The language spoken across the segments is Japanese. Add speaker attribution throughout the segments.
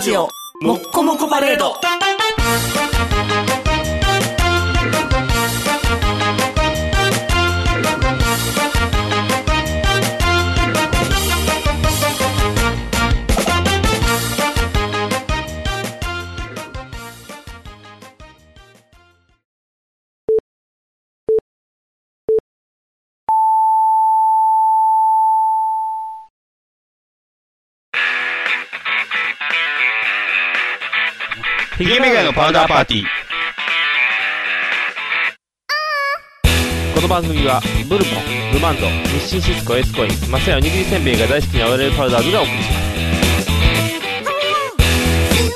Speaker 1: ジオもっこもこパレード
Speaker 2: ヒゲメガネのパウダーパーティー。この番組は、ブルボン、ルマンド、日清シスコ、エスコイン、マサヤおにぎりせんべいが大好きな我々パウダーズがお送りし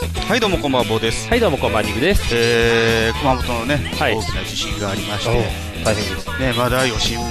Speaker 2: ま
Speaker 3: はいどうもこんばんは坊です
Speaker 2: す。、はい、どうもこんばんは、ニグです。
Speaker 3: えー、熊本のね、
Speaker 2: はい
Speaker 3: 大きな地震がありまして、
Speaker 2: おう
Speaker 3: ね、
Speaker 2: 大変です。
Speaker 3: まだ余震も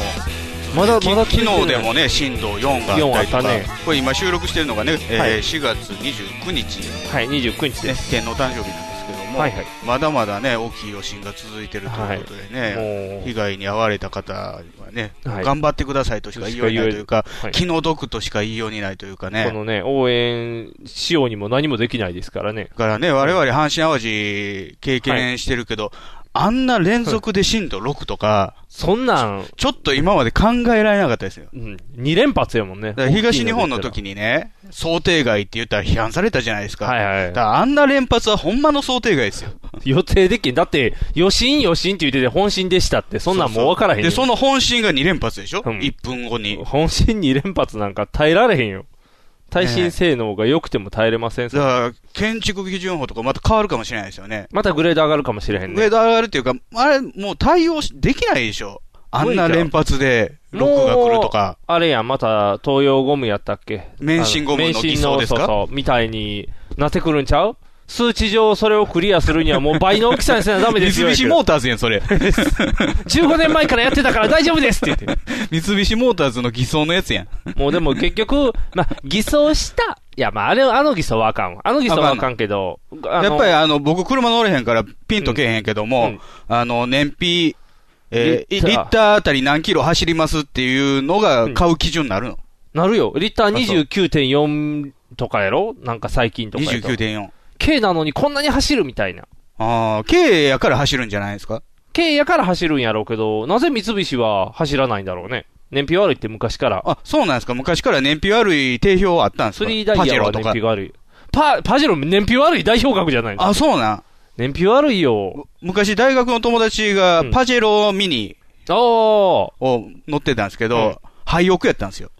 Speaker 2: まだ、ま
Speaker 3: き
Speaker 2: だ続いて
Speaker 3: 昨
Speaker 2: る
Speaker 3: 日でもね震度4があったりとか
Speaker 2: 4あったね
Speaker 3: これ今収録してるのがね、えー
Speaker 2: はい
Speaker 3: 4月29日、
Speaker 2: はい、29日
Speaker 3: ね
Speaker 2: です。、
Speaker 3: 天皇誕生日なんですけども、
Speaker 2: はいはい
Speaker 3: まだまだね大きい余震が続いてるということでね、
Speaker 2: も
Speaker 3: 被害に遭われた方はね、
Speaker 2: はい
Speaker 3: 頑張ってくださいとしか言いようにないというか、
Speaker 2: はい
Speaker 3: 気の毒としか言いようにないというか
Speaker 2: う、
Speaker 3: ね
Speaker 2: こ、のね、応援しようにも何もできないですからね。
Speaker 3: だからね、我々阪神・淡路経験してるけど、あんな連続で震度6とか、
Speaker 2: そんなん、
Speaker 3: ちょっと今まで考えられなかったですよ。
Speaker 2: うん、2連発やもんね。
Speaker 3: だから東日本の時
Speaker 2: に。
Speaker 3: にね、想定外って言ったら批判されたじゃないですか。
Speaker 2: はいはい
Speaker 3: だからあんな連発はほんまの想定外ですよ。
Speaker 2: 予定できん。だって、余震余震って言ってて本心でしたって、そんなんもう分からへんよ
Speaker 3: で、その本心が2連発でしょ、
Speaker 2: うん
Speaker 3: ?1 分後に。
Speaker 2: 本心2連発なんか耐えられへんよ。耐震性能が良くても耐えれません。
Speaker 3: だから、建築基準法とかまた変わるかもしれないですよね。
Speaker 2: またグレード上がるかもしれへん
Speaker 3: 上
Speaker 2: ね。
Speaker 3: 田上がるっていうか、あれ、もう対応しできないでしょ。あんな連発で、6が来るとか。
Speaker 2: あれやん、また東洋ゴムやったっけ
Speaker 3: 免震ゴムの
Speaker 2: あ免震
Speaker 3: 偽装ですか
Speaker 2: そうそう、みたいになってくるんちゃう数値上それをクリアするにはもう倍の大きさにせなダメ
Speaker 3: 三
Speaker 2: ですよ。
Speaker 3: 菱モーターズやん、そ れ。
Speaker 2: 15年前からやってたから大丈夫ですって言っ
Speaker 3: 三菱モーターズの偽装のやつやん。
Speaker 2: て。もうでも結局、まあ、偽装した。いや、まあ、あれ、あの偽装はあかんわ。あの偽装はあかんけど。や
Speaker 3: やっぱりあの、僕車乗れへんからピンとけえへんけども、
Speaker 2: うんうん
Speaker 3: あの、燃費、えーリ
Speaker 2: リッター
Speaker 3: ッターあたり何キロ走りますっていうのが買う基準になるの。
Speaker 2: なるよ。リッター
Speaker 3: あそう
Speaker 2: 29.4とかやろなんか最近とかやと。
Speaker 3: 29.4。
Speaker 2: K なのにこんなに走るみたいな。
Speaker 3: ああ、軽やから走るんじゃないですか
Speaker 2: K やから走るんやろうけど、なぜ三菱は走らないんだろうね。燃費悪いって昔から。
Speaker 3: あ、そうなんですか昔から燃費悪い定評あったんです
Speaker 2: ス
Speaker 3: か
Speaker 2: リーダイヤ
Speaker 3: パ
Speaker 2: は燃
Speaker 3: ジェロ
Speaker 2: 費
Speaker 3: とか。
Speaker 2: が悪い。パ、パジェロ燃費悪い代表格じゃないの
Speaker 3: あ、そうなん。
Speaker 2: 燃費悪いよ。
Speaker 3: 昔大学の友達が
Speaker 2: うん
Speaker 3: パジェロミニ
Speaker 2: あー。
Speaker 3: を乗ってたんですけ
Speaker 2: うん
Speaker 3: ど、廃屋やったんですよ。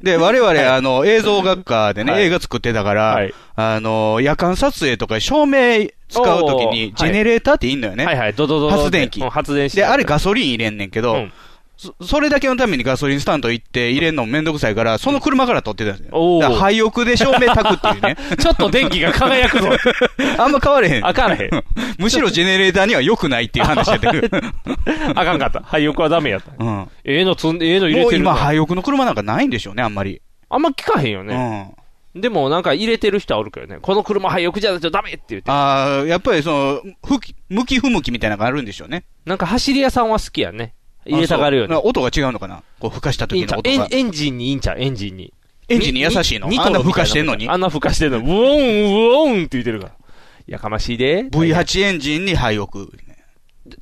Speaker 3: で、我々、あの、映像学科でね、
Speaker 2: はい
Speaker 3: 映画作ってたから、
Speaker 2: はい。
Speaker 3: あの、夜間撮影とか照明使うとき
Speaker 2: おー
Speaker 3: に、ジェネレーターっていんのよね。
Speaker 2: はいはい。ドドドドって
Speaker 3: 発電機
Speaker 2: うん発電して。
Speaker 3: で、あれガソリン入れんねんけど、
Speaker 2: うん
Speaker 3: そ、それだけのためにガソリンスタンド行って入れんのめんどくさいから、その車から撮ってたんですよ。
Speaker 2: おー
Speaker 3: だから廃屋で照明焚くっていうね。
Speaker 2: ちょっと電気が 輝くぞ。
Speaker 3: あんま変われへん。
Speaker 2: あかんへん。
Speaker 3: むしろジェネレーターには良くないっていう話やって くる。
Speaker 2: あかんかった。廃屋はダメやった。
Speaker 3: うん。も
Speaker 2: ええの積んで、ええの入れて
Speaker 3: う
Speaker 2: る
Speaker 3: 今、
Speaker 2: な。
Speaker 3: 廃屋の車なんかないんでしょうね、あんまり。
Speaker 2: あんま聞かへんよ
Speaker 3: う
Speaker 2: ね。
Speaker 3: ん。
Speaker 2: でもなんか入れてる人はおるけどね。この車廃屋じゃないとダメって言って。
Speaker 3: ああ、やっぱりその、不き向き不向きみたいなのがあるんでしょうね。
Speaker 2: なんか走り屋さんは好きやね。入れたがるよ
Speaker 3: あ
Speaker 2: ね。
Speaker 3: そう音が違うのかなこう、吹かした
Speaker 2: いい
Speaker 3: 時
Speaker 2: んち
Speaker 3: の
Speaker 2: ゃう
Speaker 3: 音
Speaker 2: エン
Speaker 3: が。
Speaker 2: エンジンにいいんちゃうエンジンに。
Speaker 3: エンジンに優しいの
Speaker 2: に
Speaker 3: あんな吹かしてんのに
Speaker 2: あんな吹かしてんの。ウォン、ウォンって言ってるから。やかましいで。
Speaker 3: V8 エンジンに廃屋。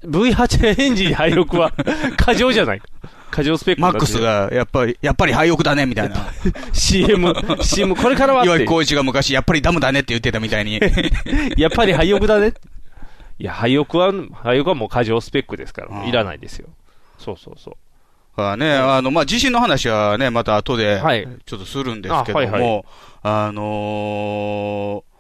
Speaker 2: V8 エンジン廃屋は過剰じゃないか。過剰スペック
Speaker 3: マックス。が、やっぱり、やっぱり廃屋だね、み たいな。
Speaker 2: CM、CM、これからはっ
Speaker 3: 岩井
Speaker 2: て。
Speaker 3: 浩一が昔、やっぱりダムだねって言ってたみたいに。
Speaker 2: やっぱり廃屋だね。いや、廃屋は、廃屋はもう過剰スペックですか
Speaker 3: う
Speaker 2: ら。
Speaker 3: ん
Speaker 2: いらないですよ。そうそうそう。
Speaker 3: あね、あの、まあ、地震の話はね、また後で
Speaker 2: はい、
Speaker 3: ちょっとするんですけども、
Speaker 2: あ
Speaker 3: あ,、
Speaker 2: はいは
Speaker 3: のー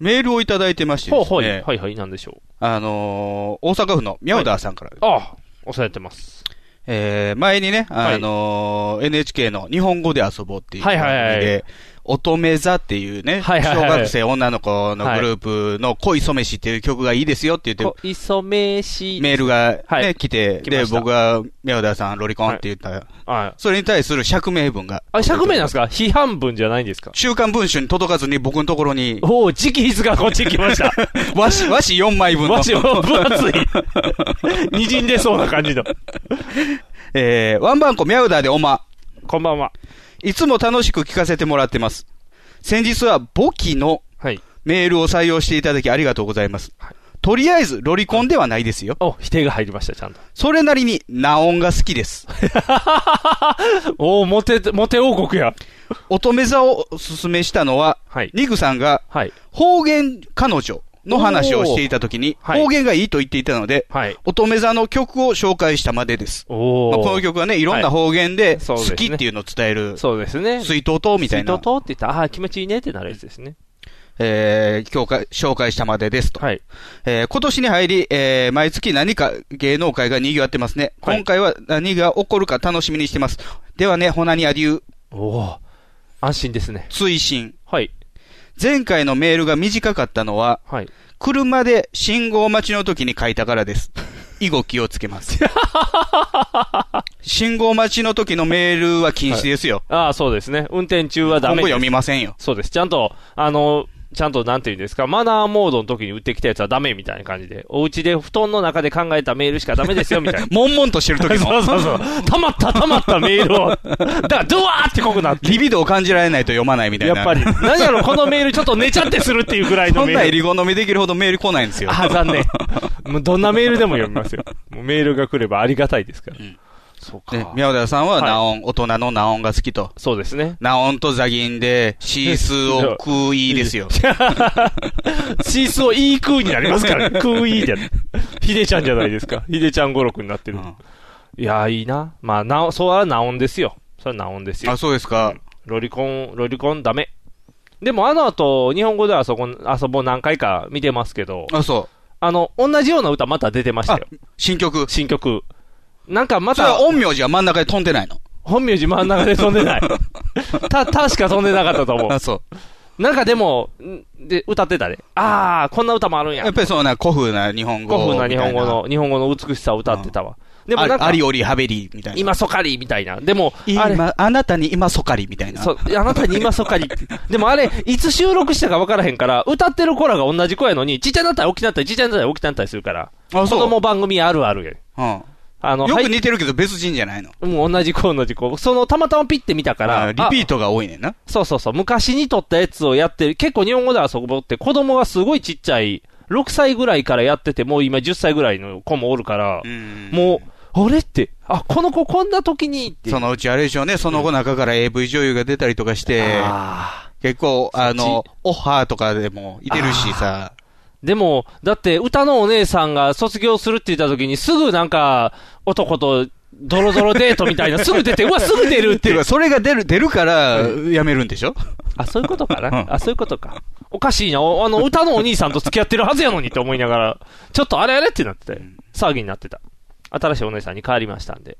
Speaker 3: メールをいただいてまして
Speaker 2: ほう
Speaker 3: です
Speaker 2: ほう、
Speaker 3: ね、
Speaker 2: はいはい、なんでしょう。
Speaker 3: あのー大阪府のミャウダーさんから、
Speaker 2: ああ、押されてます。
Speaker 3: えー前にね、あのー NHK の日本語で遊ぼうっていう番組で、
Speaker 2: はいはいはい
Speaker 3: 乙女座っていうね、
Speaker 2: はいはいはい
Speaker 3: 小学生女の子のグループの恋染めしっていう曲がいいですよって言って、
Speaker 2: こ磯飯。
Speaker 3: メールがね、
Speaker 2: はい
Speaker 3: 来て、
Speaker 2: 来ま
Speaker 3: で、
Speaker 2: した
Speaker 3: 僕が、宮田さん、ロリコンって言った、
Speaker 2: はい。
Speaker 3: それに対する釈明文が。
Speaker 2: あ、釈明なんですか批判文じゃないんで すか
Speaker 3: 週刊文春に届かずに僕のところに、
Speaker 2: おお、直筆がこっち来ました。
Speaker 3: 和紙、和紙4枚分の
Speaker 2: マ、ジ、分厚い。 にじんでそうな感じの。
Speaker 3: えー、ワンバンコミャウダーでおま、
Speaker 2: こんばんは。
Speaker 3: いつも楽しく聞かせてもらってます。先日は簿記の
Speaker 2: はい。
Speaker 3: メールを採用していただきありがとうございます
Speaker 2: はい。
Speaker 3: とりあえず、ロリコンではないですよ。
Speaker 2: お、否定が入りました、 ちゃんと。
Speaker 3: それなりに、ナオンが好きです。
Speaker 2: おーモテ、モテ王国や。
Speaker 3: 乙女座をおすすめしたのは、
Speaker 2: はい。
Speaker 3: ニグさんが
Speaker 2: はい。
Speaker 3: 方言彼女の話をしていたときに、
Speaker 2: おーはい
Speaker 3: 方言がいいと言っていたので、
Speaker 2: はい。
Speaker 3: 乙女座の曲を紹介したまでです。
Speaker 2: お
Speaker 3: まあ
Speaker 2: ー
Speaker 3: この曲はね、いろん
Speaker 2: は
Speaker 3: ない方言で、
Speaker 2: そうです
Speaker 3: 好
Speaker 2: ね
Speaker 3: きっていうのを伝える、
Speaker 2: そうですね。
Speaker 3: 水筒とみたい
Speaker 2: 水
Speaker 3: な
Speaker 2: 筒、通って言ったら、ああ、気持ちいいねってなるやつですね。
Speaker 3: えー、教科紹介したまでですと。
Speaker 2: はい。
Speaker 3: えー今年に入り、えー毎月何か芸能界が賑わってますね。
Speaker 2: はい
Speaker 3: 今回は何が起こるか楽しみにしてます。ではね、ほなにアデュー、
Speaker 2: おー安心ですね。
Speaker 3: 追伸。
Speaker 2: はい。
Speaker 3: 前回のメールが短かったのは、
Speaker 2: はい。
Speaker 3: 車で信号待ちの時に書いたからです。 以後気をつけます。信号待ちの時のメールは禁止ですよ。
Speaker 2: ああ、そうですね。運転中はダ
Speaker 3: 今
Speaker 2: メ
Speaker 3: 後
Speaker 2: です。
Speaker 3: 読みませんよ。。
Speaker 2: そうです。ちゃんと、あの、ちゃんと、なんていうんですか、マナーモードの時に売ってきたやつはダメみたいな感じで、お家で布団の中で考えたメールしかダメですよ、みたいな
Speaker 3: 悶々としてる時
Speaker 2: そう
Speaker 3: の。
Speaker 2: そうそう。溜まった溜まったメールを。だから、ドワーって濃くなって。
Speaker 3: リビドを感じられないと読まないみたい
Speaker 2: や
Speaker 3: な。
Speaker 2: っぱり。何やろ、このメールちょっと寝ちゃってするっていうぐら
Speaker 3: そ
Speaker 2: いの
Speaker 3: ん
Speaker 2: メ
Speaker 3: な
Speaker 2: ー
Speaker 3: 入
Speaker 2: ル。
Speaker 3: り好みできるほどメール来ないんですよ。
Speaker 2: あ、残念。もうどんなメールでも読みますよ。もうメールが来ればありがたいですから。
Speaker 3: うん
Speaker 2: そうか。
Speaker 3: ね、宮田さんは
Speaker 2: はい
Speaker 3: ナオン、大人のナオンが好きと。
Speaker 2: そうですね。
Speaker 3: ナオンとザギンで、シースーを食いです よ。
Speaker 2: シースをいい食うになりますか らね。食ういいじゃん。ヒデちゃんじゃないですか。ヒデちゃん語録になって
Speaker 3: う
Speaker 2: る。
Speaker 3: ん
Speaker 2: いやー、いいな。まあ、なお、そうはなおんですよ。それはなおんですよ
Speaker 3: あ、。そうですか。
Speaker 2: ロリコン、ロリコンダメ。でも、あの後、日本語ではそこ、遊ぼう何回か見てますけど、
Speaker 3: あ、そ
Speaker 2: あの、同じような歌また出てましたよ。
Speaker 3: う。新曲。
Speaker 2: 新曲。なんかま
Speaker 3: それ
Speaker 2: た
Speaker 3: は、陰陽師は真ん中で飛んでないの。
Speaker 2: 本名字真ん中で飛ん でない。た、確か飛んでなかったと思
Speaker 3: あ、そう。
Speaker 2: う。なんかでも、んで、歌ってたで。あー、こんな歌もあるんや
Speaker 3: やっ。ぱりそのな、古風な日本語。
Speaker 2: 古風な日本語。の、日本語の美しさを歌ってたわ。でもなん
Speaker 3: あ
Speaker 2: か
Speaker 3: あ、りおりはべりみたいな。
Speaker 2: 今そかりみたいな。でも、あれ、
Speaker 3: 今、あなたに今そかりみたいな。
Speaker 2: そう、あなたに今そかりって。でもあれ、いつ収録したか分からへんから、歌ってる子らが同じ子やのに、ちっちゃなったり起きなったり、ちっちゃなったり起きなったりするから、
Speaker 3: あ、
Speaker 2: 子
Speaker 3: そう。
Speaker 2: 供番組あるあるやん。
Speaker 3: う
Speaker 2: あの、
Speaker 3: ん。よ
Speaker 2: はい
Speaker 3: く似てるけど別人じゃないの。
Speaker 2: もう同じ子同じ子。その、たまたまピッて見たか
Speaker 3: あ
Speaker 2: ら、
Speaker 3: リピー
Speaker 2: あ
Speaker 3: トが多いねんな。
Speaker 2: そうそうそう、昔に撮ったやつをやってる。結構日本語で遊ぼうって、子供がすごいちっちゃい、6歳ぐらいからやってて、もう今10歳ぐらいの子もおるから、もう、あれって、あ、この子こんな時にって。
Speaker 3: そのうちあれでしょうね、その後中から AV 女優が出たりとかして、
Speaker 2: あー
Speaker 3: 結構、あの、オッハーとかでもいてるしさ、
Speaker 2: でも、だって、歌のお姉さんが卒業するって言った時に、すぐなんか、男と、ドロドロデートみたいな、すぐ出て、うわ、すぐ出るっ
Speaker 3: って
Speaker 2: て
Speaker 3: いう。か、それが出る、出るから、やめるんでしょ
Speaker 2: あ、そういうことか
Speaker 3: う
Speaker 2: な。
Speaker 3: ん
Speaker 2: あ、そういうことか。おかしいな。おあの、歌のお兄さんと付き合ってるはずやのにって思いながら、ちょっとあれあれってなってたよ。騒ぎになってた。新しいお姉さんに変わりましたんで。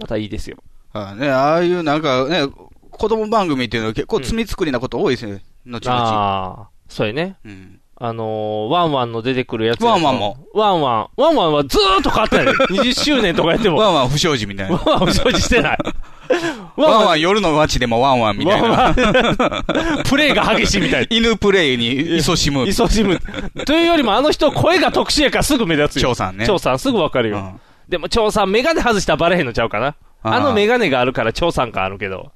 Speaker 2: またいいですよ。
Speaker 3: あね、ああいうなんかね、子供番組っていうのは結構罪作りなこと多いですね、後々。
Speaker 2: ああ、そうやね。
Speaker 3: うん
Speaker 2: あのー、ワンワンの出てくるやつやと
Speaker 3: ワンワンも。
Speaker 2: ワンワン。ワンワンはずーっと変わってない。20周年とかやっても。
Speaker 3: ワンワン不祥事みたい
Speaker 2: ワ
Speaker 3: な。
Speaker 2: ンワンを承知して ない。
Speaker 3: ワンワン夜の街でもワンワンみたいな。
Speaker 2: ワンワン プレイが激しいみたいな。
Speaker 3: 犬プレイに勤しむ。
Speaker 2: 勤しむ。というよりも、あの人、声が特殊やからすぐ目立つよ。
Speaker 3: 張さんね
Speaker 2: 張さん、すぐわかるよ。
Speaker 3: うん
Speaker 2: でも、張さん、メガネ外したらバレへんのちゃうかな。
Speaker 3: あー
Speaker 2: あのメガネがあるから、張さん感あるけど。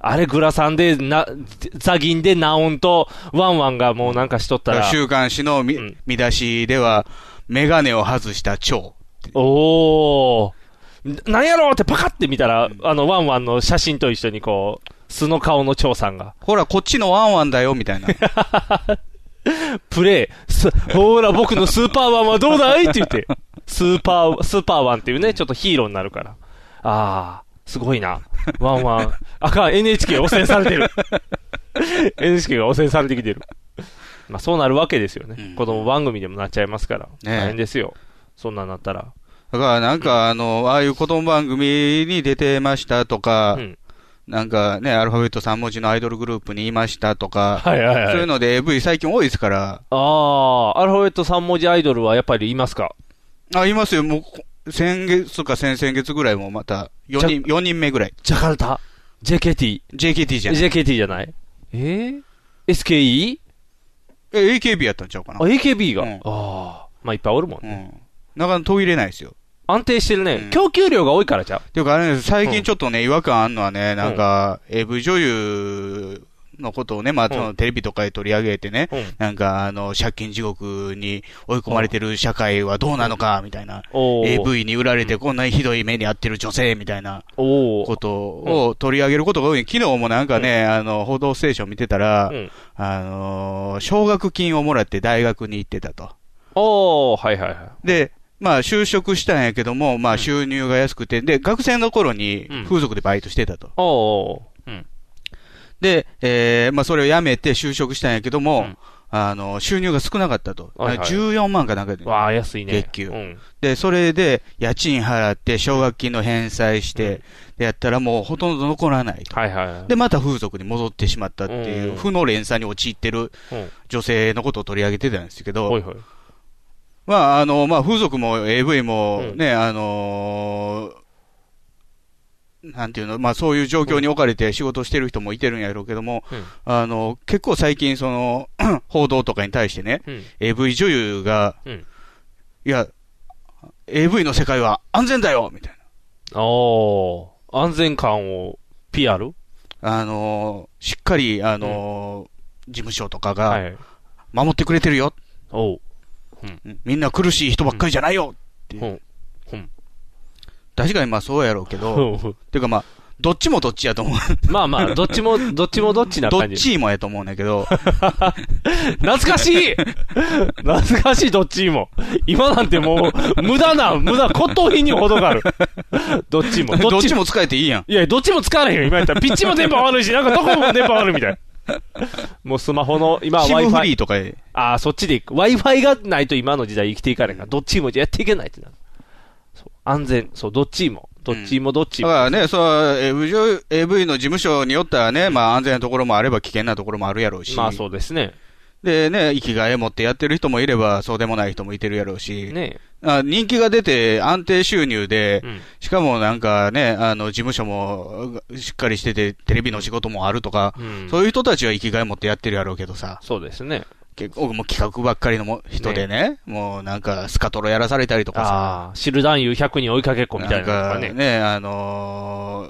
Speaker 2: あれ、グラサンで、な、ザギンで、ナオンと、ワンワンがもうなんかしとった
Speaker 3: だから
Speaker 2: ら、
Speaker 3: 週刊誌のみ
Speaker 2: うん
Speaker 3: 見出しでは、メガネを外した蝶。
Speaker 2: おー。なんやろうってパカって見たら、あの、ワンワンの写真と一緒にこう、素の顔の張さんが。
Speaker 3: ほら、こっちのワンワンだよ、みた いな。
Speaker 2: プレイ、すほら、僕のスーパーワンはどうだいって 言って、スーパー、スーパーワンっていうね、ちょっとヒーローになるから。あー、すごいな。ワンワン。あかん、NHK が汚染されて る。NHK が汚染されてきてる。まあ、そうなるわけですよね。
Speaker 3: うん
Speaker 2: 子供番組でもなっちゃいますから。
Speaker 3: え
Speaker 2: 大変ですよ。そんなんなったら。
Speaker 3: だからなんか、あの、ああいう子供番組に出てましたとか、
Speaker 2: うん。
Speaker 3: なんかね、アルファベット3文字のアイドルグループにいましたとか、
Speaker 2: はいはい
Speaker 3: そう。
Speaker 2: はいいう
Speaker 3: ので AV 最近多いですから、
Speaker 2: あー、アルファベット3文字アイドルはやっぱりいますか
Speaker 3: あ、いますよ、もうこ、先月か先々月ぐらいもまた、4人、四人目ぐらい。
Speaker 2: ジャカルタ ?JKT。
Speaker 3: JKT じゃん。
Speaker 2: JKT じゃないえー ?SKE?
Speaker 3: え、AKB やったんちゃうかな
Speaker 2: あ、。AKB が。
Speaker 3: うん
Speaker 2: ああ。まあ、いっぱいおるもん
Speaker 3: う
Speaker 2: ね。
Speaker 3: ん。なかなか途切れないですよ。
Speaker 2: 安定してるね、
Speaker 3: うん
Speaker 2: 供給量が多いからじゃう
Speaker 3: ていうかあれね、最近ちょっとね、違和感あんのはね、なんか、AV 女優のことをね、まあ、そのテレビとかで取り上げてね、
Speaker 2: うん
Speaker 3: なんか、あの、借金地獄に追い込まれてる社会はどうなのか、みたいな。
Speaker 2: おー
Speaker 3: AV に売られてこんなひどい目に遭ってる女性みたいな
Speaker 2: お
Speaker 3: こ
Speaker 2: ー
Speaker 3: とを取り上げることが多い。昨日もなんかね、あの、報道ステーション見てたら
Speaker 2: う、ん。
Speaker 3: あのー、奨学金をもらって大学に行ってたと。
Speaker 2: おー、はいはいは
Speaker 3: で、まあ、就職したんやけども、ま
Speaker 2: う
Speaker 3: あ、
Speaker 2: ん
Speaker 3: 収入が安くて、で、学生の頃に
Speaker 2: うん
Speaker 3: 風俗でバイトしてたと。
Speaker 2: い。おー、うん。
Speaker 3: で、えーまあ、それを辞めて就職したんやけども、
Speaker 2: うん
Speaker 3: あの、収入が少なかったと。
Speaker 2: はいはい
Speaker 3: 14万かなんかで。
Speaker 2: わあ、安いね。
Speaker 3: 月給
Speaker 2: うん。
Speaker 3: で、それで、家賃払って、奨学金の返済して、でやったらもうほとんど残らないと。
Speaker 2: はいはいはい。
Speaker 3: で、また風俗に戻ってしまったっていうう、
Speaker 2: ん
Speaker 3: 負の連鎖に陥ってる
Speaker 2: うん、
Speaker 3: 女性のことを取り上げてたんですけど、
Speaker 2: ほいほい。
Speaker 3: まあ、あの、まあ、風俗も AV も
Speaker 2: うん
Speaker 3: ね、あのーなんていうの、まあ、そういう状況に置かれて仕事してる人もいてるんやろうけども、
Speaker 2: うん
Speaker 3: あの、結構最近、その、 報道とかに対してね、
Speaker 2: うん。
Speaker 3: AV 女優が、
Speaker 2: うん
Speaker 3: いや、AV の世界は安全だよみたい
Speaker 2: おー、安全感を PR?
Speaker 3: な。あのーしっかり、あのー事務所とか
Speaker 2: は
Speaker 3: が
Speaker 2: い。
Speaker 3: 守ってくれてるよ。
Speaker 2: おう。
Speaker 3: みんな苦しい人ばっかりじゃないよ。
Speaker 2: ほん。
Speaker 3: 確かにまあそうやろうけど、
Speaker 2: ほう
Speaker 3: っていうかまあ、どっちもどっちやと思う。
Speaker 2: まあまあ、どっちも、どっちもどっちな
Speaker 3: ど
Speaker 2: 感
Speaker 3: っ
Speaker 2: じ。
Speaker 3: ちもやと思うんだけど、
Speaker 2: 懐かし い懐かしい、どっちも。今なんてもう、無駄な、無駄、骨董品にほどが ある。 どっちも。
Speaker 3: どっち
Speaker 2: も。
Speaker 3: も使えていいやん。
Speaker 2: いや、どっちも使われへんよ、今やったら。ピッチも電波悪 いし、なんかどこも電波悪いみたいな。もうスマ ホの、今は
Speaker 3: シムフ
Speaker 2: Wi-Fi。
Speaker 3: リーとかで。
Speaker 2: ああ、そっちで行く。Wi-Fi がないと今の時代生きていかないから、どっちもやっていけないってなる。そう安全、そう、どっちも。どっちもどっち
Speaker 3: だ
Speaker 2: も。
Speaker 3: からね、そう、AV 女 AV の事務所によったらね、まあ安全なところもあれば危険なところもあるやろうし。
Speaker 2: まあそうですね。
Speaker 3: でね、生きがい持ってやってる人もいれば、そうでもない人もいてるやろうし。
Speaker 2: ね
Speaker 3: あ人気が出て安定収入で
Speaker 2: え。う、ん。
Speaker 3: しかもなんかね、あの、事務所もうしっかりしてて、テレビの仕事もあるとか、
Speaker 2: うん
Speaker 3: そういう人たちは生きがい持ってやってるやろうけどさ、
Speaker 2: そうですね。
Speaker 3: 結構もう企画ばっかりのも人でね、もうなんかスカトロやらされたりとかさ、
Speaker 2: ああ、知る男優100人追いかけっこみたいなのと
Speaker 3: な
Speaker 2: か
Speaker 3: んか
Speaker 2: ね。
Speaker 3: ね、あの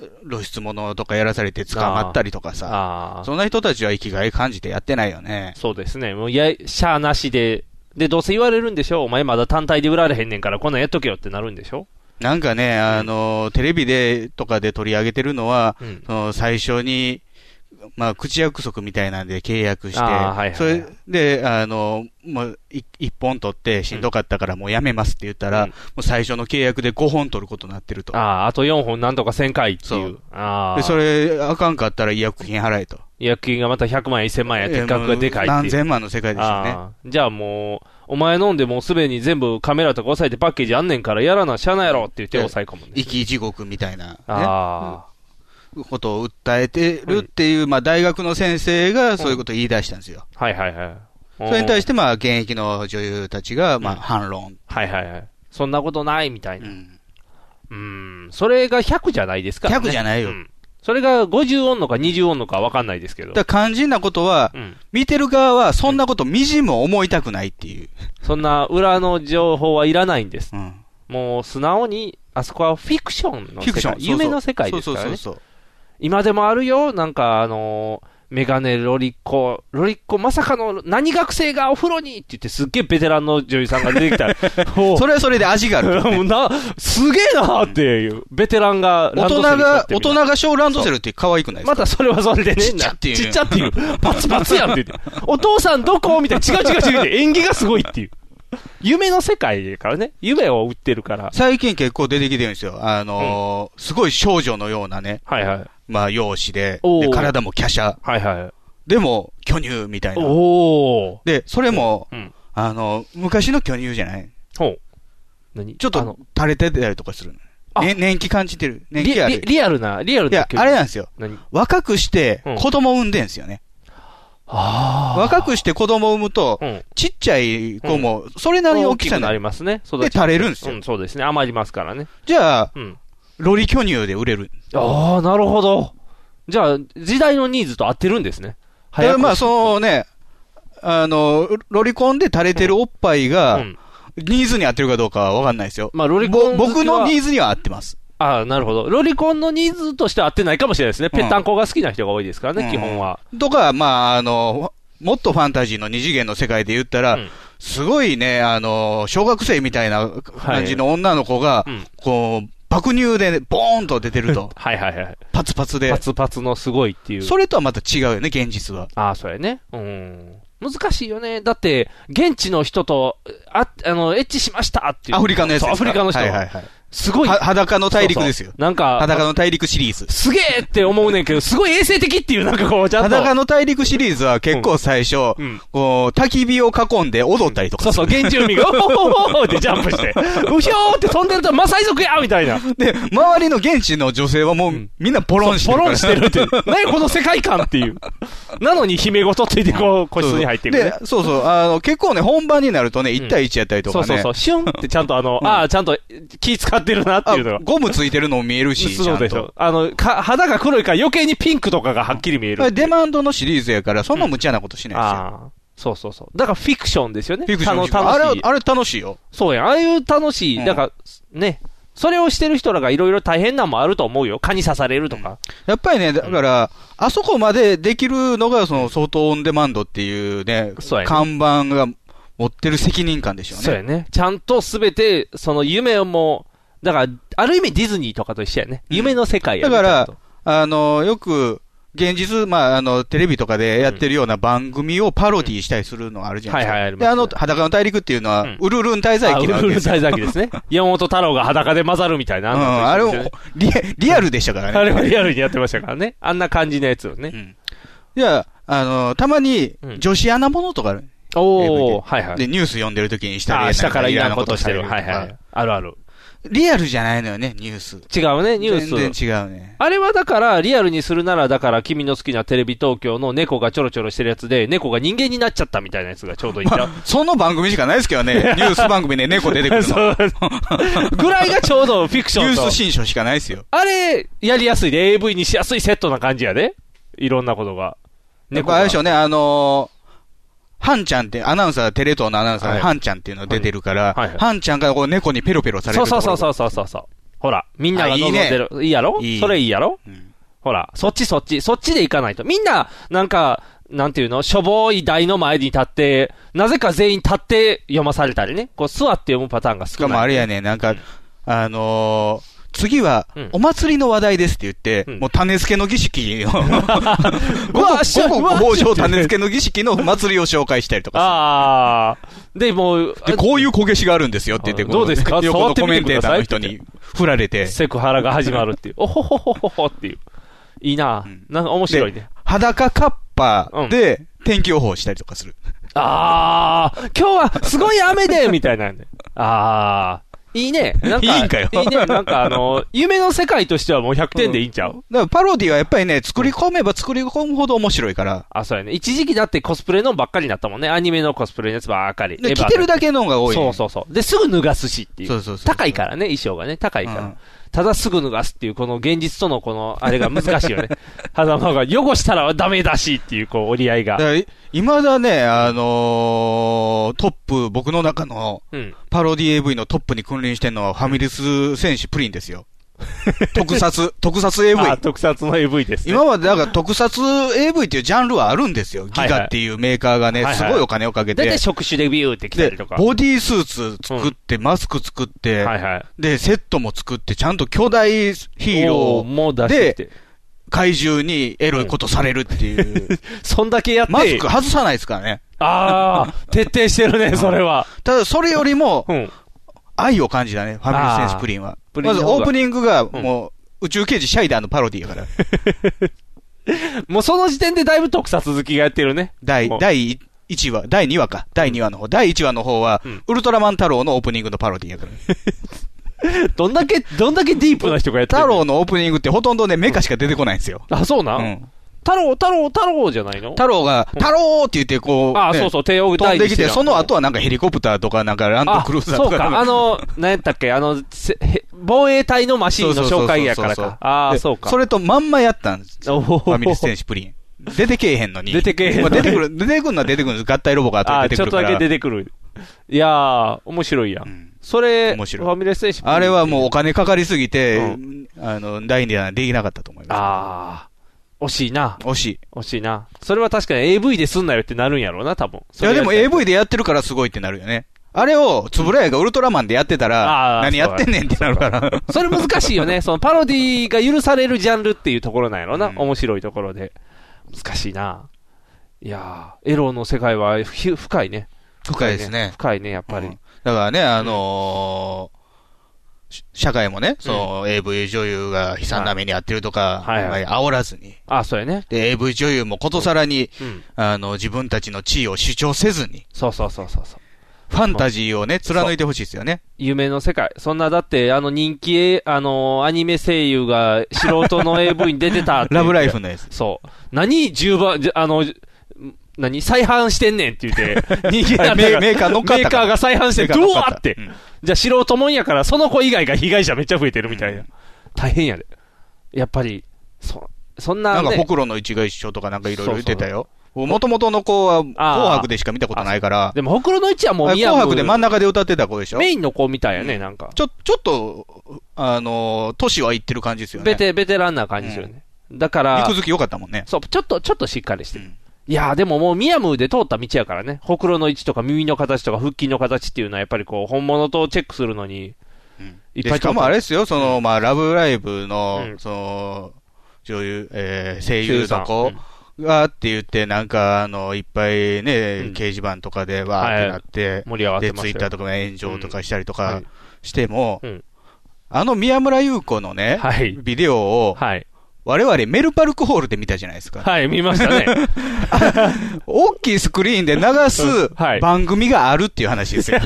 Speaker 3: ー露出物とかやらされて捕まったりとかさ、
Speaker 2: ああ。
Speaker 3: そんな人たちは生きがい感じてやってないよね。
Speaker 2: そうですね。もう、いや、シャアなしで、で、どうせ言われるんでしょお前まだ単体で売られへんねんから、こんなんやっとけよってなるんでしょ
Speaker 3: なんかね、あのーテレビでとかで取り上げてるのは、
Speaker 2: うん。
Speaker 3: その最初に、まあ、口約束みたいなんで契約して、
Speaker 2: あーはいはいはい
Speaker 3: それで、あのーもうい一本取ってしんどかったからもうやめますって言ったら、
Speaker 2: うん
Speaker 3: もう最初の契約で5本取ることになってると。
Speaker 2: ああ、あと4本なんとか1000回って
Speaker 3: そ
Speaker 2: いうう。ああ。
Speaker 3: で、それ、あかんかったら違約金払えと。
Speaker 2: 違約金がまた100万円、1000万円やって、額がでかいっていう。
Speaker 3: 何千万の世界ですよね。
Speaker 2: ああ。じゃあもう、お前飲んでもうすでに全部カメラとか押さえてパッケージあんねんから、やらな、しゃあないやろって言って押さえ込むんで
Speaker 3: 生
Speaker 2: す。
Speaker 3: き地獄みたいな、ね、
Speaker 2: あ
Speaker 3: ことを訴えてるっていう、まあ、大学の先生がそういうことを言い出したんですよ。
Speaker 2: あ。はいはいはい。。
Speaker 3: それに対してて、まあ、現役の女優たちが、まあ、
Speaker 2: うん
Speaker 3: 反論。
Speaker 2: はいはいはい。そんなことないみたいうな。
Speaker 3: ん。
Speaker 2: うん。それが100じゃないですからね。
Speaker 3: 100じゃないよ
Speaker 2: うんそれが50音のか20音のかわかんないですけど。
Speaker 3: だから肝心なことは、
Speaker 2: うん。
Speaker 3: 見てる側はそんなことみじんも思いたくないっていう。
Speaker 2: そんな裏の情報はいらないんです。
Speaker 3: うん。
Speaker 2: もう素直に、あそこはフィクション
Speaker 3: フ
Speaker 2: の
Speaker 3: ィ
Speaker 2: 世
Speaker 3: クショ
Speaker 2: 界
Speaker 3: ン。。
Speaker 2: 夢の世界ですから
Speaker 3: そう
Speaker 2: ね。
Speaker 3: そうそう
Speaker 2: 今でもあるよ、なんかあのーメガネロリコ、ロリコ、まさかの何学生がお風呂にって言ってすっげえベテランの女優さんが出てきたら、 ほ
Speaker 3: そうう。それはそれで味がある。
Speaker 2: もうな、すげえなーっていう、ベテランがラ
Speaker 3: 大人
Speaker 2: ンドセル買っ
Speaker 3: が、
Speaker 2: て
Speaker 3: 大
Speaker 2: みたいな
Speaker 3: 人が小ランドセルって可愛くないです
Speaker 2: ま
Speaker 3: か
Speaker 2: たそれはそれでね、
Speaker 3: ちっちゃっていう
Speaker 2: なちっちゃっていう。パツパツやんって言って。お父さんどこみたいな。違う違う違うって。演技がすごいっていう。夢の世界やからね。夢を売ってるから。
Speaker 3: 最近結構出てきてるんですよ。あのーすごい少女のようなね、
Speaker 2: はいはい。
Speaker 3: まあ、容姿で、
Speaker 2: おー
Speaker 3: で体も華奢。
Speaker 2: はいはい。
Speaker 3: でも、巨乳みたいな。
Speaker 2: おー。
Speaker 3: で、それも、
Speaker 2: うん。
Speaker 3: あの、昔の巨乳じゃない
Speaker 2: ほう。何
Speaker 3: ちょっ
Speaker 2: あの
Speaker 3: と垂れてたりとかするの。
Speaker 2: あ
Speaker 3: ね、年季感じてる。年
Speaker 2: リ
Speaker 3: 季あ
Speaker 2: リ
Speaker 3: る。
Speaker 2: リアルな、リアル
Speaker 3: い
Speaker 2: な
Speaker 3: や、
Speaker 2: 曲。
Speaker 3: あれなんですよ。
Speaker 2: 何
Speaker 3: 若くして
Speaker 2: うん
Speaker 3: 子供産んでんすよね。
Speaker 2: あー。
Speaker 3: 若くして子供産むと、
Speaker 2: うん。
Speaker 3: ちっちゃい子も、それなりの大
Speaker 2: 大
Speaker 3: き
Speaker 2: き
Speaker 3: さ
Speaker 2: く
Speaker 3: にな
Speaker 2: な
Speaker 3: る。
Speaker 2: りますね。
Speaker 3: で、
Speaker 2: 育ち。
Speaker 3: 垂れるんです
Speaker 2: う
Speaker 3: よ
Speaker 2: ん、。そうですね。余りますからね。
Speaker 3: じゃあ、
Speaker 2: うん。
Speaker 3: ロリ巨乳で売れる。
Speaker 2: あー、なるほど。じゃあ、時代のニーズと合ってるんですね。
Speaker 3: だからまあ、
Speaker 2: う。
Speaker 3: そのね、あの、ロリコンで垂れてるおっぱいうが、
Speaker 2: ん。
Speaker 3: ニーズに合ってるかどうかはわかんないですよ。
Speaker 2: まあ、ロリコン好きは。
Speaker 3: ぼ僕のニーズには合ってます。
Speaker 2: ああ、なるほど。ロリコンのニーズとしては合ってないかもしれないですね。
Speaker 3: うん
Speaker 2: ぺったんこが好きな人が多いですからね、
Speaker 3: うん
Speaker 2: 基本は。
Speaker 3: とか、まあ、あの、もっとファンタジーの二次元の世界で言ったら、
Speaker 2: うん
Speaker 3: すごいね、あの、小学生みたいな感じの女の子が、
Speaker 2: うん。
Speaker 3: こう、爆乳で、ボーンと出てると
Speaker 2: はいはいはい。
Speaker 3: パツパツで
Speaker 2: パ。ツパツのすごいっていう。
Speaker 3: それとはまた違うよね、現実は。
Speaker 2: ああ、そうやね。うん。難しいよね。だって、現地の人と、あ、あの、エッチしましたっていう。
Speaker 3: アフリカのやつです
Speaker 2: そう
Speaker 3: か
Speaker 2: アフリカの人。
Speaker 3: はいはいはい。
Speaker 2: すごい。
Speaker 3: は裸の大陸ですよ
Speaker 2: そうそ。うなんか、
Speaker 3: 裸の大陸シリーズ。
Speaker 2: すげえって思うねんけど、すごい衛生的っていう、なんかこう、ちゃんと。
Speaker 3: 裸の大陸シリーズは結構最初、
Speaker 2: うん
Speaker 3: こう、焚き火を囲んで踊ったりとか。
Speaker 2: そうそう、現地民が、おーおーおー ってジャンプして、うひょーって飛んでると、マサイ族やみたいな。
Speaker 3: で、周りの現地の女性はもう、
Speaker 2: ん
Speaker 3: みんなポロンして
Speaker 2: ポ
Speaker 3: るから。
Speaker 2: ロンしてるっていう。何この世界観っていう。なのに、姫ごとついて、こう、個室に入っていく、ね。
Speaker 3: で、そうそう、あの、結構ね、本番になるとね、1対1やったりとか
Speaker 2: そう
Speaker 3: ね。
Speaker 2: そうそう、シュンってちゃんとあの、ああ、ちゃんと気使ってるなって
Speaker 3: あ
Speaker 2: いうのが。
Speaker 3: ゴムついてるのも見えるし、ち
Speaker 2: そ
Speaker 3: ゃ
Speaker 2: うんでしょ
Speaker 3: と。。
Speaker 2: あの、か、肌が黒いから余計にピンクとかがはっきり見える。
Speaker 3: デマンドのシリーズやから、そんな無茶なことしないですよ。
Speaker 2: ああ。そうそうそう。だからフィクションですよね。
Speaker 3: フィクション
Speaker 2: 楽
Speaker 3: フィクションあ
Speaker 2: 楽し
Speaker 3: れ
Speaker 2: い、。
Speaker 3: あれ楽しいよ。
Speaker 2: そうやん。ああいう楽しい、
Speaker 3: うん
Speaker 2: だから、ね。それをしてる人らがいろいろ大変なんもあると思うよ。蚊に刺されるとか。
Speaker 3: やっぱりね、だから、あそこまでできるのが、その、相当オンデマンドっていうね、
Speaker 2: そうやね
Speaker 3: 看板が持ってる責任感でしょう
Speaker 2: そう
Speaker 3: ね。
Speaker 2: やね。ちゃんとすべて、その夢をもう、だから、ある意味ディズニーとかと一緒やね。
Speaker 3: うん
Speaker 2: 夢の世界やね、
Speaker 3: だから
Speaker 2: ちゃんと
Speaker 3: あの、よく、現実、まあ、あの、テレビとかでやってるような番組をパロディしたりするのがあるじゃないですか。
Speaker 2: うんはいはいあります
Speaker 3: で、あの、裸の大陸っていうのは、
Speaker 2: うん
Speaker 3: ウルルン滞在
Speaker 2: あ
Speaker 3: 記
Speaker 2: ウ
Speaker 3: なわけ
Speaker 2: ル
Speaker 3: で
Speaker 2: ル
Speaker 3: すよ
Speaker 2: 滞在記ですね。山本太郎が裸で混ざるみたいな。
Speaker 3: うん、
Speaker 2: の
Speaker 3: あれ
Speaker 2: と
Speaker 3: を
Speaker 2: 一緒ですよね、
Speaker 3: リリアルでしたからね。
Speaker 2: あれはリアルにやってましたからね。あんな感じのやつをね。
Speaker 3: うんいや、あの、たまに
Speaker 2: う、ん
Speaker 3: 女子アナものとかある、
Speaker 2: おおはいはい。
Speaker 3: で、ニュース読んでるときに下
Speaker 2: あ
Speaker 3: で、
Speaker 2: あ、下から
Speaker 3: い
Speaker 2: 嫌
Speaker 3: や
Speaker 2: なことしてる。はいはい。。あるある。
Speaker 3: リアルじゃないのよね、ニュース。
Speaker 2: 違うね、ニュース。
Speaker 3: 全然違うね。
Speaker 2: あれはだから、リアルにするなら、だから、君の好きなテレビ東京の猫がちょろちょろしてるやつで、猫が人間になっちゃったみたいなやつがちょうどいた。
Speaker 3: その番組しかないですけど ね、ニュース番組で猫出てくるの。
Speaker 2: そう ぐらいがちょうどフィクシ
Speaker 3: ニュ
Speaker 2: ョンと
Speaker 3: ース。新書しかないですよ。
Speaker 2: あれ、やりやすいで、AV にしやすいセットな感じやで。いろんなことが。
Speaker 3: やっ
Speaker 2: 猫
Speaker 3: ぱ
Speaker 2: が
Speaker 3: あれでしょうね、あのー、ハンちゃんって、アナウンサー、テレ東のアナウンサー
Speaker 2: は
Speaker 3: で、
Speaker 2: い
Speaker 3: ハンちゃんっていうの出てるから、
Speaker 2: はいはい
Speaker 3: ハンちゃんがこう猫にペロペロされ
Speaker 2: そ
Speaker 3: る
Speaker 2: う
Speaker 3: とこ
Speaker 2: そ
Speaker 3: ろ。
Speaker 2: うそうそううそうそうそう。ほら、みんなが望んでる。いい,、やろ
Speaker 3: いい
Speaker 2: それいいやろ
Speaker 3: うん
Speaker 2: ほら、そっちそっち、そっちで行かないと。みんな、なんか、なんていうのしょぼい台の前に立って、なぜか全員立って読まされたりね。こう、座って読むパターンが
Speaker 3: し
Speaker 2: 少ない。
Speaker 3: かもあれやね、なんか、あのー次は
Speaker 2: うん、
Speaker 3: お祭りの話題ですって言って、
Speaker 2: うん
Speaker 3: もう種付けの儀式 を、
Speaker 2: うわしゃ
Speaker 3: 午
Speaker 2: う
Speaker 3: 後
Speaker 2: わ
Speaker 3: 工場種付けの儀式の祭りを紹介したりとか
Speaker 2: ああ。で、もう、
Speaker 3: するで、こういう焦げしがあるんですよって言って、
Speaker 2: あどうですか
Speaker 3: この横
Speaker 2: 触
Speaker 3: の
Speaker 2: って
Speaker 3: コ
Speaker 2: み
Speaker 3: メ
Speaker 2: て
Speaker 3: ン
Speaker 2: く
Speaker 3: テー
Speaker 2: だ
Speaker 3: ター
Speaker 2: さい
Speaker 3: の人に振られて、
Speaker 2: セクハラが始まるっていう。おほほほほほっていう。いいな
Speaker 3: うん
Speaker 2: なんか面白いね。
Speaker 3: 裸カッパで天気予報したりとかする。
Speaker 2: ああ、今日はすごい雨で、 みたいなんで。ああ、いいね。なんか、
Speaker 3: いいんかよ
Speaker 2: いいね。なんかあ の、夢の世界としてはもう100点でいいんちゃう、
Speaker 3: だからパロディはやっぱりね、作り込めば作り込むほど面白いから、
Speaker 2: あ、そうやね。一時期だってコスプレのばっかりになったもんね。アニメのコスプレのやつばっかり。
Speaker 3: で、着てるだけの方が多い。
Speaker 2: そうそうそう。で、すぐ脱がすしっていう。
Speaker 3: そうそうそう
Speaker 2: 高いからね、衣装がね。高いから。
Speaker 3: うん
Speaker 2: ただすぐ脱がすっていう、この現実とのこの、あれが難しいよ ね。肌の方が汚したらダメだしっていう、こう、折り合い
Speaker 3: だか
Speaker 2: が。
Speaker 3: らいまだね、あのートップ、僕の中の
Speaker 2: うん。
Speaker 3: パロディ AV のトップに君臨してるのはファミレス戦士プリンですよ。 特撮、特撮 AV。
Speaker 2: あ、特撮の AV ですね。
Speaker 3: 今までだから特撮 AV っていうジャンルはあるんですよ。ギ
Speaker 2: はいは
Speaker 3: ガ
Speaker 2: い
Speaker 3: っていうメーカーがね、
Speaker 2: はいはい
Speaker 3: すごいお金をかけて。
Speaker 2: だいたい触手でビューって来たり
Speaker 3: で
Speaker 2: とか。、
Speaker 3: ボディースーツ作って、マスク作って、
Speaker 2: はいはい。
Speaker 3: で、セットも作って、ちゃんと巨大ヒー
Speaker 2: お
Speaker 3: ロ
Speaker 2: ー
Speaker 3: ー、
Speaker 2: もう出してきて。
Speaker 3: 怪獣にエロいことされるっていう。
Speaker 2: そ んだけやって。
Speaker 3: マスク外さないですからね。
Speaker 2: あ あ、徹底してるね、それは。
Speaker 3: ただ、それよりも、
Speaker 2: うん。
Speaker 3: 愛を感じたね、ファミリーセンスプリンは。
Speaker 2: プリ
Speaker 3: ま
Speaker 2: ンの
Speaker 3: ず
Speaker 2: 方が
Speaker 3: オープニングがもう、宇宙刑事シャイダーのパロディやから。
Speaker 2: もうその時点でだいぶ特撮好きがやってるね。
Speaker 3: 第
Speaker 2: もう、
Speaker 3: 第1話、第2話か。第2話の方。第1話の方は
Speaker 2: うん、
Speaker 3: ウルトラマン太郎のオープニングのパロディやから。
Speaker 2: どんだけ、どんだけディープな人がやってる
Speaker 3: 太郎のオープニングってほとんどね、メカしか出てこないんですよ。
Speaker 2: あ、そうな。
Speaker 3: うん
Speaker 2: 太郎、太郎、太郎じゃないの
Speaker 3: 太郎が、太郎って言ってこう、
Speaker 2: あ、
Speaker 3: ね
Speaker 2: そうそう、手を
Speaker 3: 飛
Speaker 2: 大
Speaker 3: んで
Speaker 2: 事に
Speaker 3: き
Speaker 2: して
Speaker 3: て、
Speaker 2: る
Speaker 3: その後はなんかヘリコプターとか、なんかランド
Speaker 2: あ
Speaker 3: クルーザー
Speaker 2: そ
Speaker 3: と
Speaker 2: う
Speaker 3: か。
Speaker 2: か、あの、何やったっけ、あの、せへ防衛隊のマシーンの紹介やからか。ああ、そうか。
Speaker 3: それとまんまやったんです。
Speaker 2: おほ
Speaker 3: フ
Speaker 2: ほ
Speaker 3: ァミレス戦士プリン。出てけえへんのに。
Speaker 2: 出てけえへんの
Speaker 3: まあ
Speaker 2: に
Speaker 3: 出てくる、出てくるのは出てくるんです。合体ロボが後
Speaker 2: あ
Speaker 3: で出
Speaker 2: ーち
Speaker 3: て
Speaker 2: ょ
Speaker 3: くる
Speaker 2: っと
Speaker 3: から。
Speaker 2: だけ出てくる。いやー、面白いやん。
Speaker 3: うん
Speaker 2: それ、フ
Speaker 3: 面白い
Speaker 2: ァミレス選手。
Speaker 3: あれはもうお金かかりすぎて、
Speaker 2: う
Speaker 3: あの、第二弾できなかったと思いま
Speaker 2: ああ、惜しいな。
Speaker 3: す。惜しい。
Speaker 2: 惜しいな。それは確かに AV ですんなよってなるんやろうな、多分。
Speaker 3: いやでも
Speaker 2: それやったら
Speaker 3: AV でやってるからすごいってなるよね。あれを、つぶらやがウルトラマンでやってた
Speaker 2: あ
Speaker 3: ら
Speaker 2: ー、
Speaker 3: 何やってんねんってなるから。
Speaker 2: それ難しいよね。 そのパロディが許されるジャンルっていうところなんやろな。
Speaker 3: うん
Speaker 2: 面白いところで。難しいな。いやー、エロの世界はひ深いね。
Speaker 3: 深いですね
Speaker 2: 深いね、やっぱり。
Speaker 3: うんだからね、あのーし社会もね、その AV 女優が悲惨な目に遭ってるとか、
Speaker 2: はいはい
Speaker 3: あんまり煽らずに。
Speaker 2: あ、そうやね。
Speaker 3: で、AV 女優もことさらに、
Speaker 2: うん。
Speaker 3: あの、自分たちの地位を主張せずに、
Speaker 2: そうそうそうそうそう。
Speaker 3: ファンタジーをね、貫いてほしいですよね。
Speaker 2: 夢の世界。そんな、だって、あの人気え、あのーアニメ声優が素人の AV に出てたって言
Speaker 3: ラ
Speaker 2: って
Speaker 3: ブライフのやつ。
Speaker 2: そう。何10番、じゃあの、じ何再販してんねんっ て言って、人気
Speaker 3: あれメーメーカー乗っかったから
Speaker 2: メーカーが再販して、
Speaker 3: メーカ
Speaker 2: ど
Speaker 3: ー
Speaker 2: う
Speaker 3: 乗っか
Speaker 2: わ
Speaker 3: った
Speaker 2: って。
Speaker 3: うん
Speaker 2: じゃあ素人もんやから、その子以外が被害者めっちゃ増えてるみたいな。
Speaker 3: うん
Speaker 2: 大変やで。やっぱり、そ、そんな、
Speaker 3: なん
Speaker 2: ね、
Speaker 3: か、ほくろの一が一緒とかなんかいろいろ言ってたよ。もともとの子は、紅
Speaker 2: あー
Speaker 3: 白でしか見たことないから、
Speaker 2: でも、ほくろの位置はもう
Speaker 3: あれ
Speaker 2: 宮
Speaker 3: 紅
Speaker 2: 部
Speaker 3: 白で真ん中で歌ってた子でしょ
Speaker 2: メインの子みたいやね、なんか。
Speaker 3: ちょ、ちょっと、あのー、年はいってる感じですよね。
Speaker 2: ベテ、ベテランな感じするね。だか
Speaker 3: 肉
Speaker 2: ら、
Speaker 3: 付き良かったもんね。
Speaker 2: そう、ちょっと、ちょっとしっかりしてる。
Speaker 3: うん
Speaker 2: いやーでももうミヤムーで通った道やからね。ほくろの位置とか耳の形とか腹筋の形っていうのはやっぱりこう、本物とチェックするのに、いっ
Speaker 3: で
Speaker 2: ぱい
Speaker 3: しかもあれですよ、その、まあ、ラブライブの、
Speaker 2: うん
Speaker 3: その、女優、えー声
Speaker 2: 女
Speaker 3: 優
Speaker 2: 優さん
Speaker 3: の子がって言って、なんか、あの、いっぱいね、
Speaker 2: うん
Speaker 3: 掲示板とかでわーってなって、
Speaker 2: 盛り上がって
Speaker 3: で、
Speaker 2: ま
Speaker 3: ツ
Speaker 2: し
Speaker 3: イッ
Speaker 2: た
Speaker 3: ター
Speaker 2: よ。
Speaker 3: とかの炎上とかしたりと
Speaker 2: うんは
Speaker 3: か
Speaker 2: い
Speaker 3: しても、
Speaker 2: うん
Speaker 3: あの宮村優子のね、
Speaker 2: はい。
Speaker 3: ビデオを、
Speaker 2: はい。
Speaker 3: 我々メルパルクホールで見たじゃないですか。
Speaker 2: はい、見ました ね。
Speaker 3: 大きいスクリーンで流す
Speaker 2: はい
Speaker 3: 番組があるっていう話ですよ。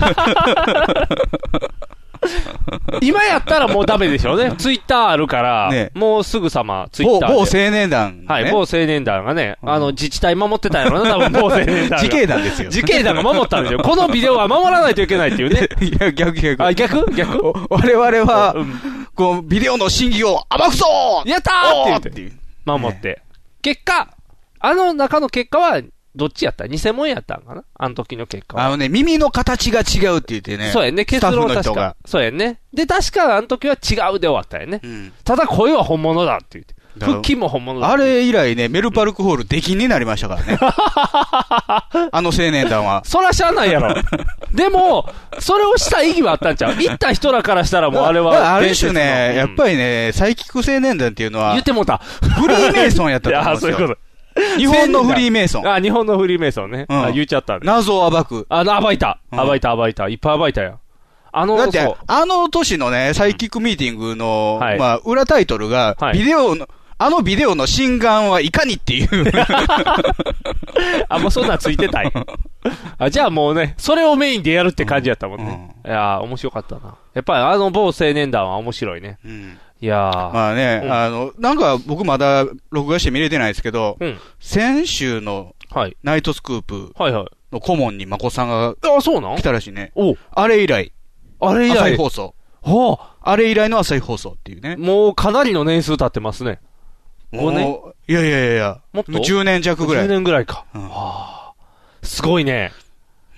Speaker 2: 今やったらもうダメでしょうね。 ツイッターあるから、
Speaker 3: ね
Speaker 2: もうすぐさま ツイッ
Speaker 3: 某
Speaker 2: ターで。
Speaker 3: 某青年団、ね。
Speaker 2: はい、某青年団がね、
Speaker 3: うん
Speaker 2: あの、自治体守ってたんやろな、多分 某青年団が。
Speaker 3: 自警団ですよ。
Speaker 2: 自警団が守ったんですよ。このビデオは守らないといけないっていう ね。
Speaker 3: いや、逆逆。
Speaker 2: あ、逆逆
Speaker 3: お我々
Speaker 2: う
Speaker 3: は、
Speaker 2: ん
Speaker 3: こう、ビデオの真偽を暴くぞ
Speaker 2: やったーって言
Speaker 3: お
Speaker 2: って
Speaker 3: ー。いう。
Speaker 2: 守って。結果、あの中の結果は、どっちやった偽物やったんかなあの時の結果は。
Speaker 3: あのね、耳の形が違うって言ってね。
Speaker 2: そうやんね、
Speaker 3: ス
Speaker 2: 結
Speaker 3: タッ
Speaker 2: 論
Speaker 3: フの
Speaker 2: 確
Speaker 3: 人
Speaker 2: か
Speaker 3: が。。
Speaker 2: そうやんね。で、確かあの時は違うで終わったよね。
Speaker 3: うん
Speaker 2: ただ声は本物だって言って。
Speaker 3: だから
Speaker 2: 腹筋も本物 だ。
Speaker 3: あれ以来ね、メルパルクホール出禁になりましたからね。あの青年団は。
Speaker 2: そらしゃあない やろ。でも、それをした意義はあったんちゃう行った人らからしたらもうあれ
Speaker 3: だから
Speaker 2: は
Speaker 3: ある
Speaker 2: 伝説
Speaker 3: 種
Speaker 2: の。
Speaker 3: ね、やっぱ
Speaker 2: り。
Speaker 3: りね、サイキック青年団っていうのは
Speaker 2: 言っ、てもうた。
Speaker 3: フリーメイソンやっ
Speaker 2: い
Speaker 3: たと
Speaker 2: や
Speaker 3: 思う
Speaker 2: ー、
Speaker 3: んで
Speaker 2: そ
Speaker 3: す
Speaker 2: ういうこ
Speaker 3: よ。
Speaker 2: と。
Speaker 3: 日本のフリーメイソン。
Speaker 2: あ、日本のフリーメイソンね。
Speaker 3: うん
Speaker 2: あ、言っちゃったね。
Speaker 3: 謎を暴く。
Speaker 2: あの、暴いた。
Speaker 3: うん
Speaker 2: 暴いた、暴いた。いっぱい暴いたやん。あの、
Speaker 3: だっ
Speaker 2: そ
Speaker 3: て
Speaker 2: う、
Speaker 3: あの年のね、サイキックミーティングの、
Speaker 2: はい
Speaker 3: まあ、裏タイトルが、
Speaker 2: はい
Speaker 3: ビデオの、あのビデオの心眼はいかにっていう、
Speaker 2: あ、もうそんなんついて たい。あ、じゃあもうね、それをメインでやるって感じやったもんね。いやー、面白かったな。やっぱりあの某青年団は面白いね。いやー。
Speaker 3: まあね、
Speaker 2: うん
Speaker 3: あの、なんか僕まだ録画して見れてないですけど、
Speaker 2: うん。
Speaker 3: 先週の
Speaker 2: はい。
Speaker 3: ナイトスクープ
Speaker 2: はいはい。
Speaker 3: の顧問に眞子さんが
Speaker 2: あ、そうなん
Speaker 3: 来たらしいね。
Speaker 2: お
Speaker 3: あれ以来、
Speaker 2: あれ以
Speaker 3: 朝日
Speaker 2: 来。
Speaker 3: 放送。
Speaker 2: はあ、
Speaker 3: あれ以来の朝日放送っていうね。
Speaker 2: もうかなりの年数経ってますね。五年
Speaker 3: もういやいやいやいや、
Speaker 2: もっと
Speaker 3: 10年弱ぐら
Speaker 2: 10
Speaker 3: い。
Speaker 2: 年ぐらいか。
Speaker 3: うん
Speaker 2: はあ。すごいね。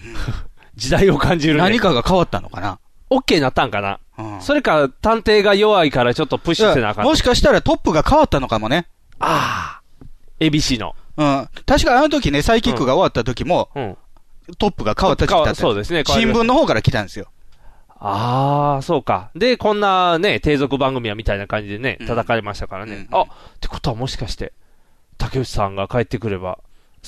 Speaker 2: 時代を感じるね。
Speaker 3: 何かが変わったのかな。
Speaker 2: オッケーなったんかな、
Speaker 3: うん
Speaker 2: それか、探偵が弱いからちょっとプッシュせなあかん。
Speaker 3: もしかしたらトップが変わったのかもね。
Speaker 2: ああ。ABC の。
Speaker 3: うん。確かあの時ね、サイキックが終わった時も、
Speaker 2: うん。
Speaker 3: トップが変わった時期だったんです
Speaker 2: そうですね。変わり
Speaker 3: 新
Speaker 2: ました
Speaker 3: 聞の方から来たんですよ。
Speaker 2: ああ、そうか。で、こんなね、低俗番組やみたいな感じでね、
Speaker 3: うん
Speaker 2: 叩かれましたからね。
Speaker 3: うん
Speaker 2: あ、ってことはもしかして、竹内さんが帰ってくれば、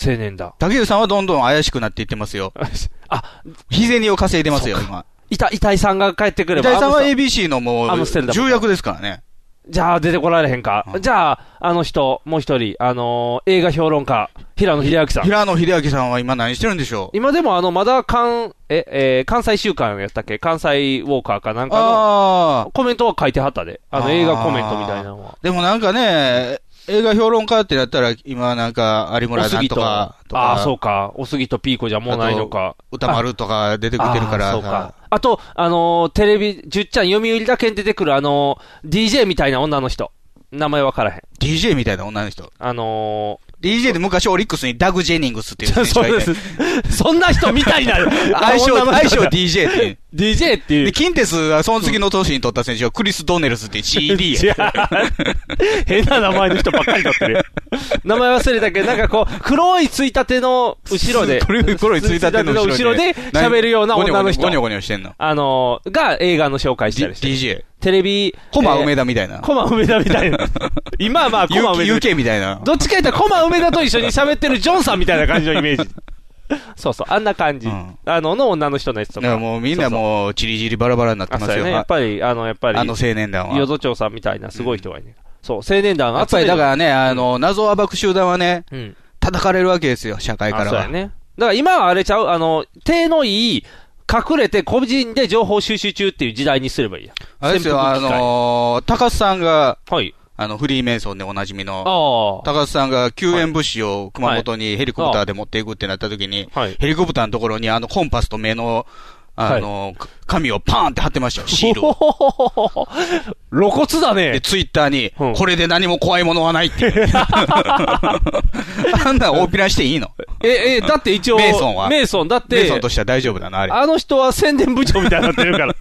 Speaker 2: 青年だ。
Speaker 3: 竹内さんはどんどん怪しくなっていってますよ。
Speaker 2: あ、
Speaker 3: 日銭を稼いでますよ、今。
Speaker 2: いた、遺体さんが帰ってくれ
Speaker 3: 大
Speaker 2: ば。
Speaker 3: さんは
Speaker 2: あの
Speaker 3: ABC のも
Speaker 2: ア
Speaker 3: う、
Speaker 2: ムステルダム
Speaker 3: 重役ですからね。
Speaker 2: じゃあ出てこられへんか。
Speaker 3: うん
Speaker 2: じゃあ、あの人、もう一人、あのー映画評論家、平野秀明さん。
Speaker 3: 平野秀明さんは今何してるんでしょう
Speaker 2: 今でもあの、まだ関、え、えー関西週間やったっけ関西ウォーカーかなんか
Speaker 3: あ
Speaker 2: の
Speaker 3: あ。
Speaker 2: コメントは書いてはったで。あ
Speaker 3: あ
Speaker 2: の
Speaker 3: ー
Speaker 2: 映画コメントみたいなのは。
Speaker 3: でもなんかね、映画評論家ってなったら、今なんか、有
Speaker 2: お
Speaker 3: 村
Speaker 2: す
Speaker 3: さん
Speaker 2: ぎ
Speaker 3: と
Speaker 2: と、
Speaker 3: か
Speaker 2: あ、
Speaker 3: と
Speaker 2: あー、そ
Speaker 3: か
Speaker 2: うか。おすぎとピーコじゃもうないのか。
Speaker 3: 歌丸とか出てきてるか
Speaker 2: あー
Speaker 3: ら
Speaker 2: そうか
Speaker 3: さ。。
Speaker 2: あと、あのーテレビ、じゅっちゃん読売だけに出てくるあのー DJ みたいな女の人。名前わからへん。
Speaker 3: DJ みたいな女の人。
Speaker 2: あのー
Speaker 3: DJ で昔オリックスにダグ・ジェニングスっていう 選手
Speaker 2: そ
Speaker 3: がいうて
Speaker 2: で。す。そんな人みた いな。
Speaker 3: 相性、
Speaker 2: あ
Speaker 3: 相性。DJ って いう。
Speaker 2: DJ っていう
Speaker 3: で、。キンテスはその次の年に取った選手はクリス・ドネルスっていう CD
Speaker 2: 違う
Speaker 3: や。
Speaker 2: 変な名前の人ばっかりだってる。名前忘れたけど、なんかこう、黒いついたての後ろで。
Speaker 3: 黒い黒いついたての後ろで。
Speaker 2: 後ろで喋るような女の
Speaker 3: ゴニョゴニョゴニョ
Speaker 2: 人。
Speaker 3: ゴニョしてんの。
Speaker 2: あの、が映画の紹介し
Speaker 3: D-
Speaker 2: たりして。
Speaker 3: DJ。
Speaker 2: テレビ。
Speaker 3: コマ
Speaker 2: え
Speaker 3: 梅
Speaker 2: ー
Speaker 3: 田みたいな。
Speaker 2: コマ梅田み たいな。今はま あコマ梅田
Speaker 3: U- UK みたいな。
Speaker 2: どっちか言ったら、コマ梅田と一緒に喋ってるジョンさんみたいな感じのイメ ージ。そうそう、あんな感じ。
Speaker 3: うん
Speaker 2: あの、の女の人のやつと
Speaker 3: だ
Speaker 2: か。
Speaker 3: からもうみんなもう、チリチリバラバラになって
Speaker 2: あ、
Speaker 3: ま
Speaker 2: そう
Speaker 3: す
Speaker 2: や
Speaker 3: よ。
Speaker 2: ね。やっぱり、あの、やっぱり、
Speaker 3: あの青年団は。
Speaker 2: 与土町さんみたいなすごい人がいる、そう、青年団
Speaker 3: やっ
Speaker 2: 集
Speaker 3: ぱ
Speaker 2: め
Speaker 3: り
Speaker 2: る
Speaker 3: だからね、あの、謎を暴く集団はね、
Speaker 2: うん。
Speaker 3: 叩かれるわけですよ、社会か
Speaker 2: あ、
Speaker 3: ら
Speaker 2: そうや
Speaker 3: は。
Speaker 2: ね。だから今はあれちゃう、あの、手のいい、隠れて個人で情報収集中っていう時代にすればいいや。
Speaker 3: あれですよ、あ
Speaker 2: 潜伏期間
Speaker 3: のー、高須さんが、
Speaker 2: はい。
Speaker 3: あの、フリーメイソンでおなじみの、
Speaker 2: ああ。
Speaker 3: 高須さんが救援物資を熊本にヘリコプターで持っていくってなった時に、
Speaker 2: はい。
Speaker 3: ヘリコプターのところにあのコンパスと目の、あの、紙をパーンって貼ってましたよ、シール
Speaker 2: お
Speaker 3: を。
Speaker 2: ほほほほほ 露骨だ
Speaker 3: で、
Speaker 2: ね。
Speaker 3: ツイッターに、
Speaker 2: うん
Speaker 3: これで何も怖いものはない って。あんなん大っぴらにしていいの
Speaker 2: え、え、だって一応、
Speaker 3: メイソンは
Speaker 2: メイソンだって、
Speaker 3: メイソンとしては大丈夫だな、あれ。
Speaker 2: あの人は宣伝部長みたいになってる から。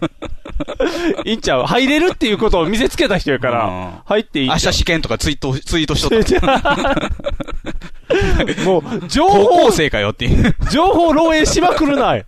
Speaker 2: いいんちゃう入れるっていうことを見せつけた人やか
Speaker 3: うん
Speaker 2: ら、入っていいん
Speaker 3: 明
Speaker 2: ちゃ
Speaker 3: 日試験とかツイート、ツイートしと った。
Speaker 2: う。もう、情
Speaker 3: 高
Speaker 2: 報
Speaker 3: 校、生かよって いう。
Speaker 2: 情報漏洩しまくるない。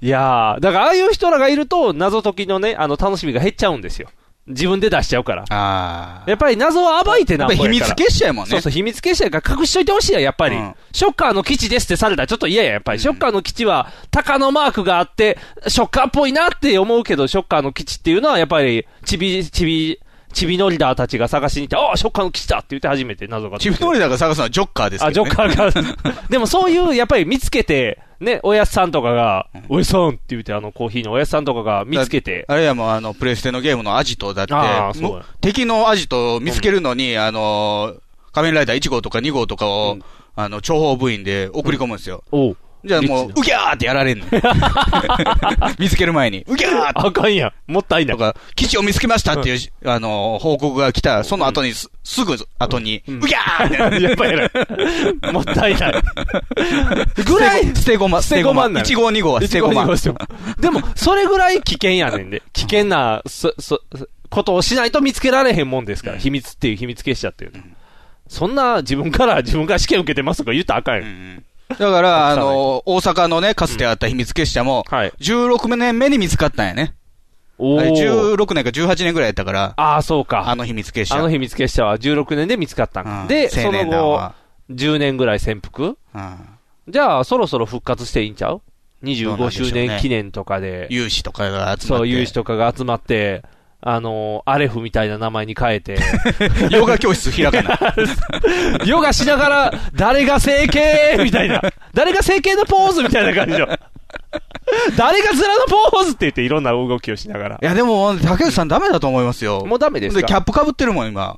Speaker 2: いやー、だからああいう人らがいると、謎解きのね、あの、楽しみが減っちゃうんですよ。自分で出しちゃうから。
Speaker 3: ああ。
Speaker 2: やっぱり謎は暴いて
Speaker 3: や
Speaker 2: な
Speaker 3: っ
Speaker 2: んぼ
Speaker 3: ぱ
Speaker 2: や
Speaker 3: 秘
Speaker 2: から
Speaker 3: 密結社やもん
Speaker 2: そ
Speaker 3: ね
Speaker 2: うそ。う、秘密結社やから隠しといてほしいや、やっぱり。
Speaker 3: うん
Speaker 2: ショッカーの基地ですってされたらちょっと嫌や、やっぱり。
Speaker 3: うん
Speaker 2: ショッカーの基地は、鷹のマークがあって、ショッカーっぽいなって思うけど、ショッカーの基地っていうのは、やっぱり、ちび、ちび、ちびのリーダーたちが探しに行って、ああ、ショッカーの基地だって言って初めて謎が解
Speaker 3: チ
Speaker 2: ける。
Speaker 3: ビノリだから探すのはジョッカーです
Speaker 2: あ、
Speaker 3: け
Speaker 2: ジョ
Speaker 3: ど
Speaker 2: ッ
Speaker 3: ね。
Speaker 2: カー が。でもそういう、やっぱり見つけて、ね、おやすさんとかが、おやすさんって言って、あの、コーヒーのおやすさんとかが見つけて、
Speaker 3: あれやもうあの、プレステのゲームのアジトだって
Speaker 2: ああ、そう
Speaker 3: む敵のアジトを見つけるのに、あのー、仮面ライダー1号とか2号とかを、
Speaker 2: うん
Speaker 3: あの、諜報部員で送り込むんですよ。
Speaker 2: おう
Speaker 3: じゃあもう
Speaker 2: リッ、
Speaker 3: うぎゃーってやられ んの。見つける前に、うぎゃーっ
Speaker 2: あかんやん。もったい
Speaker 3: て
Speaker 2: ない
Speaker 3: と。か、基地を見つけましたっていう、あのー、報告が来た、その後にす、すぐ後に、うぎゃーってやる。
Speaker 2: やっぱ偉い。もったいない。 ぐらい、
Speaker 3: 捨て駒、
Speaker 2: 捨て駒になる
Speaker 3: 1号2号は捨て駒。
Speaker 2: でも、それぐらい危険やねんで。危険な、そ、そ、ことをしないと見つけられへんもんですから。秘密っていう秘密結社っていうのは。そんな自分から自分が試験受けてますとか言ったらあかんよ。
Speaker 3: うんだから、あ のー、大阪のね、かつてあった秘密結社も、
Speaker 2: はい。
Speaker 3: 16年目に見つかったんやね。
Speaker 2: お
Speaker 3: あれ
Speaker 2: ー。
Speaker 3: 16年か18年ぐらいやったから、
Speaker 2: ああ、そうか。
Speaker 3: あの秘密結
Speaker 2: あ
Speaker 3: 社。
Speaker 2: の秘密結社は16年で見つかった
Speaker 3: うんん
Speaker 2: で、そ
Speaker 3: 青
Speaker 2: の
Speaker 3: 年団
Speaker 2: 後
Speaker 3: は、。
Speaker 2: 10年ぐらい潜伏
Speaker 3: うん
Speaker 2: じゃあ、そろそろ復活していいんちゃう
Speaker 3: どうなん
Speaker 2: ?25
Speaker 3: でしょうね
Speaker 2: 周年記念とかで。
Speaker 3: 有志とかが集まって。
Speaker 2: そう、有志とかが集まって、あのーアレフみたいな名前に変えて、
Speaker 3: ヨガ教室開かない。
Speaker 2: ヨガしながら、誰が整形みたいな、誰が整形のポーズみたいな感じの、誰が面のポーズって言って、 いろんな動きをしながら
Speaker 3: い。や、でも、竹内さんダメだと思いますよ。
Speaker 2: もうダメです
Speaker 3: で、キ
Speaker 2: か
Speaker 3: ャップ被ってるもん、今。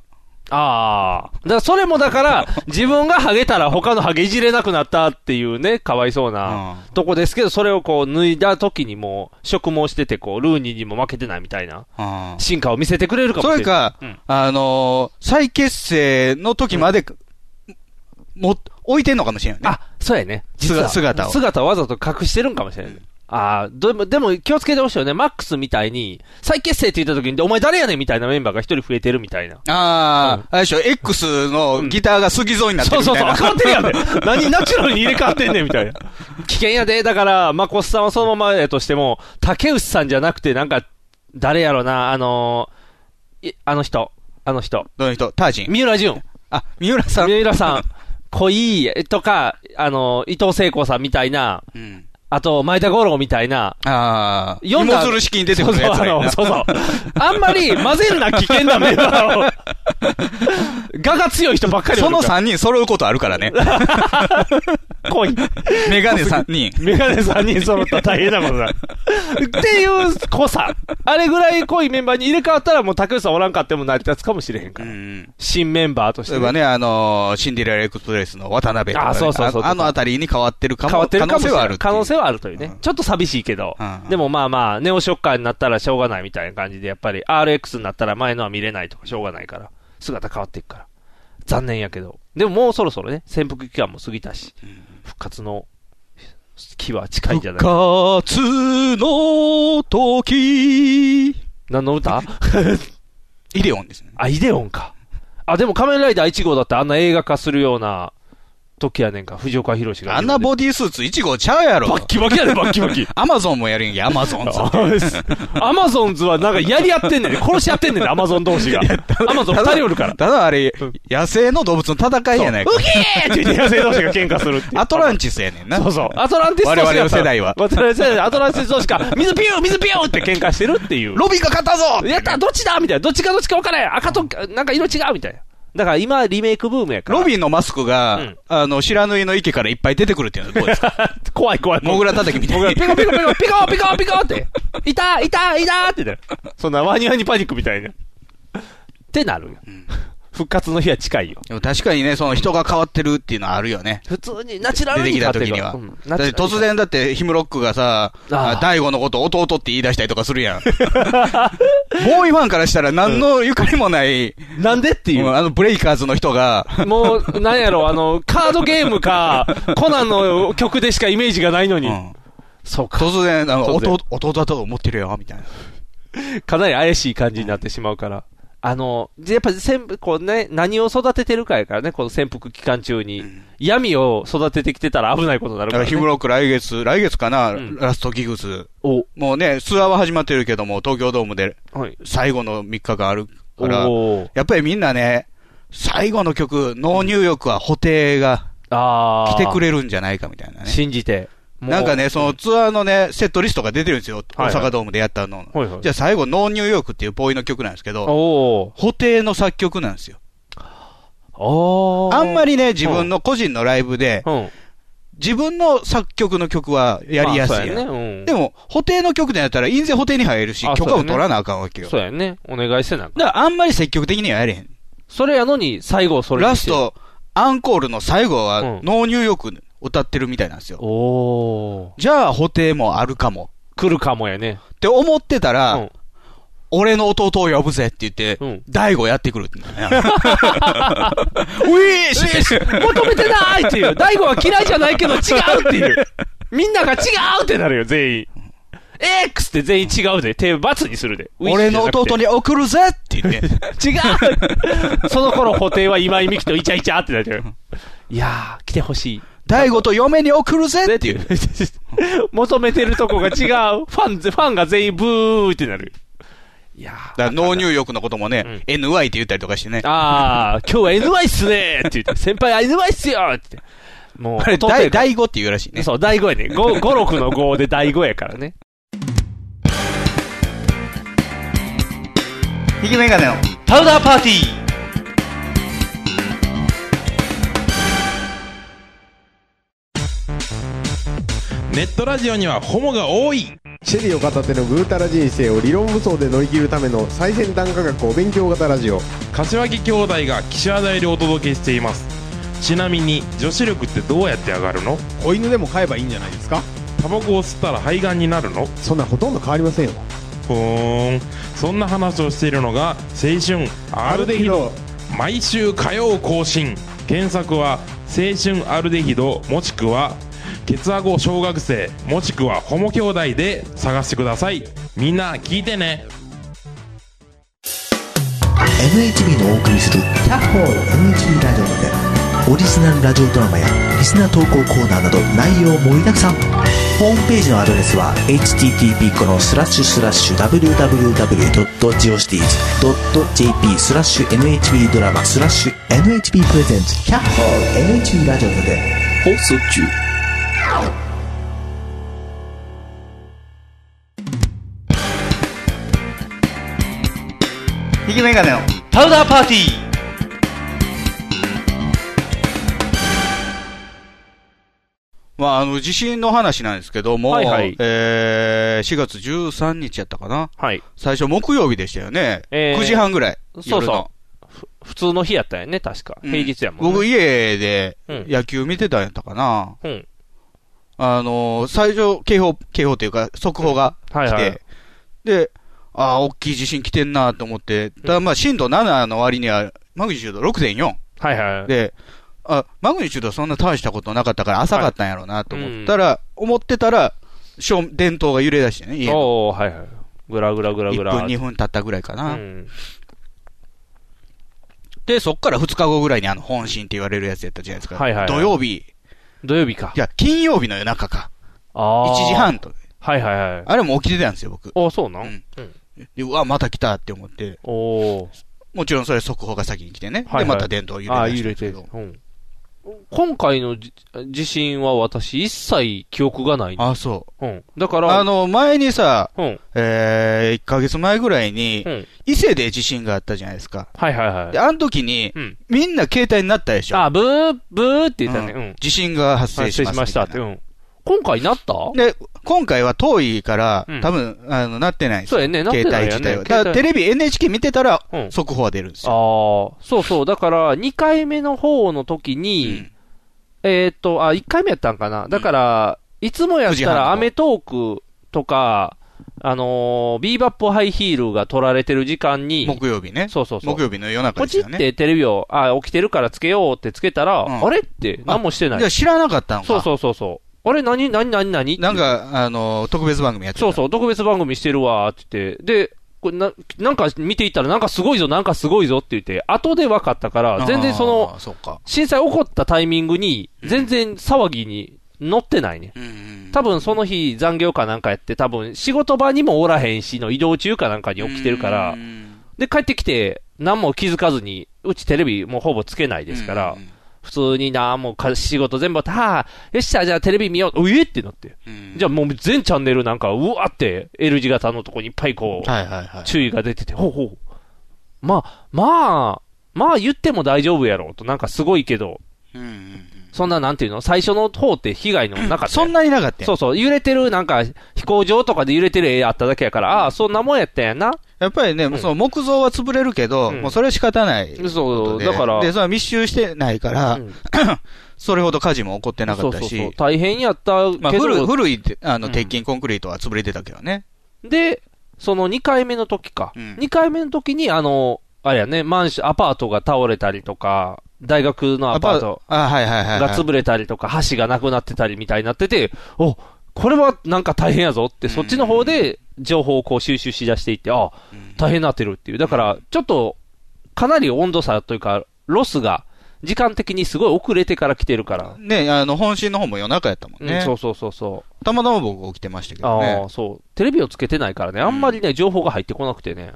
Speaker 2: ああ。だからそれもだから、自分がハゲたら他のハゲいじれなくなったっていうね、かわいそうな
Speaker 3: う
Speaker 2: とこですけど、それをこう脱いだ時にもう、植毛してて、こう、ルーニーにも負けてないみたいな、
Speaker 3: うん
Speaker 2: 進化を見せてくれるかもし
Speaker 3: そ
Speaker 2: れ
Speaker 3: れ
Speaker 2: ない。
Speaker 3: か
Speaker 2: うん、
Speaker 3: あのー、再結成の時まで、も、置いてんのかもしれんよね。
Speaker 2: あ、そうやね。実は
Speaker 3: 姿姿を
Speaker 2: 姿をわざと隠してるんかもしれない。ああ、でも、でも気をつけてほしいよね。マックスみたいに、再結成って言った時に、お前誰やねんみたいなメンバーが一人増えてるみたいな。
Speaker 3: ああ、あれでしょ、X のギターが杉蔵になってる
Speaker 2: そ
Speaker 3: み
Speaker 2: う
Speaker 3: た
Speaker 2: そ
Speaker 3: いう
Speaker 2: そう、
Speaker 3: な。
Speaker 2: 変わってるやんね。何ナチュラルに入れ替わってんねんみたいな。 危険やで、だから、まあ、コスさんはそのままやとしても、竹内さんじゃなくて、なんか、誰やろな、あのーいあの人、あの人、
Speaker 3: どの人タージン。
Speaker 2: 三浦淳。
Speaker 3: あ、三浦さん。
Speaker 2: 三浦さん、恋とか、あの伊藤聖子さんみたいな、
Speaker 3: うん。
Speaker 2: あと、前田五郎みたいな、
Speaker 3: ああ、
Speaker 2: 読んだ
Speaker 3: 芋づる式に出てくるやつだよな
Speaker 2: そうそう、あのそうそう。あんまり混ぜるな危険なメンバー を。我が強い人ばっかりお
Speaker 3: そ
Speaker 2: る
Speaker 3: の
Speaker 2: か
Speaker 3: 3
Speaker 2: ら
Speaker 3: 人揃うことあるから ね。
Speaker 2: 濃い。
Speaker 3: メガネ3人。
Speaker 2: メガネ3人揃ったら大変なことだ。っていう濃さ。あれぐらい濃いメンバーに入れ替わったらもう竹内さんおらんかっても成り立つかもしれへん
Speaker 3: う
Speaker 2: から。
Speaker 3: ん。
Speaker 2: 新メンバーとし
Speaker 3: 例
Speaker 2: て
Speaker 3: え
Speaker 2: ね、
Speaker 3: ばね、あのーシンデレラエクスプレスの渡辺とかね、
Speaker 2: あそうそうそう
Speaker 3: ああのあたりに変わってるかも
Speaker 2: 変わってるかもしれ
Speaker 3: 可能性は
Speaker 2: な
Speaker 3: あ
Speaker 2: い
Speaker 3: る。
Speaker 2: 可能性はあるという
Speaker 3: う
Speaker 2: ね
Speaker 3: ん。
Speaker 2: ちょっと寂しいけど
Speaker 3: うん。
Speaker 2: でもまあまあ、ネオショッカーになったらしょうがないみたいな感じで、やっぱり RX になったら前のは見れないとかしょうがないから、姿変わっていくから。残念やけど。でももうそろそろね、潜伏期間も過ぎたし、復活の期は近いんじゃない
Speaker 3: 復活の時。
Speaker 2: 何の歌
Speaker 3: イデオンですね。
Speaker 2: あ、イデオンか。あ、でも仮面ライダー1号だってあんな映画化するような時やねんか、藤岡弘が。
Speaker 3: あんなボディースーツ1号ちゃうやろ。
Speaker 2: バッキバキやねバッ キバキ。
Speaker 3: アマゾンもやるんや、アマゾンズ。
Speaker 2: アマゾンズはなんかやり合ってんねん。殺し合ってんねん、アマゾン同士 が。アマゾン二人おるから。
Speaker 3: ただあれ、野生の動物の戦いやないか。
Speaker 2: えーって言って野生同士が喧嘩するっていう。
Speaker 3: アトランティスやねんな。
Speaker 2: そうそう。アトランティス同士が
Speaker 3: 我々の世代は
Speaker 2: 我々の世代はアトランティス同士が、水ピュー水ピューって喧嘩してるっていう。
Speaker 3: ロビーが勝ったぞ
Speaker 2: やったどっちだみたいな。どっちかどっちか分からん。赤と、なんか色違うみたいな。だから今リメイクブームやから。
Speaker 3: ロビーのマスクが、
Speaker 2: うん
Speaker 3: あの、白縫いの池からいっぱい出てくるっていうのはどう ですか
Speaker 2: 怖い怖い。
Speaker 3: モグラ叩きみたい
Speaker 2: 僕
Speaker 3: に
Speaker 2: ら。ピコピコピコ、ピコピコピコって。いたいたいたってなる。そんなワニワニパニックみたいな。ってなるよ。
Speaker 3: ん
Speaker 2: 復活の日は近いよ。
Speaker 3: でも確かにね、その人が変わってるっていうのはあるよね。
Speaker 2: 普通にナチュラ
Speaker 3: 出
Speaker 2: ル
Speaker 3: て
Speaker 2: に
Speaker 3: きた
Speaker 2: 勝て
Speaker 3: 時
Speaker 2: る
Speaker 3: に
Speaker 2: よ
Speaker 3: は。
Speaker 2: うん
Speaker 3: だって突。然だってヒムロックがさ、
Speaker 2: あー
Speaker 3: あ大悟のこと弟って言い出したりとかする やん。ボーイファンからしたら何のゆかりもない、
Speaker 2: なんでっていうう。
Speaker 3: んあのブレイカーズの人が、
Speaker 2: もう、なんやろ、あの、カードゲー ムか、コナンの曲でしかイメージがないのに
Speaker 3: う。ん
Speaker 2: そうか。
Speaker 3: 突然、あの、
Speaker 2: 突然
Speaker 3: 弟、弟だと思ってるよ、みたいな。
Speaker 2: かなり怪しい感じになってしまうから。あの、やっぱ潜伏、こうね、何を育ててるかやからね、この潜伏期間中に。闇を育ててきてたら危ないことになる
Speaker 3: だからら
Speaker 2: か、ね。
Speaker 3: ヒムロック来月、来月かな、
Speaker 2: うん
Speaker 3: ラストギグス。
Speaker 2: お、
Speaker 3: もうね、ツアーは始まってるけども、東京ドームで
Speaker 2: はい。
Speaker 3: 最後の3日がある
Speaker 2: お
Speaker 3: から、
Speaker 2: おー
Speaker 3: やっぱりみんなね、最後の曲、ノーニューヨークは補定が
Speaker 2: ああ。
Speaker 3: 来てくれるんじゃないかみたいなね。
Speaker 2: 信じて。もう
Speaker 3: なんか、ね、そのツアーのね、セットリストが出てるんですよ。
Speaker 2: は
Speaker 3: 大
Speaker 2: いはい
Speaker 3: 阪ドームでやったの。
Speaker 2: はいはい
Speaker 3: じゃあ最後、ノーニューヨークっていうボーイの曲なんですけど、
Speaker 2: お
Speaker 3: 補定の作曲なんですよ。
Speaker 2: おお
Speaker 3: あんま
Speaker 2: り、
Speaker 3: りね、自分の個人のライブで、
Speaker 2: うん。
Speaker 3: 自分の作曲の曲はやりやすい
Speaker 2: まあ
Speaker 3: や
Speaker 2: そうや
Speaker 3: ん。
Speaker 2: ね。うん。
Speaker 3: でも、補定の曲でやったら、印税補定に入るし
Speaker 2: あ、
Speaker 3: 許可
Speaker 2: そ
Speaker 3: を
Speaker 2: うやね
Speaker 3: 取らなあかんわけよ。
Speaker 2: そ
Speaker 3: だ
Speaker 2: うやね。お願いしてなんか。
Speaker 3: からあんまり積極的にはやれへん。
Speaker 2: それやのに、最後それ
Speaker 3: ラ
Speaker 2: に
Speaker 3: ス
Speaker 2: して。
Speaker 3: ト、アンコールの最後は、
Speaker 2: うん
Speaker 3: ノーニューヨーク歌ってるみたいなんですよ。
Speaker 2: おお。
Speaker 3: じゃあ、補定もあるかも。
Speaker 2: 来るかもやね。
Speaker 3: って思ってたら、
Speaker 2: うん
Speaker 3: 俺の弟を呼ぶぜって言って
Speaker 2: うん、
Speaker 3: 大悟やってくるって言うん だよね。ウィーシュ
Speaker 2: 求めてないっ ていう。大悟は嫌いじゃないけど違うっていう。みんなが違うってなるよ、全員。X って全員違うで。手罰にするで。
Speaker 3: 俺の弟
Speaker 2: に。
Speaker 3: に送るぜって言って。
Speaker 2: 違 うその頃、補定は今井美樹とイチャイチャってなっちゃう。いやー、来てほしい。
Speaker 3: 大悟と嫁に送るぜ
Speaker 2: ぜ
Speaker 3: っ
Speaker 2: ってて
Speaker 3: い
Speaker 2: いう う。。求めてるとこが違う。 ファン、ファンが全員ブーってなる。いやー。
Speaker 3: だからノーニューヨークのこともね、
Speaker 2: うん
Speaker 3: NY って言ったりとかしてね。
Speaker 2: あー、今日は NY っすねーって言って、先輩 NY っすよーって。もう、
Speaker 3: あれ、
Speaker 2: 弟や
Speaker 3: 大
Speaker 2: から
Speaker 3: 大悟って言うらしいね。
Speaker 2: そう、第5やね。5、5、6の5で第5やからね。
Speaker 3: 引きメガネの。
Speaker 2: パウダーパーティー
Speaker 4: ネットラジオにはホモが多い
Speaker 5: シェリーを片手のぐうたら人生を理論武装で乗り切るための最先端科学お勉強型ラジオ
Speaker 4: 柏木兄弟が岸和田よりお届けしていますちなみに女子力ってどうやって上がるの
Speaker 5: 子犬でも飼えばいいんじゃないですか
Speaker 4: タバコを吸ったら肺がんになるの
Speaker 5: そんなほとんど変わりませんよ
Speaker 4: ふーんそんな話をしているのが青春アルデヒド毎週火曜更新検索は青春アルデヒドもしくはケツアゴ小学生もしくはホモ兄弟で探してくださいみんな聞いてね
Speaker 6: NHB のお送りする「キャッホール NHB ラジオ」でオリジナルラジオドラマやリスナー投稿コーナーなど内容盛りだくさんホームページのアドレスは http このスラッシュスラッシュ www.geocities.jp スラッシュ NHB ドラマスラッシュ NHB プレゼンツキャッホール NHB ラジオで
Speaker 1: 放送中。
Speaker 3: 引きメガネの。
Speaker 2: パウダーパーティー
Speaker 3: まあ、あの、地震の話なんですけども、
Speaker 2: はいはい
Speaker 3: えー、4月13日やったかな。
Speaker 2: はい。
Speaker 3: 最初木曜日でしたよね。
Speaker 2: えー
Speaker 3: 9時半ぐらい。
Speaker 2: そう
Speaker 3: 夜の
Speaker 2: そう。ふ普通の日やったよね、確か。
Speaker 3: うん
Speaker 2: 平日やもん
Speaker 3: 僕
Speaker 2: ね。
Speaker 3: 家で
Speaker 2: うん
Speaker 3: 野球見てたんやったかな。
Speaker 2: うん。
Speaker 3: あのー、最初、警報、警報というか、速報が来て、
Speaker 2: はいはい。
Speaker 3: で、ああ、大きい地震来てんなと思って、ただまあ、震度7の割には、マグニチュード6.4
Speaker 2: はいはい。
Speaker 3: で、あ、マグニチュードはそんな大したことなかったから浅かったんやろうなと思ったら、思ってたら、照電灯が揺れ出してね、家の
Speaker 2: おおはいはい。ぐらぐらぐら
Speaker 3: 1
Speaker 2: ぐら。
Speaker 3: 分、2分経ったぐらいかな。
Speaker 2: うん。
Speaker 3: で、そっから2日後ぐらいにあの、本心って言われるやつやったじゃないですか。
Speaker 2: はいはいはい
Speaker 3: 土曜日、
Speaker 2: 土曜日か
Speaker 3: い。や、金曜日の夜中か。
Speaker 2: あ
Speaker 3: 1
Speaker 2: あ。
Speaker 3: 時。半と。
Speaker 2: はいはいはい。
Speaker 3: あれも起きてたんですよ、僕。
Speaker 2: あそうな
Speaker 3: うんんでうわ、また来たって思って。
Speaker 2: おお。
Speaker 3: もちろんそれ速報が先に来てね。
Speaker 2: はいはい
Speaker 3: で、また電灯揺
Speaker 2: ああ、
Speaker 3: れ出し
Speaker 2: 揺
Speaker 3: たん
Speaker 2: れ
Speaker 3: ですけ
Speaker 2: てる
Speaker 3: ど。。
Speaker 2: うん。今回のじ地震は私一切記憶がない。
Speaker 3: あ、そう。
Speaker 2: うん。だから、
Speaker 3: あの、前にさ、
Speaker 2: うん。
Speaker 3: えー、1ヶ月前ぐらいに
Speaker 2: うん、
Speaker 3: 伊勢で地震があったじゃないですか。
Speaker 2: はいはいはい
Speaker 3: で、。あの時に、
Speaker 2: うん。
Speaker 3: みんな携帯になったでしょ。
Speaker 2: あ、ブー、ブーって言ったね。
Speaker 3: う
Speaker 2: うんん。
Speaker 3: 地震が発生
Speaker 2: 失
Speaker 3: し
Speaker 2: 礼
Speaker 3: ま
Speaker 2: し
Speaker 3: した
Speaker 2: ましたって。うん。今回なった
Speaker 3: で、今回は遠いから
Speaker 2: うん、
Speaker 3: 多分、あの、なってないんです
Speaker 2: そう
Speaker 3: よ。
Speaker 2: やね、なって
Speaker 3: 携
Speaker 2: ない
Speaker 3: 帯
Speaker 2: よ
Speaker 3: 自
Speaker 2: ね
Speaker 3: 体は。。だからテレビ NHK 見てたら、
Speaker 2: うん。あ
Speaker 3: 速報は出るんですよ。
Speaker 2: あ、そうそう。だから、2回目の方の時に、えーっと、あ、1回目やったんかな。だから、いつもやっ
Speaker 3: 9時
Speaker 2: た
Speaker 3: 半の
Speaker 2: ら、アメトークとか、あのービーバップハイヒールが取られてる時間
Speaker 3: うん
Speaker 2: に、
Speaker 3: 木曜日ね。
Speaker 2: そうそうそう
Speaker 3: 木。曜日の夜中
Speaker 2: ポ
Speaker 3: です
Speaker 2: チ
Speaker 3: よ
Speaker 2: っ
Speaker 3: ね。
Speaker 2: てテレビを、あ、起きてるからつけようってつけたら、
Speaker 3: うん
Speaker 2: あれって、何もしてな
Speaker 3: じゃあ
Speaker 2: い。
Speaker 3: 知らなかったのか。
Speaker 2: そうそうそうそう。あれ、何、何、何、何
Speaker 3: なんか、あの、特別番組やってた。
Speaker 2: そうそう、特別番組してるわーって言って、で、これななんか見ていったら、なんかすごいぞ、なんかすごいぞって言って、後で分かったか
Speaker 3: あ
Speaker 2: ら、
Speaker 3: ー
Speaker 2: 全然その、、
Speaker 3: そうか。
Speaker 2: 震災起こったタイミングに、全然騒ぎに乗ってないね。
Speaker 3: うんうん
Speaker 2: 多分その日残業かなんかやって、多分仕事場にもおらへんしの移動中かなんかに起きてるから
Speaker 3: う、ん
Speaker 2: で、帰ってきて、何も気づかずに、うちテレビもうほぼつけないですから、普通にな、もうか仕事全部終わって、はあ、よっしゃ、じゃあテレビ見よう、うえってなって。
Speaker 3: うん
Speaker 2: じゃあもう全チャンネルなんか、うわって、L 字型のとこにいっぱいこう、
Speaker 3: はいはいはい。
Speaker 2: 注意が出てて、ほうほう。まあ、まあ、まあ言っても大丈夫やろうと、なんかすごいけど、
Speaker 3: うんうんうん
Speaker 2: そんななんていうの最初の方って被害のなかった。
Speaker 3: そんなになかったよ
Speaker 2: そうそう、揺れてる、なんか、飛行場とかで揺れてる絵あっただけやから、ああ、そんなもんやったんやな。
Speaker 3: やっぱりね、
Speaker 2: ん
Speaker 3: その木造は潰れるけど、
Speaker 2: うん
Speaker 3: もうそれは仕方ないことで。
Speaker 2: そう、だから、
Speaker 3: で、それは密集してないから、
Speaker 2: うん
Speaker 3: それほど火事も起こってなか
Speaker 2: そ
Speaker 3: っ
Speaker 2: う
Speaker 3: た
Speaker 2: そうそう
Speaker 3: し、
Speaker 2: 大変やった
Speaker 3: まあ、
Speaker 2: け
Speaker 3: 古い
Speaker 2: ど、
Speaker 3: 古いあ
Speaker 2: う
Speaker 3: の
Speaker 2: ん
Speaker 3: 鉄筋コンクリートは潰れてたけどね。
Speaker 2: で、その2回目の時か、
Speaker 3: うん
Speaker 2: 2回目の時に、あの、あれやね、マンション、アパートが倒れたりとか、大学のアパート。
Speaker 3: あ、はいはいはい、
Speaker 2: が
Speaker 3: はい。
Speaker 2: 潰れたりとか、箸がなくなってたりみたいになってて、おこれはなんか大変やぞって、そっちの方で情報をこう収集しだしていって、あ
Speaker 3: うん
Speaker 2: 大変になってるっていう、だからちょっとかなり温度差というか、ロスが時間的にすごい遅れてから来てるから、
Speaker 3: ね、あの、本心の方も夜中やったもん
Speaker 2: うん
Speaker 3: ね。
Speaker 2: そうそうそうそう、
Speaker 3: たまたま僕起きてましたけ
Speaker 2: あ
Speaker 3: ど
Speaker 2: あ
Speaker 3: ね
Speaker 2: ー。そう、テレビをつけてないからね、あんまりね、情報が入ってこなくてね。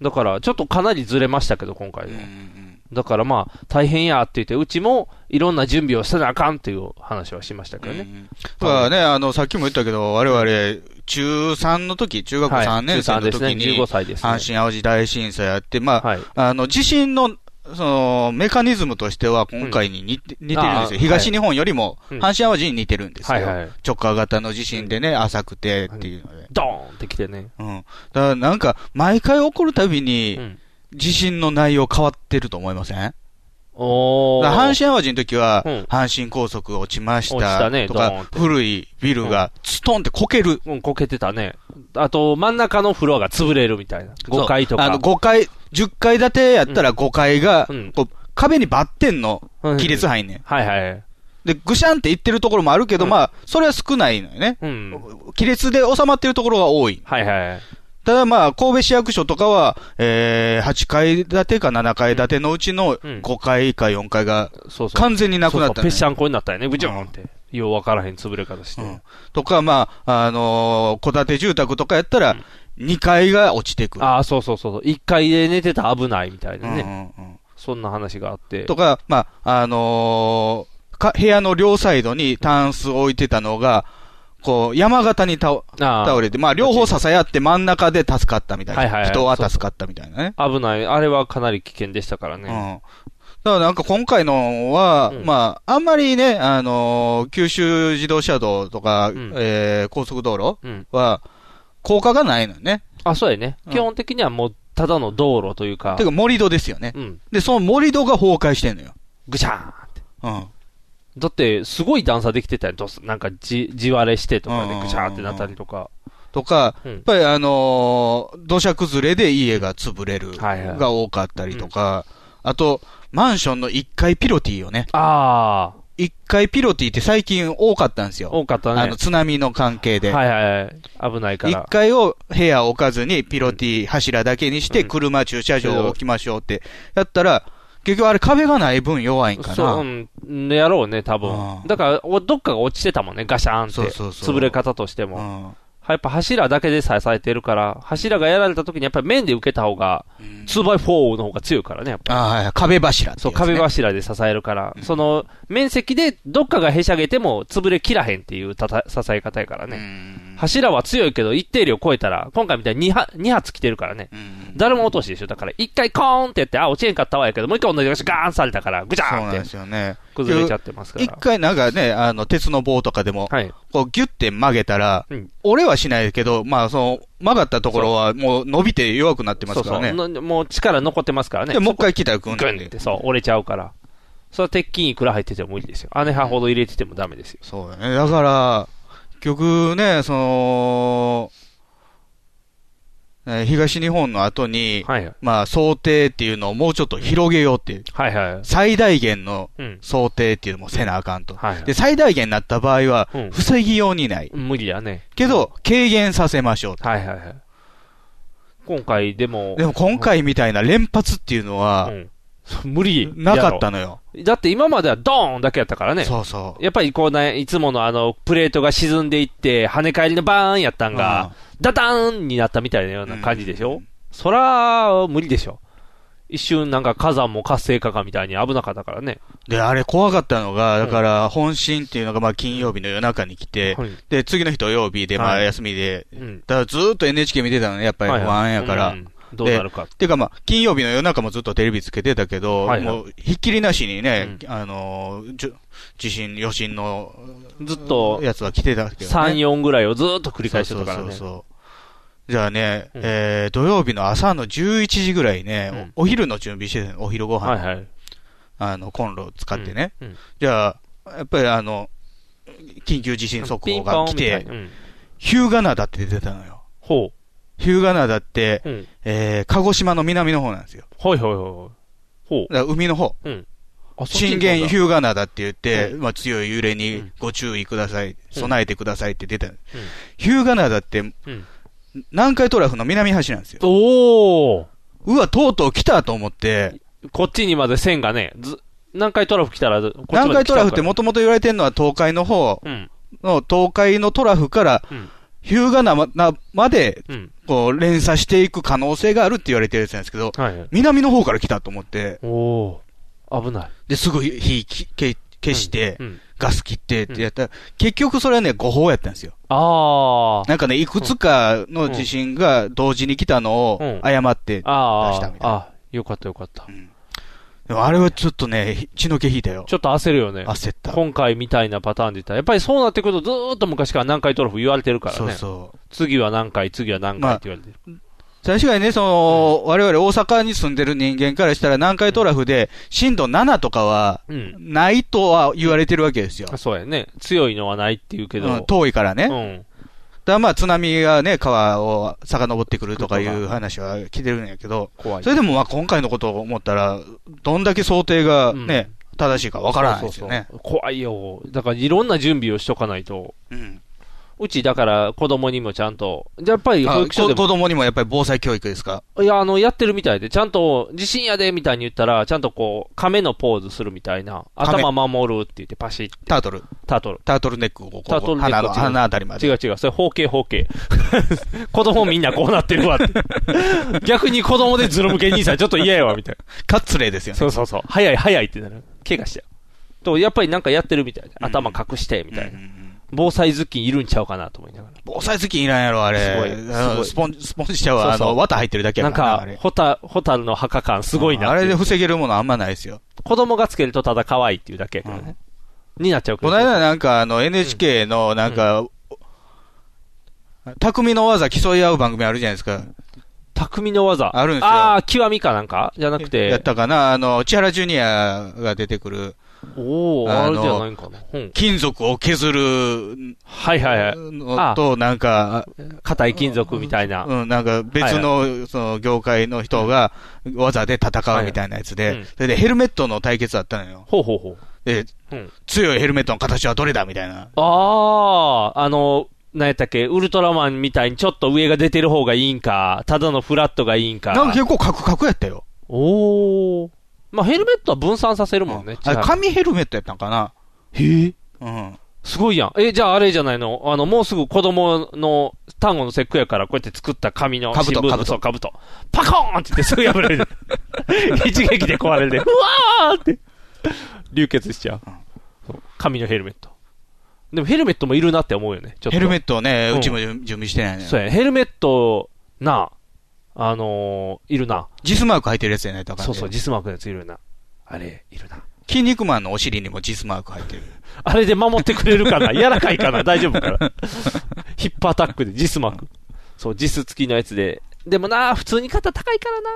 Speaker 2: だから、ちょっとかなりずれましたけど、今回
Speaker 3: うんう
Speaker 2: は。
Speaker 3: ん
Speaker 2: だからまあ、大変やって言って、うちもいろんな準備をせなあかんっていう話はしましたけ
Speaker 3: う
Speaker 2: ど
Speaker 3: ん
Speaker 2: ね。
Speaker 3: だからね、あの、さっきも言ったけど、我々、中3の時、中学校3年生の時
Speaker 2: はい、13ですね、
Speaker 3: に、
Speaker 2: 15歳です、ね。
Speaker 3: 阪神・淡路大震災やって、まあ、
Speaker 2: はい。
Speaker 3: あの、地震の、その、メカニズムとしては今回に似て,、似てるん
Speaker 2: あ
Speaker 3: で
Speaker 2: あ
Speaker 3: すよ。東日本よりも、
Speaker 2: うん
Speaker 3: 阪神淡路に似てるんですよ。
Speaker 2: はいはい。
Speaker 3: 直下型の地震でね、浅くてっていうので。
Speaker 2: ドーンってきてね。
Speaker 3: うん。だからなんか、毎回起こるたび
Speaker 2: う
Speaker 3: に、
Speaker 2: ん。
Speaker 3: 地震の内容変わってると思いませんだか
Speaker 2: おー。
Speaker 3: ら阪神淡路の時は、
Speaker 2: うん
Speaker 3: 阪神高速落ちまし
Speaker 2: 落ち
Speaker 3: た
Speaker 2: たね
Speaker 3: と
Speaker 2: ドーン
Speaker 3: か
Speaker 2: っ、て
Speaker 3: 古いビルが、ツトンってこける。
Speaker 2: うん、こけてたね。あと、真ん中のフロアが潰れるみたいな。5階とか。
Speaker 3: そうあの、5階、10階建てやったら5階が、
Speaker 2: うん
Speaker 3: こう壁にバッテンの
Speaker 2: うん
Speaker 3: 亀裂入んねん。
Speaker 2: はいはい。
Speaker 3: で、ぐしゃんっていってるところもあるけど、
Speaker 2: うん
Speaker 3: まあ、それは少ないのよね。
Speaker 2: うん。
Speaker 3: 亀裂で収まってるところが多い。
Speaker 2: はいはい。
Speaker 3: ただまあ、神戸市役所とかは、えー、8階建てか7階建てのうちの
Speaker 2: うん
Speaker 3: 5階か4階が
Speaker 2: そうそう。
Speaker 3: 完全になくなっ
Speaker 2: そうそ
Speaker 3: たの
Speaker 2: うぺ
Speaker 3: よ
Speaker 2: っしゃんこになったよね。ぐじょんって。ようわからへん潰れ方して。
Speaker 3: うんとか、まあ、あのー、戸建て住宅とかやったら、2階が落ちてくる。
Speaker 2: ああ、そうそうそうそう。1階で寝てたら危ないみたいなね。
Speaker 3: うんうんう
Speaker 2: そんな話があって。
Speaker 3: んとか、まあ、あのーか、部屋の両サイドにタンス置いてたのが、こう、山形に倒、
Speaker 2: あ
Speaker 3: 倒れて、まあ、両方支え合って真ん中で助かったみたいな。
Speaker 2: はいはいはい
Speaker 3: 人は助かったみたいなね。
Speaker 2: あ危ない。あれはかなり危険でしたから
Speaker 3: うん。
Speaker 2: ね。
Speaker 3: だからなんか今回のは、
Speaker 2: うん
Speaker 3: まあ、あんまりね、あのー九州自動車道とか、
Speaker 2: ん
Speaker 3: えー高速道路
Speaker 2: うん。
Speaker 3: は、効果がないのよね。
Speaker 2: あ、そうやね。
Speaker 3: うん
Speaker 2: 基本的にはもう、ただの道路というか。
Speaker 3: てか、盛り土ですよね。
Speaker 2: うん。
Speaker 3: で、その盛り土が崩壊してんのよ。
Speaker 2: ぐしゃーんって。
Speaker 3: うん。
Speaker 2: だって、すごい段差できてたよ。どうすなんかじ、地割れしてとか
Speaker 3: うんうんうん
Speaker 2: で
Speaker 3: うん
Speaker 2: ぐしゃーってなったりとか。
Speaker 3: とか、
Speaker 2: うん
Speaker 3: やっぱりあのー土砂崩れで家が潰れる
Speaker 2: はいはい
Speaker 3: が多かったりとか、あと、マンションの1階ピロティをね。
Speaker 2: ああ、
Speaker 3: 1階ピロティって最近多かったんですよ。
Speaker 2: 多かった
Speaker 3: あ
Speaker 2: ね
Speaker 3: の、。津波の関係で。
Speaker 2: はいはいはい。危ないか
Speaker 3: 1
Speaker 2: ら。
Speaker 3: 階を部屋置かずにピロティ柱だけにして
Speaker 2: うん
Speaker 3: 車駐車場を置きましょうって。やったら、結局あれ壁がない分弱いんかな。
Speaker 2: そう、うん、やろうね、多
Speaker 3: あ
Speaker 2: 分
Speaker 3: あ。
Speaker 2: だから、おどっかが落ちてたもんね、ガシャーンって。
Speaker 3: そうそうそう
Speaker 2: 潰れ方としても。
Speaker 3: うん
Speaker 2: やっぱ柱だけで支えてるから、柱がやられた時にやっぱり面で受けた方が、2x4 の方が強いからね、やっぱ。
Speaker 3: ああ、はい壁柱ってい
Speaker 2: そう、
Speaker 3: やつね
Speaker 2: 壁柱で支えるから、
Speaker 3: うん
Speaker 2: その、面積でどっかがへしゃげても潰れきらへんっていうたた支え方やからね。
Speaker 3: ね。
Speaker 2: 柱は強いけど、一定量超えたら、今回みたいに 2, 発二発来てるからね。
Speaker 3: うん
Speaker 2: 誰も落としでしょ。だから、一回コーンってやって、あ、落ちへんかったわやけど、もう一回同じ場所ガーンされたから、ぐちゃ
Speaker 3: そう
Speaker 2: ー
Speaker 3: なん
Speaker 2: ン
Speaker 3: で
Speaker 2: って
Speaker 3: すよね。
Speaker 2: 崩れちゃってますか
Speaker 3: 一
Speaker 2: ら。
Speaker 3: 回なんかね、あの、鉄の棒とかでも、
Speaker 2: はい。
Speaker 3: こうギュって曲げたら、
Speaker 2: うん
Speaker 3: 俺はしないけど、まあその、曲がったところはもう伸びて弱くなってます
Speaker 2: そう
Speaker 3: から
Speaker 2: そ
Speaker 3: ね。
Speaker 2: う。のもう力残ってますからね。
Speaker 3: で、もう一回来たらグンっ。
Speaker 2: グンってて、そう、折れちゃうから。それは鉄筋いくら入ってても無理ですよ。姉派ほど入れててもダメですよ。
Speaker 3: そうだね。だから、結局ね、その、ね東日本の後に、
Speaker 2: はいはい。
Speaker 3: まあ想定っていうのをもうちょっと広げようっていう。
Speaker 2: はいはい。
Speaker 3: 最大限の
Speaker 2: うん。
Speaker 3: 想定っていうのもせなあかんと。
Speaker 2: はいはい
Speaker 3: で、最大限になった場合は
Speaker 2: うん、
Speaker 3: 防ぎようにない。
Speaker 2: 無理やね。
Speaker 3: けど、軽減させましょうと。
Speaker 2: はいはいはい。今回でも、
Speaker 3: でも今回みたいな連発っていうのは
Speaker 2: う、ん、無理。
Speaker 3: なかったのよ。
Speaker 2: やろだって今まではドーンだけやったからね。
Speaker 3: そうそう。
Speaker 2: やっぱりこうね、いつものあの、プレートが沈んでいって、跳ね返りのバーンやったんが、ダダーンになったみたいなような感じでし
Speaker 3: う
Speaker 2: ょ、
Speaker 3: ん
Speaker 2: そら、無理でしょ。一瞬なんか火山も活性化かみたいに危なかったからね。
Speaker 3: で、あれ怖かったのが、
Speaker 2: う
Speaker 3: だ
Speaker 2: ん
Speaker 3: から、本心っていうのが、まあ、金曜日の夜中に来て、
Speaker 2: はい
Speaker 3: で、次の日土曜日で、まあ、
Speaker 2: はい
Speaker 3: 休みで、
Speaker 2: うん。
Speaker 3: だからずーっと NHK 見てたのね、やっぱり不安やから。
Speaker 2: はいはいうんどうなるか。
Speaker 3: っていうかまあ、金曜日の夜中もずっとテレビつけてたけど、
Speaker 2: はいはい
Speaker 3: もう、ひっきりなしにね、あのー、じゅ地震、余震の
Speaker 2: ずっと、
Speaker 3: やつは来てたけど、ね。
Speaker 2: 3、4ぐらいをずっと繰り返して
Speaker 3: そう
Speaker 2: たからね。
Speaker 3: そうそうそう。じゃあね、
Speaker 2: うん
Speaker 3: えー、土曜日の朝の11時ぐらいね、
Speaker 2: うん
Speaker 3: おお昼の準備してたのお昼ご飯、
Speaker 2: はいはい。
Speaker 3: あの、コンロを使ってね。
Speaker 2: うん。うん
Speaker 3: じゃあ、やっぱりあの、緊急地震速報が来
Speaker 2: ピン
Speaker 3: て
Speaker 2: ポンみたいな、うん
Speaker 3: ヒューガナダって出てたのよ。
Speaker 2: ほ
Speaker 3: ヒューガナダって、
Speaker 2: う。うん。
Speaker 3: えー、鹿児島の南の方なんですよ。
Speaker 2: ほいほいほいほい。ほう。
Speaker 3: だから海の方。
Speaker 2: あ
Speaker 3: 震源ヒューガナダって言って、
Speaker 2: うん
Speaker 3: まあ強い揺れ
Speaker 2: う
Speaker 3: に
Speaker 2: ん
Speaker 3: ご注意ください、備えてくださいって出てた、ヒューガナダって
Speaker 2: うん、
Speaker 3: 南海トラフの南端なんですよ。
Speaker 2: おお
Speaker 3: うわ、とうとう来たと思って、
Speaker 2: こっちにまで線がね、ず、南海トラフ来たら、こっちまで来ちゃうから
Speaker 3: 南海トラフってもともと言われてるのは東海の方
Speaker 2: うん。
Speaker 3: の、東海のトラフから
Speaker 2: うん、
Speaker 3: ヒューガナダまで、
Speaker 2: うん。
Speaker 3: こう、連鎖していく可能性があるって言われてるやつなんですけど、
Speaker 2: はいはい。
Speaker 3: 南の方から来たと思って、
Speaker 2: おお危ない。
Speaker 3: で、すぐ火きけ消して、
Speaker 2: うん。
Speaker 3: ガス切ってってやったら、結局それはね、誤報やったんですよ。
Speaker 2: あー。
Speaker 3: なんかね、いくつかの地震が同時に来たの
Speaker 2: う
Speaker 3: を
Speaker 2: ん
Speaker 3: 誤って、出
Speaker 2: あ
Speaker 3: した
Speaker 2: ー
Speaker 3: み。たいな
Speaker 2: あー、よかったよかった。
Speaker 3: でもあれはちょっとね、血の気引いたよ
Speaker 2: ち。ょっと焦るよね。
Speaker 3: 焦った。
Speaker 2: 今回みたいなパターンで言ったら、やっぱりそうなってくるとずーっと昔から南海トラフ言われてるから
Speaker 3: そう
Speaker 2: ね。
Speaker 3: そう。
Speaker 2: 次は南海、次は南海って言われてる。
Speaker 3: 確かにね、その、我々大阪に住んでる人間からしたら南海トラフで震度7とかは
Speaker 2: うん。
Speaker 3: ないとは言われてるわけですよ。
Speaker 2: そうやね。強いのはないって言うけど。
Speaker 3: うん遠いからね。
Speaker 2: う
Speaker 3: だか
Speaker 2: ん。
Speaker 3: らまあ津波がね、川を遡ってくるとかいう話は聞いてるんやけど、
Speaker 2: 怖い。
Speaker 3: それでもまあ今回のことを思ったら、どんだけ想定がね、正しいかわからないですよね。
Speaker 2: そうそうそう怖いよ。だからいろんな準備をしとかないと。
Speaker 3: うん
Speaker 2: うちだから子供にもちゃんと、やっぱり保
Speaker 3: あ
Speaker 2: 育所
Speaker 3: こ
Speaker 2: でも
Speaker 3: 子供にもやっぱり防災教育ですか
Speaker 2: いや、あの、やってるみたいで、ちゃんと、地震やで、みたいに言ったら、ちゃんとこう、亀のポーズするみたいな、
Speaker 3: 亀
Speaker 2: 頭守るって言って、パシッ、
Speaker 3: タートル。
Speaker 2: タートル。
Speaker 3: タートルネックをこう
Speaker 2: タートルネック
Speaker 3: 鼻の、
Speaker 2: 違う
Speaker 3: 鼻あたりまで。
Speaker 2: 違う違う、それ方形方 形。子供みんなこうなってる わって。逆に子供でズル向け兄さんちょっと嫌やわ、みたい
Speaker 3: カッツレーですよ
Speaker 2: な。
Speaker 3: ね。
Speaker 2: そうそうそう。早い早いってなる。怪我しちゃう。と、やっぱりなんかやってるみたいで、頭隠して、みたいな。
Speaker 3: うんうんうん
Speaker 2: 防災頭巾いるんちゃうかなと思いながら。
Speaker 3: 防災好きいらんやろ、あれ。
Speaker 2: すごい
Speaker 3: あの
Speaker 2: すごい
Speaker 3: スポンジ、スポンジちゃうわあ
Speaker 2: そうそ
Speaker 3: の、
Speaker 2: う
Speaker 3: 綿入ってるだけ
Speaker 2: な
Speaker 3: や
Speaker 2: ん
Speaker 3: からな、
Speaker 2: か
Speaker 3: あ、れ。
Speaker 2: ホタ、ホタルの墓感すごいな
Speaker 3: あ
Speaker 2: って
Speaker 3: れ
Speaker 2: いう
Speaker 3: で防げるものあんまないですよ。
Speaker 2: 子供がつけるとただ可愛いっていうだけやけどね。になっちゃうけ
Speaker 3: こ
Speaker 2: ど。
Speaker 3: の間なんか、あの、NHK の、なんか、匠の技競い合う番組あるじゃないですか。
Speaker 2: 匠の技。
Speaker 3: あるんですよ
Speaker 2: ああ、極みかなんかじゃなくて。
Speaker 3: やったかなあの、千原ジュニアが出てくる、
Speaker 2: おお、
Speaker 3: あ
Speaker 2: あ
Speaker 3: の
Speaker 2: れじゃないんかな。うん。
Speaker 3: 金属を削る
Speaker 2: はいはいはい。
Speaker 3: のと、なんか、
Speaker 2: 硬い金属みたいな。
Speaker 3: うん、なんか別の、その業界の人が技で戦うみたいなやつ
Speaker 2: はいはいう
Speaker 3: で
Speaker 2: ん、
Speaker 3: それでヘルメットの対決だったのよ。
Speaker 2: ほうほうほう。
Speaker 3: で
Speaker 2: うん、
Speaker 3: 強いヘルメットの形はどれだみたいな。
Speaker 2: ああ、あの、なんやったっけ、ウルトラマンみたいにちょっと上が出てる方がいいんか、ただのフラットがいいんか。
Speaker 3: なんか結構カクカクやったよ。
Speaker 2: おお。まあ、ヘルメットは分散させるもんね。
Speaker 3: あれ、
Speaker 2: 力
Speaker 3: 紙ヘルメットやったんかな
Speaker 2: へえ。
Speaker 3: うん。
Speaker 2: すごいやん。え、じゃああれじゃないのあの、もうすぐ子供の単語の節句やから、こうやって作った紙の新
Speaker 3: 兜
Speaker 2: 聞の、
Speaker 3: 兜
Speaker 2: そう、かぶと。パコーンって言ってすぐ破れる。 一撃で壊れるで、うわーって。流血しちゃう
Speaker 3: うん。
Speaker 2: そう紙のヘルメット。でもヘルメットもいるなって思うよね。ちょっと
Speaker 3: ヘルメットをね、
Speaker 2: うん
Speaker 3: うちも準備してないのよ
Speaker 2: そうや、ヘルメット、なあ、あのーいるな。
Speaker 3: ジスマーク入ってるやつじゃないとあかんね
Speaker 2: そうそう、ジスマークのやついるな。あれ、いるな。
Speaker 3: 筋肉マンのお尻にもジスマーク入ってる。
Speaker 2: あれで守ってくれるかな柔らかいかな大丈夫かなヒップアタックで、ジスマーク。そう、ジス付きのやつで。でもな、普通に肩高いからな。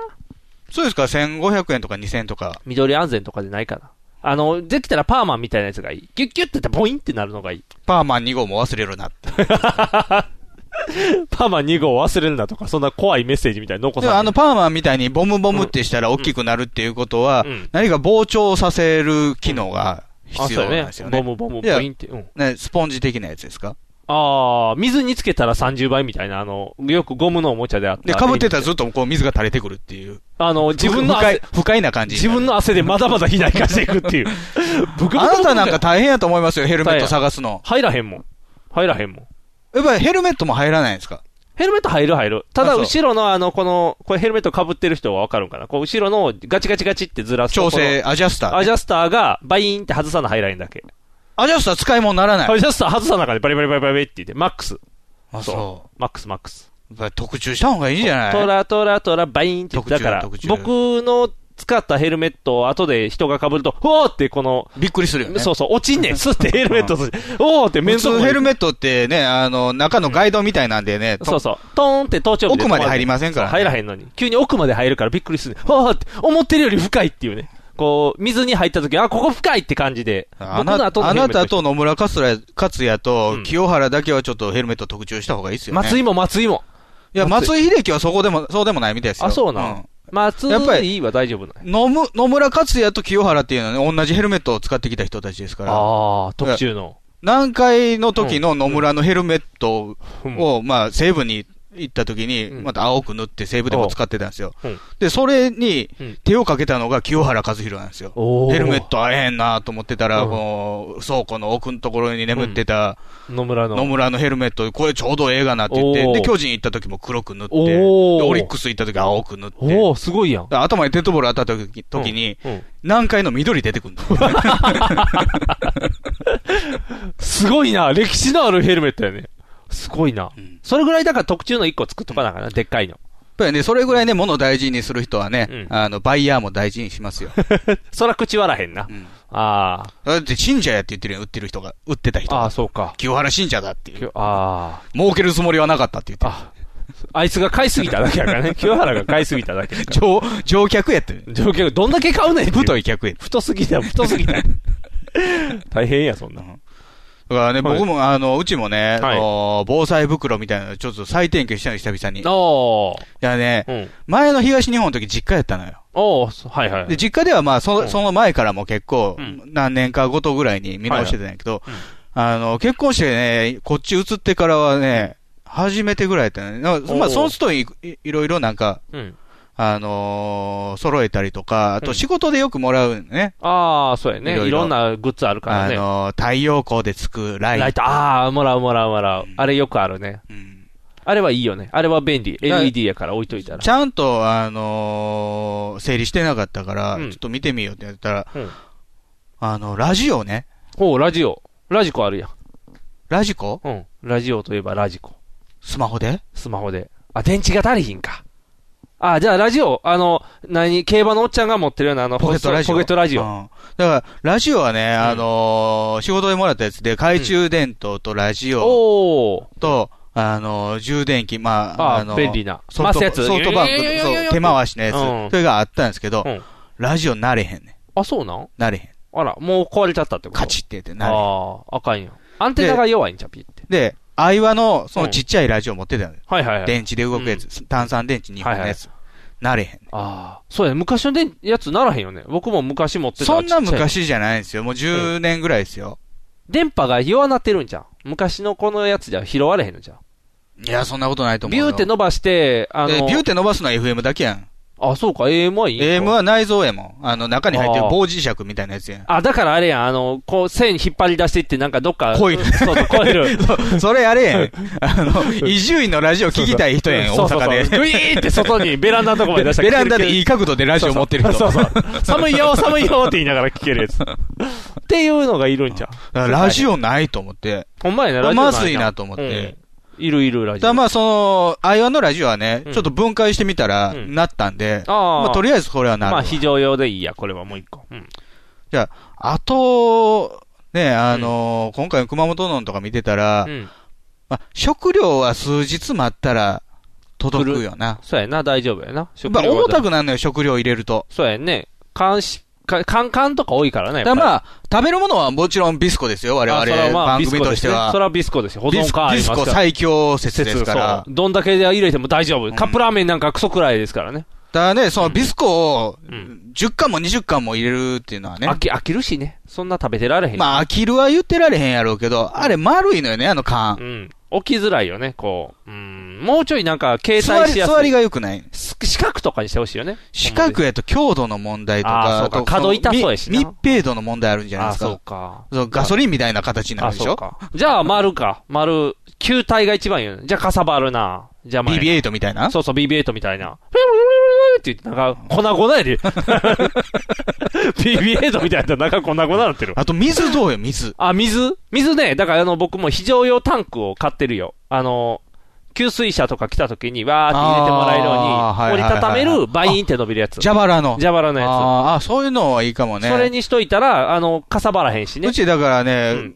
Speaker 3: そうですか ?1500 円とか2000円とか。
Speaker 2: 緑安全とかでないかな。あの、できたらパーマンみたいなやつがいい。ギュッギュッってやったらボインってなるの がいい。
Speaker 3: パーマン2号も忘れるなって。
Speaker 2: パーマン2号忘れるなとか、そんな怖いメッセージみたいなの残
Speaker 3: でも
Speaker 2: さない。
Speaker 3: あの、パーマンみたいにボムボムってしたら大きくなるっていうことは
Speaker 2: うん、
Speaker 3: 何か膨張させる機能が
Speaker 2: あ
Speaker 3: 必
Speaker 2: そ
Speaker 3: 要
Speaker 2: うや
Speaker 3: なん
Speaker 2: ね
Speaker 3: ですよ
Speaker 2: ボ
Speaker 3: ね。
Speaker 2: ムボム、
Speaker 3: いや
Speaker 2: ボインって。うん。
Speaker 3: ね、スポンジ的なやつですか
Speaker 2: ああ、水につけたら30倍みたいな、あの、よくゴムのおもちゃであった。
Speaker 3: で、被ってたらずっとこう水が垂れてくるっていう。
Speaker 2: あの、自分の
Speaker 3: 不快
Speaker 2: 汗、、
Speaker 3: 不快な感じ。
Speaker 2: 自分の汗でまだまだ肥大化していく っていう。ブクブクブク
Speaker 3: あなたなんか大変やと思いますよ、ヘルメット探すの。
Speaker 2: 入らへんもん。入らへんもん。
Speaker 3: やっぱりヘルメットも入らないんですか
Speaker 2: ヘルメット入る入る。ただ、
Speaker 3: あそう
Speaker 2: 後ろのあの、この、これヘルメット被ってる人はわかるんかな。こう、後ろのガチガチガチってずらすと
Speaker 3: 調。整、アジャスタ
Speaker 2: このア
Speaker 3: ー。
Speaker 2: ジャスターが、バイーンって外さな入らへんだけ。
Speaker 3: アジャスター使い物にならない。
Speaker 2: アジャスター外さなからバリバリバリバリって言って、マックス。
Speaker 3: あ、
Speaker 2: そ
Speaker 3: そう
Speaker 2: マックスマックス。
Speaker 3: う。やっぱり特注した方がいいんじゃない
Speaker 2: トラトラトラバイーンって言って、だから
Speaker 3: 特、注だ特
Speaker 2: 僕の使ったヘルメットを後で人が被ると、うおーってこの、
Speaker 3: びっくりするよね。
Speaker 2: そうそう、落ちんねん。すってヘルメットする。おーって面
Speaker 3: 普
Speaker 2: 倒
Speaker 3: 通ヘルメ
Speaker 2: メッ
Speaker 3: ットってね、あの、中のガイドみたいなんでね、と
Speaker 2: そうそう。トーンって頭頂部
Speaker 3: 奥まで入りませんからね
Speaker 2: そう入らへんのに。急に奥まで入るからびっくりするね。 わーって、思ってるより深いっていうね。こう、水に入った時、あ、ここ深いって感じで。
Speaker 3: あ
Speaker 2: 僕の
Speaker 3: な
Speaker 2: 後の
Speaker 3: あ
Speaker 2: ヘル
Speaker 3: な
Speaker 2: メッ
Speaker 3: た
Speaker 2: ト
Speaker 3: と野村克也克也
Speaker 2: う
Speaker 3: と
Speaker 2: ん
Speaker 3: 清原だけはちょっとヘルメット特注した方がいいですよね。
Speaker 2: 松
Speaker 3: い
Speaker 2: 井も松井も。
Speaker 3: や、松井秀喜はそこでも、そうでもないみたいですよ。
Speaker 2: あ、そうな。
Speaker 3: ん
Speaker 2: ん。松
Speaker 3: やっぱ
Speaker 2: 井は大丈夫なの。
Speaker 3: 野む野村克也と清原っていうのはね、同じヘルメットを使ってきた人たちですから、
Speaker 2: ああ、特注の。
Speaker 3: 南海の時の野村のヘルメット
Speaker 2: うん
Speaker 3: を、まあ、西部に行った時に、
Speaker 2: うん
Speaker 3: また青く塗って西部でも使ってたんですよ
Speaker 2: うん。
Speaker 3: で、それに
Speaker 2: うん
Speaker 3: 手をかけたのが清原和博なんですよ。
Speaker 2: おー
Speaker 3: ヘルメットあえへんなと思ってたら、
Speaker 2: うん
Speaker 3: この倉庫の奥のところに眠ってた
Speaker 2: 野村の。
Speaker 3: 野村のヘルメット、これちょうどええがなって言っ
Speaker 2: おー
Speaker 3: て、で、巨人行った時も黒く塗って、
Speaker 2: お
Speaker 3: で
Speaker 2: ー
Speaker 3: オリックス行った時青く塗って、
Speaker 2: おおすごいやん。
Speaker 3: で頭にデッドボール当たった時時に、
Speaker 2: うんうん
Speaker 3: 南海の緑出て くるの。
Speaker 2: すごいな。歴史のあるヘルメットやね。すごいな
Speaker 3: うん。
Speaker 2: それぐらいだから特注の1個作っとかなあかんな。でっかいの。
Speaker 3: やっぱりね、それぐらいね、物を大事にする人はね、
Speaker 2: うん
Speaker 3: あの、バイヤーも大事にし ますよ。
Speaker 2: そら口割らへんな
Speaker 3: う。ん
Speaker 2: あ
Speaker 3: だって、信者やって言ってるやん、売ってる人が、売ってた人
Speaker 2: あ、あ
Speaker 3: が
Speaker 2: あ、。そうか。
Speaker 3: 清原信者だっていう。
Speaker 2: あ
Speaker 3: 儲けるつもりはなかったって言って
Speaker 2: あ。あ、あいつが買いすぎただけやから ね。清原が買いすぎただけやから。
Speaker 3: る。乗、乗客やってる。
Speaker 2: 乗客、どんだけ買うねんっていう
Speaker 3: 太い客や。
Speaker 2: 太すぎだよ、太すぎだよ。 大変や、そんな。
Speaker 3: だからね、
Speaker 2: はい
Speaker 3: 僕も、あの、うちもね、
Speaker 2: はい
Speaker 3: あの防災袋みたいなのちょっと再点検したの、久々に。い
Speaker 2: おー。
Speaker 3: やね、
Speaker 2: うん。
Speaker 3: 前の東日本の時実家やったのよ。
Speaker 2: おー、そはいは
Speaker 3: で、
Speaker 2: い。
Speaker 3: 実家ではまあ、
Speaker 2: う
Speaker 3: そ
Speaker 2: ん
Speaker 3: その前からも結構
Speaker 2: うん、
Speaker 3: 何年かごとぐらいに見直してたんやけど
Speaker 2: はいはい、
Speaker 3: あの、結婚してね、こっち移ってからはね、初めてぐらいやったね。なんかま
Speaker 2: お
Speaker 3: あ、
Speaker 2: う
Speaker 3: その人にいいいろいろなんか、
Speaker 2: うん。
Speaker 3: あのー揃えたりとか、あ
Speaker 2: う
Speaker 3: と
Speaker 2: ん
Speaker 3: 仕事でよくもらうね。
Speaker 2: ああ、そうやね
Speaker 3: いろ。
Speaker 2: い
Speaker 3: いろ
Speaker 2: ろんなグッズあるから
Speaker 3: あ
Speaker 2: ね。
Speaker 3: のー太陽光でつくライト。
Speaker 2: ライト、ああ、もらうもらうもらう。あれよくあるね。
Speaker 3: うん
Speaker 2: あれはいいよね。あれは便利。
Speaker 3: や
Speaker 2: LED やから置いといたら
Speaker 3: ち。ゃんと、あのー整理してなかったから、
Speaker 2: うん
Speaker 3: ちょっと見てみようってやったら、
Speaker 2: うん
Speaker 3: あの、ラジオね。
Speaker 2: おー、ラジオ。ラジコあるやん。
Speaker 3: ラジコ
Speaker 2: うん。ラジオといえばラジコ。
Speaker 3: スマホで
Speaker 2: スマホで。あ、電池が足りひんか。あ、じゃあラジオ、あの、何、競馬のおっちゃんが持ってるようなあの、
Speaker 3: ポケットラジオ。
Speaker 2: ポケットラジオ。
Speaker 3: うんだから、ラジオはね、あのー仕事でもらったやつで、懐中電灯とラジオ
Speaker 2: おー。
Speaker 3: と、あのー充電器、まあ、
Speaker 2: あ
Speaker 3: のー
Speaker 2: 便利な。
Speaker 3: ソフト
Speaker 2: 回すやつ。
Speaker 3: ソフトバンク、
Speaker 2: いやいやいやいやいや
Speaker 3: そう手回しのやつ、
Speaker 2: うん
Speaker 3: それがあったんですけど、
Speaker 2: うん
Speaker 3: ラジオなれへんね
Speaker 2: あ、そうなん
Speaker 3: なれへん。
Speaker 2: あら、もう壊れちゃったってこと
Speaker 3: カチってってなる。
Speaker 2: ああ、赤いんや。アンテナが弱いんじゃ、ピって。
Speaker 3: で、アイワの、そのちっちゃいラジオ持ってたのよ。
Speaker 2: はいはいはい。
Speaker 3: 電池で動くやつ。炭酸電池2本のやつ。なれへん。
Speaker 2: ああ、そうやね。昔の電やつならへんよね。僕も昔持ってた
Speaker 3: そんな
Speaker 2: ちっちゃい
Speaker 3: 昔じゃないんですよ。もう10年ぐらいですよ。
Speaker 2: 電波が弱なってるんじゃん。昔のこのやつじゃ拾われへんのじゃん。
Speaker 3: いや、そんなことないと思う
Speaker 2: ビ
Speaker 3: よ。
Speaker 2: ューって伸ばして、あ
Speaker 3: え
Speaker 2: の、
Speaker 3: ビューって伸ばすのは FM だけやん。
Speaker 2: あ、そうか、AM はいいんか
Speaker 3: AM は内蔵やもん。あの、中に入ってる
Speaker 2: あー
Speaker 3: 棒磁石みたいなやつやん。
Speaker 2: あ、だからあれやん、あの、こう、線引っ張り出していって、なんかどっか、
Speaker 3: コイル
Speaker 2: そうそう、コイル。
Speaker 3: それあれやん。あ の、伊集院のラジオ 聞きたい人やん、
Speaker 2: そ
Speaker 3: 大
Speaker 2: うそうそう
Speaker 3: 阪で。
Speaker 2: ウィーって外に、ベランダのとこまで出した
Speaker 3: ベランダでい
Speaker 2: い
Speaker 3: い角度でラジオ持ってる人。
Speaker 2: そうそう。寒いよ、寒いよって言いながら聞けるやつ。っていうのがいるんじゃん。
Speaker 3: だからラジオないと思って。
Speaker 2: ほんまやな、ラジオん
Speaker 3: ま
Speaker 2: や
Speaker 3: ずいなと思って。。
Speaker 2: うんいるいる、ラ
Speaker 3: た
Speaker 2: ジ
Speaker 3: だ
Speaker 2: オ。
Speaker 3: まあその、アイワンのラジオはね、
Speaker 2: うん
Speaker 3: ちょっと分解してみたら、
Speaker 2: うん
Speaker 3: なったんで、
Speaker 2: ああ
Speaker 3: まあとりあえずこれはなる
Speaker 2: ま
Speaker 3: わ。
Speaker 2: あ、非常用でいいや、これはもう一個。うん。
Speaker 3: あと、ね、あのー今回の熊本のんとか見てたら、
Speaker 2: うん。
Speaker 3: まあ、食料は数日待ったら届くよな。
Speaker 2: そうやな、大丈夫やな。
Speaker 3: やっ
Speaker 2: 食
Speaker 3: ぱ
Speaker 2: 料は
Speaker 3: 重たくなるのよ、食料入れると。
Speaker 2: そうやね。缶し、か缶缶とか多いからね。
Speaker 3: だから
Speaker 2: あ、
Speaker 3: まあ、食べるものはもちろんビスコですよ、我
Speaker 2: あそれは
Speaker 3: 々、
Speaker 2: まあ
Speaker 3: 番
Speaker 2: ビスコ
Speaker 3: 組として
Speaker 2: ですね
Speaker 3: は
Speaker 2: そ。れはビスコですよ。保
Speaker 3: ビ
Speaker 2: 存
Speaker 3: ス
Speaker 2: 感あ
Speaker 3: ビ
Speaker 2: り
Speaker 3: ス
Speaker 2: ます
Speaker 3: コ
Speaker 2: から。
Speaker 3: 最強説ですから
Speaker 2: そ。うどんだけで入れても大丈夫。
Speaker 3: ん
Speaker 2: カップラーメンなんかクソくらいですからね。
Speaker 3: だからね、そのビスコを
Speaker 2: ん
Speaker 3: 10巻も20巻も入れるっていうのはね
Speaker 2: 飽。き、飽きるしね。そんな食べてられへん。
Speaker 3: まあ、飽きるは言ってられへんやろうけど、あれ丸いのよね、あの缶
Speaker 2: う。ん。起きづらいよね、こう。うん。もうちょいなんか、携
Speaker 3: 座
Speaker 2: 帯
Speaker 3: り、
Speaker 2: しやすい。
Speaker 3: 座りが良くない。
Speaker 2: す四角とかにしてほしいよね。
Speaker 3: 四角やと強度の問題と
Speaker 2: あー
Speaker 3: か、
Speaker 2: そうか角痛そうやしな
Speaker 3: み密閉度の問題あるんじゃない
Speaker 2: あ
Speaker 3: で
Speaker 2: あ、
Speaker 3: す
Speaker 2: そう
Speaker 3: か。
Speaker 2: か。
Speaker 3: そうガソリンみたいな形にな
Speaker 2: あ、
Speaker 3: るでし
Speaker 2: そう
Speaker 3: ょ
Speaker 2: か。じゃあ、丸か。丸。球体が一番いいよね。じゃあ、かさばるな。じゃあ、前
Speaker 3: ?BB8 みたいな
Speaker 2: そうそう、BB8 みたいな。って言って、なんか、粉 々やで。BB8 みたいな、なんか粉々になってる。
Speaker 3: あと水どうよ、水。
Speaker 2: あ、水水ね、だからあの、僕も非常用タンクを買ってるよ。あの、給水車とか来た時に、わーって入れてもらえる
Speaker 3: あーはい
Speaker 2: よ
Speaker 3: は
Speaker 2: う
Speaker 3: い
Speaker 2: に、折り
Speaker 3: はい
Speaker 2: たためるバインって伸びるやつ。
Speaker 3: 蛇腹の。
Speaker 2: 蛇腹のや
Speaker 3: あーあ、そういうのはいいかも
Speaker 2: つ。
Speaker 3: ね。
Speaker 2: それにしといたら、あの、かさばらへんしね
Speaker 3: う。ちだからね、
Speaker 2: うん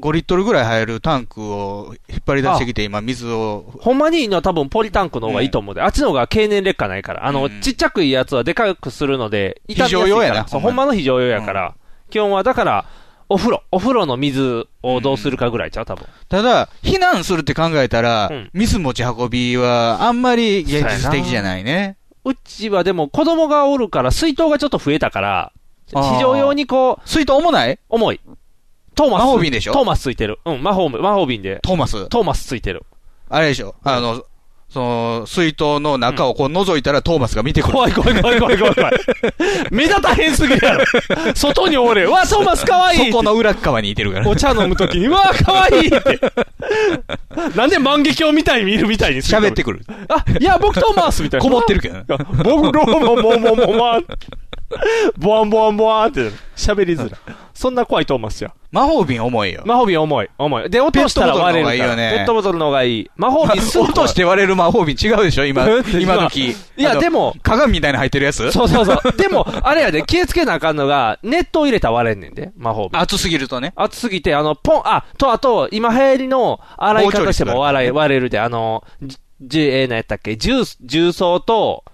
Speaker 3: 5リットルぐらい入るタンクを引っ張り出してきて、今水を。
Speaker 2: ほんまにいいのは多分ポリタンクの方がいいと思うで。あっちの方が経年劣化ないから。あの、
Speaker 3: うん
Speaker 2: ちっちゃくいいやつはでかくするので、傷みやす
Speaker 3: 非
Speaker 2: いから
Speaker 3: 常用やな
Speaker 2: そう、
Speaker 3: ほ
Speaker 2: ほ
Speaker 3: ん
Speaker 2: ん
Speaker 3: ま
Speaker 2: まの非常用やから。基本は、だから、お風呂、お風呂の水をどうするかぐらいちゃう多分。
Speaker 3: ただ、避難するって考えたら、
Speaker 2: うん
Speaker 3: 水持ち運びはあんまり現実的じゃないね。
Speaker 2: うちはでも子供がおるから水筒がちょっと増えたから、
Speaker 3: あー
Speaker 2: 非常用にこう、
Speaker 3: 水筒重ない
Speaker 2: 重い。トーマス。
Speaker 3: 魔法瓶でしょ
Speaker 2: トーマスついてる。うん、魔法、魔法瓶で。
Speaker 3: トーマス。
Speaker 2: トーマスついてる。
Speaker 3: あれでしょあの、その、水筒の中をこう覗いたらトーマスが見てくる。
Speaker 2: 怖い怖い怖い怖い怖い怖い。 目立たへんすぎるやろ。外におれ。わ、トーマスかわいい
Speaker 3: そこの裏っ側にいて るから。
Speaker 2: お茶飲むときに、うわー、かわいいって。なんで万華鏡みたいに見るみたいにするの
Speaker 3: 喋ってくる。
Speaker 2: あ、いや、僕トーマスみたいな。
Speaker 3: こもってるけどね。
Speaker 2: ボブローもももももボワンボワンボワンって喋りづらい。そんな怖いトーマスや。
Speaker 3: 魔法瓶重いよ。
Speaker 2: 魔法瓶重い、重い。で、落としたら割れるから。
Speaker 3: ペットボトルの方がいいよね
Speaker 2: ペットボトルの方がいい。魔法瓶すぐ
Speaker 3: 落として割れる魔法瓶違うでしょ今
Speaker 2: え、
Speaker 3: 今時。
Speaker 2: いや、で
Speaker 3: も。
Speaker 2: も、
Speaker 3: 鏡みたいなの入ってるやつ
Speaker 2: そうそうそう。でも、あれやで、気をつけなあかんのが、熱湯入れたら割れんねんで、魔法瓶。
Speaker 3: 熱すぎるとね。
Speaker 2: 熱すぎて、あの、ポン、あ、と、あと、今流行りの洗い方しても割れ割れるで、あの、じ、じえー、何やったっけ、重、重曹と、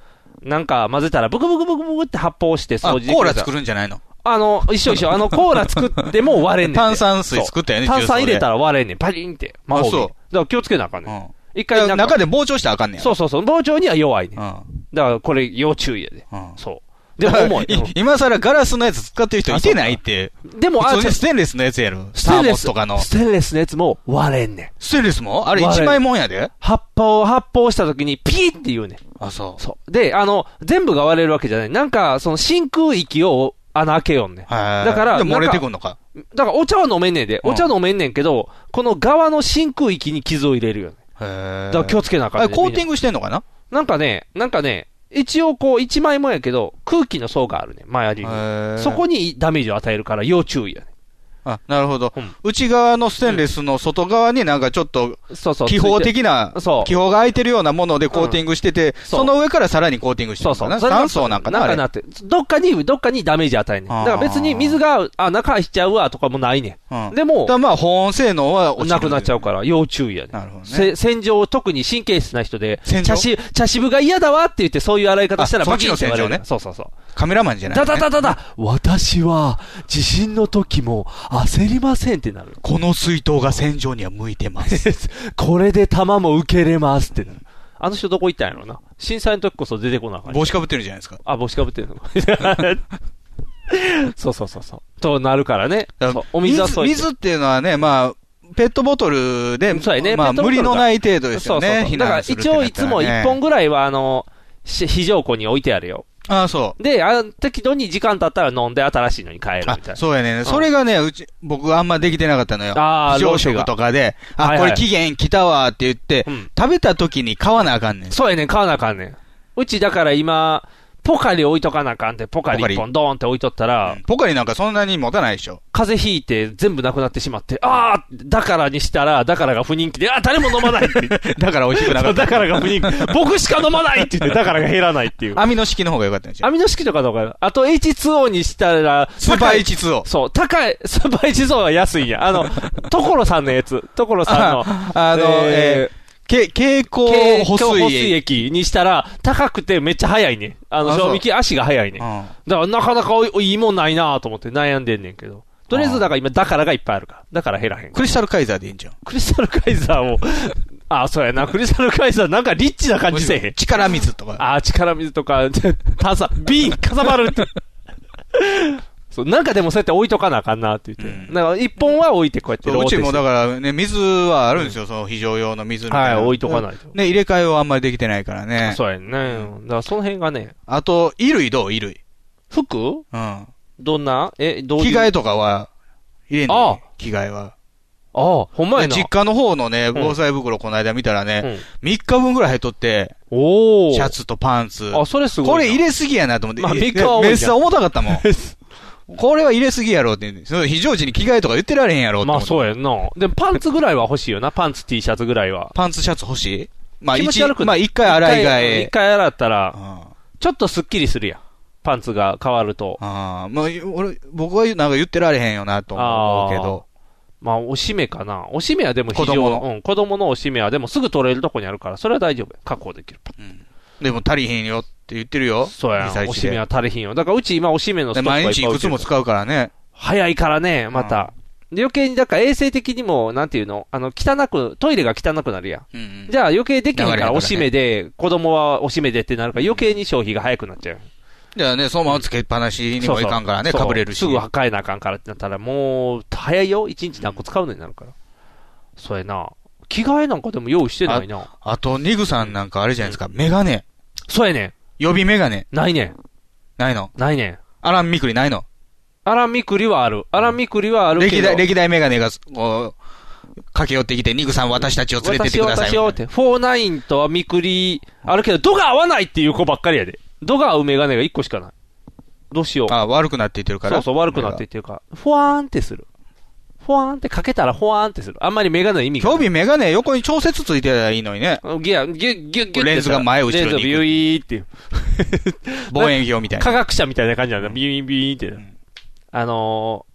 Speaker 2: なんか混ぜたら、ブクブクブクブクって発泡して
Speaker 3: あ、
Speaker 2: 掃
Speaker 3: コ
Speaker 2: 除できる
Speaker 3: ー
Speaker 2: や
Speaker 3: ラ
Speaker 2: つ
Speaker 3: 作るんじゃないの
Speaker 2: あの、一緒一緒。あの、コーラ作っても割れんねんで。
Speaker 3: 炭酸水作ったよね、
Speaker 2: 炭酸入れた
Speaker 3: ら。
Speaker 2: ら割れんねん。パリンって。魔法瓶。
Speaker 3: あそ
Speaker 2: だ
Speaker 3: う
Speaker 2: から気をつけなあかん
Speaker 3: う
Speaker 2: ねん。
Speaker 3: ん。
Speaker 2: 一
Speaker 3: だ
Speaker 2: 回
Speaker 3: から
Speaker 2: なんか
Speaker 3: 中、で膨張したらあかんねや。
Speaker 2: そうそうそう。膨張には弱いねん。
Speaker 3: う
Speaker 2: だか
Speaker 3: ん。
Speaker 2: らこれ要注意やで。
Speaker 3: うん。
Speaker 2: そう。でも重い。
Speaker 3: だから今更ガラスのやつ使ってる人いてないって。
Speaker 2: でも、あ、
Speaker 3: 普通
Speaker 2: ちょ
Speaker 3: にステンレスのやつやる。
Speaker 2: ステ
Speaker 3: サ
Speaker 2: ンレス
Speaker 3: ーモスとかの。
Speaker 2: ステンレスのやつも割れんねん。
Speaker 3: ステンレスもあれ
Speaker 2: 割れ
Speaker 3: 一枚もんやで。
Speaker 2: 発泡、発泡した時にピーって言うねん。
Speaker 3: あ、そ
Speaker 2: そう。で、あの、全部が割れるわけじゃない。なんか、その真空域を穴開けよんねん。
Speaker 3: はい。
Speaker 2: だから
Speaker 3: で、漏れ
Speaker 2: なん
Speaker 3: て
Speaker 2: か
Speaker 3: くんのか。
Speaker 2: だからお茶は飲めんねんで。
Speaker 3: うん
Speaker 2: お茶飲めんねんけど、この側の真空域に傷を入れるよね。
Speaker 3: へー
Speaker 2: だから気をつけなあか
Speaker 3: あ
Speaker 2: ん、
Speaker 3: れ
Speaker 2: ね。
Speaker 3: コーティ
Speaker 2: ン
Speaker 3: ングしてんのかな
Speaker 2: なんかね、なんかね、一応こう一枚もやけど、空気の層があるねん、周りに。
Speaker 3: へー
Speaker 2: そこにダメージを与えるから要注意やね。
Speaker 3: あ、なるほど
Speaker 2: うん。
Speaker 3: 内側のステンレスの外側になんかちょっと
Speaker 2: そうそう。
Speaker 3: 気泡的な
Speaker 2: ついて、そう
Speaker 3: 気泡が空いてるようなものでコーティングしてて、
Speaker 2: そう
Speaker 3: その上からさらにコーティングしてる
Speaker 2: そう
Speaker 3: のか
Speaker 2: そう。
Speaker 3: な。
Speaker 2: そ
Speaker 3: 3
Speaker 2: れが
Speaker 3: 層なんかな、
Speaker 2: な
Speaker 3: あ
Speaker 2: んか
Speaker 3: れ
Speaker 2: な。って。どっかに、どっかにダメージ与えんねん。
Speaker 3: あ
Speaker 2: だ
Speaker 3: ー
Speaker 2: から別に水が、あ、中入っちゃうわとかもないね
Speaker 3: うん
Speaker 2: ん。で
Speaker 3: だ
Speaker 2: も
Speaker 3: か、らまあ保温性能は落ちる
Speaker 2: なくなっちゃうから、要注意やね。
Speaker 3: なるほどね
Speaker 2: せ洗浄、特に神経質な人で、
Speaker 3: 洗浄
Speaker 2: 茶し、茶渋が嫌だわって言って、そういう洗い方したら
Speaker 3: あそっ
Speaker 2: バ
Speaker 3: ち
Speaker 2: キ
Speaker 3: の
Speaker 2: ッて言われる。
Speaker 3: 洗浄ね
Speaker 2: そうそうそう。
Speaker 3: カメラマンじゃない、ね。
Speaker 2: だだだだだ私は、地震の時も焦りませんってなる。
Speaker 3: この水筒が洗浄には向いてます。
Speaker 2: これで弾も受けれますってなる。あの人どこ行ったんやろな。震災の時こそ出てこなかった。
Speaker 3: 帽子かぶってるじゃないですか。
Speaker 2: あ、帽子かぶって るのそうそうそうそう。となるからね。
Speaker 3: だ
Speaker 2: そうお水はそう言って
Speaker 3: 水っていうのはね、まあ、ペットボトルで、
Speaker 2: そうやね
Speaker 3: まあ、
Speaker 2: ペットボ
Speaker 3: 無
Speaker 2: ト
Speaker 3: 理
Speaker 2: ルが
Speaker 3: のない程度です
Speaker 2: そ
Speaker 3: よ
Speaker 2: うそう
Speaker 3: ね、
Speaker 2: そう。
Speaker 3: 避
Speaker 2: だから
Speaker 3: 難するって
Speaker 2: 一
Speaker 3: なった
Speaker 2: 応
Speaker 3: らね
Speaker 2: いつも1本ぐらいは、あの、し非常庫に置いてあるよ。
Speaker 3: ああ、そう。
Speaker 2: で、あ適度に時間経ったら飲んで新しいのに変えるみ
Speaker 3: あ
Speaker 2: たい、な。
Speaker 3: そうやね。それがね、うち、僕あんまできてなかったのよ。
Speaker 2: あー
Speaker 3: 非常食とかで、
Speaker 2: は
Speaker 3: あ、
Speaker 2: い
Speaker 3: こ
Speaker 2: はい
Speaker 3: れ期限来たわって言って
Speaker 2: うん、
Speaker 3: 食べた時に買わなあかんねん。
Speaker 2: そうやねん、買わなあかんねん。うちだから今、ポカリ置いとかなあかんって、ポカリ一
Speaker 3: ポカ
Speaker 2: 本ドーンって置いとったら、
Speaker 3: ポカリなんかそんなに持たないでしょ。
Speaker 2: 風邪ひいて全部なくなってしまって、ああだからにしたら、だからが不人気で、ああ誰も飲まないって言って。
Speaker 3: だ から美味しくなか
Speaker 2: そ
Speaker 3: っ
Speaker 2: うだ
Speaker 3: た。
Speaker 2: からが不人気。僕しか飲まないって言って、だからが減らないっていう。
Speaker 3: 網の式の方が良かったんじゃ
Speaker 2: ア
Speaker 3: ん。
Speaker 2: ミノ式とかどうか、あと H2O にしたら、
Speaker 3: スーパー H2 を。
Speaker 2: そう、高い、スーパー H2O は安いんや。あの、 所さんのやつ、所さんの。
Speaker 3: あ あの、えー、け、蛍
Speaker 2: 経
Speaker 3: 光
Speaker 2: 補
Speaker 3: 補
Speaker 2: 水
Speaker 3: 水液。
Speaker 2: 液にしたら、高くてめっちゃ早いね。あの、
Speaker 3: あそう
Speaker 2: 賞味期足が早いね。
Speaker 3: う
Speaker 2: だか
Speaker 3: ん
Speaker 2: らなかなかおいいいもんないなと思って悩んでんねんけど。とりあえずだから今、だからがいっぱいあるから。だから減らへん。
Speaker 3: クリスタルカイザーでいいんじゃん。
Speaker 2: クリスタルカイザーを、あ、そうやな、クリスタルカイザーなんかリッチな感じせえへん。
Speaker 3: 力水とか。
Speaker 2: あ、力水とか、炭酸、瓶、かさばるって。そう、なんかでもそうやって置いとかなあかんなって言って。
Speaker 3: うん
Speaker 2: だから一本は置いてこうやって
Speaker 3: そううちもだ
Speaker 2: か
Speaker 3: からね、水はあるんですよ、その非常用の水みたい
Speaker 2: はい、
Speaker 3: な。
Speaker 2: 置いとかないと。
Speaker 3: ね、入れ替えはあんまりできてないからね。
Speaker 2: そうやんね。だからその辺がね、
Speaker 3: あと、衣類どう衣類。
Speaker 2: 服
Speaker 3: うん。
Speaker 2: どんなえ、どうい
Speaker 3: 着
Speaker 2: う
Speaker 3: 替えとかは、入れん
Speaker 2: ああ
Speaker 3: の着替えは。
Speaker 2: ああ、ほんま
Speaker 3: で
Speaker 2: やな。
Speaker 3: 実家の方のね、
Speaker 2: ん
Speaker 3: 防災袋この間見たら
Speaker 2: う
Speaker 3: ね、
Speaker 2: ん
Speaker 3: 3日分ぐらい入っとって、
Speaker 2: おお。
Speaker 3: シャ。ツとパンツ。
Speaker 2: あ、それすごいな。
Speaker 3: これ入れすぎやなと思って。
Speaker 2: まあ
Speaker 3: い
Speaker 2: 三日は多い
Speaker 3: めっ
Speaker 2: じ
Speaker 3: ち
Speaker 2: ゃん
Speaker 3: ゃ重たかったもん。これは入れすぎやろって言ってその非常時に着替えとか言ってられへんやろって思
Speaker 2: まあ
Speaker 3: って。
Speaker 2: そうやんな。でもパンツぐらいは欲しいよな。パンツ T シャツぐらいは。
Speaker 3: パンツシャツ欲しいまあ
Speaker 2: 気持ち
Speaker 3: 一、
Speaker 2: 悪くない
Speaker 3: まあ一回洗い替
Speaker 2: 一
Speaker 3: え。
Speaker 2: 回洗ったら、
Speaker 3: うん
Speaker 2: ちょっとスッキリするやん。パンツが変わると。
Speaker 3: ああ、まあ、俺、僕はなんか言ってられへんよなと思うけど。
Speaker 2: まあ、おしめかな。おしめはでも非常
Speaker 3: 子供の
Speaker 2: うん、子供のおしめはでもすぐ取れるとこにあるから、それは大丈夫や。確保できる。
Speaker 3: でも足りへんよって言ってるよ。
Speaker 2: そうや
Speaker 3: 被
Speaker 2: ん。
Speaker 3: 災
Speaker 2: お
Speaker 3: 地
Speaker 2: し
Speaker 3: で
Speaker 2: めは足りひんよ。だからうち今おしめのスト
Speaker 3: で
Speaker 2: ックがいっぱ
Speaker 3: 毎
Speaker 2: い
Speaker 3: 日いくつも
Speaker 2: 置いてる
Speaker 3: 使うからね。
Speaker 2: 早いからね、また。で余計に、だから衛生的にも、なんていうのあの、汚く、トイレが汚くなるやん。
Speaker 3: うんうん
Speaker 2: じゃあ余計できへんか
Speaker 3: 流れへんから
Speaker 2: ら
Speaker 3: ね
Speaker 2: おしめで、子供はおしめでってなるから余計に消費が早くなっちゃう。
Speaker 3: じゃあね、そのままつけっぱなしに
Speaker 2: そ
Speaker 3: も
Speaker 2: うそ
Speaker 3: いうかんからね、
Speaker 2: そう
Speaker 3: かぶれるし。
Speaker 2: すぐ破壊なあかんからってなったら、もう、早いよ。一日何個使うのになるから。そうやな。着替えなんかでも用意してないな。
Speaker 3: あと、ニグさんなんかあれじゃないですか、メガネ。
Speaker 2: そうやねん。
Speaker 3: 予備メガネ。
Speaker 2: ないねん。
Speaker 3: ないの
Speaker 2: ないねん。
Speaker 3: アラン・ミクリないの
Speaker 2: アラミクリはある。アラミクリはあるけ
Speaker 3: 歴
Speaker 2: ど。
Speaker 3: 代、歴代メガネが、こう、駆け寄ってきて、ニグさん私たちを連れてってくださいみたい
Speaker 2: 私
Speaker 3: な。
Speaker 2: を、私をって。49とアミクリ、あるけど、度が合わないっていう子ばっかりやで。度が合うメガネが1個しかない。どうしよう。
Speaker 3: あ、悪くなっていってるから。
Speaker 2: そうそう、悪くなっていってるから。フワーンってする。フワーンってかけたらフワーンってする。あんまりメガネの意味
Speaker 3: 予
Speaker 2: がない。
Speaker 3: 備メガネ横に調節ついてたらいいのにね。
Speaker 2: ギュッギュッギュッギュッってやったら
Speaker 3: レンズが前後ろに行く
Speaker 2: レンズがビュイーっていう。
Speaker 3: 望遠鏡みたいな。
Speaker 2: 科学者みたいな感じなんだ。ビュイービュイーって。
Speaker 3: ん
Speaker 2: あの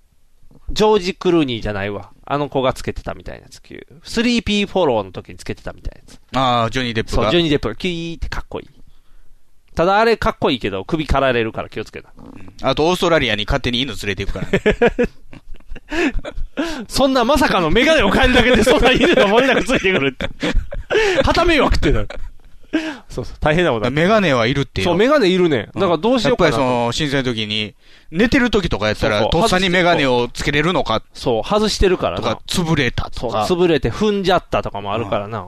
Speaker 2: ー、ジョージ・クルーニーじゃないわ。あの子がつけてたみたいなやつ。3P フォローの時につけてたみたいなやつ。
Speaker 3: ああ、ジョニー・デップ
Speaker 2: そう、
Speaker 3: が
Speaker 2: ジョ。ニー・デップがキュイーってかっこいい。ただあれかっこいいけど、首かられるから気をつけな。
Speaker 3: あと、オーストラリアに勝手に犬連れていく からね。
Speaker 2: そんなまさかのメガネを変えるだけでそんな犬が漏れなくついてくるって。 はため枠ってなる。そうそう、大変なことだ。
Speaker 3: メガネはいるっていう。
Speaker 2: そう、メガネいるね。だからどうしようかな。
Speaker 3: やっぱりその、震災の時に、寝てる時とかやった
Speaker 2: そ
Speaker 3: ら、
Speaker 2: うそう
Speaker 3: とっさにメガネをつけれるのか
Speaker 2: そう、外してるから
Speaker 3: と
Speaker 2: な
Speaker 3: か。、潰れた
Speaker 2: そ
Speaker 3: と
Speaker 2: う、
Speaker 3: か。
Speaker 2: 潰れて踏んじゃったとかもあるからな。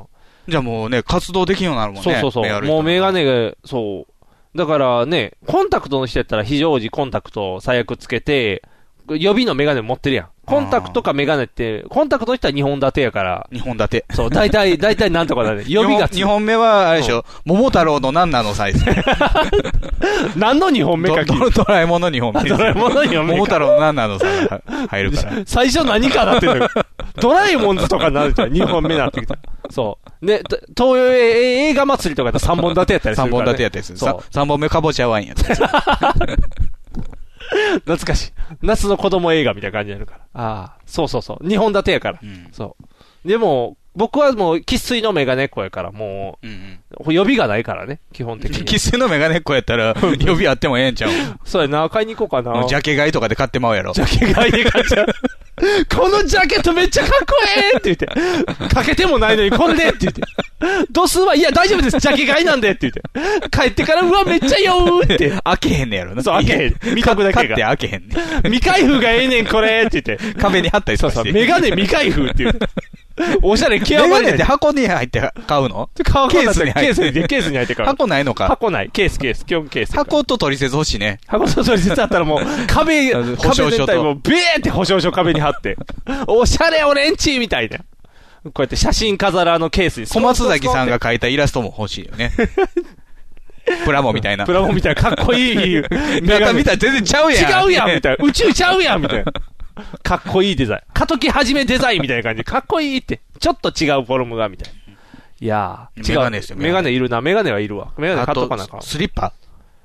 Speaker 3: じゃあもうね、活動できんようになるもんね。
Speaker 2: そうそうそ
Speaker 3: 目
Speaker 2: う。
Speaker 3: 悪い
Speaker 2: もうメガ
Speaker 3: ネ。
Speaker 2: ネが、そう。だからね、コンタクトの人やったら非常時コンタクト最悪つけて、予備のメガネ持ってるやん。コンタクトかメガネって、コンタクトの人は2本立てやから、
Speaker 3: 二本立て。
Speaker 2: そう、大体、大体なんとかだね。予備がつ
Speaker 3: 二本目は、あれでしょ、桃太郎の何なのサイズ。
Speaker 2: 何の2本 目か
Speaker 3: ド
Speaker 2: 聞い
Speaker 3: ドドラえもんの二本目です
Speaker 2: ド
Speaker 3: よ。
Speaker 2: ラえもんの2本目
Speaker 3: 桃
Speaker 2: か。
Speaker 3: 太郎の何なのサイズが入 るから。
Speaker 2: 最初何かなってる。ドラえもんズとかになるじゃん。2本目になってきた。そう。ね、と東洋映画祭りとかだ3本立てやったりす
Speaker 3: 三
Speaker 2: るか
Speaker 3: 本
Speaker 2: ら、
Speaker 3: 立
Speaker 2: ね。
Speaker 3: てやったやつ。
Speaker 2: そう
Speaker 3: さ三本目かぼちゃワインやったやつ。
Speaker 2: 懐かしい。夏の子供映画みたいな感じになるから。ああ、そうそうそう。2本立てやから。
Speaker 3: うん
Speaker 2: そう。でも、僕はもう、生粋のメガネっ子やから、も
Speaker 3: うん
Speaker 2: う、予備がないからね、基本
Speaker 3: うん。
Speaker 2: 的 に。
Speaker 3: 喫水のメガネっ子やったら、予備あってもええんちゃ
Speaker 2: そうやな、買いに行こうかな。
Speaker 3: うジャケ買いとかで買ってまうやろ。
Speaker 2: ジャケ買いで買っちゃう。 このジャケットめっちゃかっこええって言って。かけてもないのにこれでって言って。度数はいや大丈夫です。ジャケ買いなんでって言って。帰ってからうわめっちゃ酔うって。
Speaker 3: 開けへんねやろな。
Speaker 2: そう開けへん
Speaker 3: 家
Speaker 2: 見とくだけが
Speaker 3: 買って開けへんね。
Speaker 2: 未開封がええねんこれって言って。
Speaker 3: 壁に貼ったり
Speaker 2: そ
Speaker 3: と
Speaker 2: う
Speaker 3: か
Speaker 2: そ
Speaker 3: し
Speaker 2: う。
Speaker 3: て。
Speaker 2: メガネ未開封っ ていう。おしゃれ極
Speaker 3: メ
Speaker 2: ま
Speaker 3: ガ
Speaker 2: り
Speaker 3: ネ
Speaker 2: ない。
Speaker 3: って箱に入って買うの
Speaker 2: 箱
Speaker 3: ケースに入
Speaker 2: ケー
Speaker 3: っ
Speaker 2: スに、
Speaker 3: て。
Speaker 2: ケースに入ってから。
Speaker 3: 箱ないのか。
Speaker 2: 箱ない。ケース、ケース。基本ケース。
Speaker 3: 箱と取説欲しいね。
Speaker 2: 箱の取り説あった らもう、壁、
Speaker 3: あ
Speaker 2: 壁
Speaker 3: の保証書と
Speaker 2: 絶対もう、ビーって保証書壁に 貼って。おしゃれ俺んちみたいな。こうやって写真飾らのケースに。
Speaker 3: 小松崎さんが。描いたイラストも欲しい よね。プラモみたいな。
Speaker 2: プラモみたいなかっこいい。メ
Speaker 3: 中
Speaker 2: ガネ
Speaker 3: 見たら全然ちゃうやん。
Speaker 2: 違うやんみたいな。宇宙ちゃうやんみたいな。 かっこいいデザイン。かときはじめデザインみたいな感じで、かっこいいって。ちょっと違うフォルムが、みたいな。いやー、違う。
Speaker 3: メガネですよメガ
Speaker 2: メ
Speaker 3: ネ
Speaker 2: ガネいるな。メガネはいるわ。メガネ買
Speaker 3: あ
Speaker 2: っとかなあか
Speaker 3: と
Speaker 2: ん、
Speaker 3: スリッパ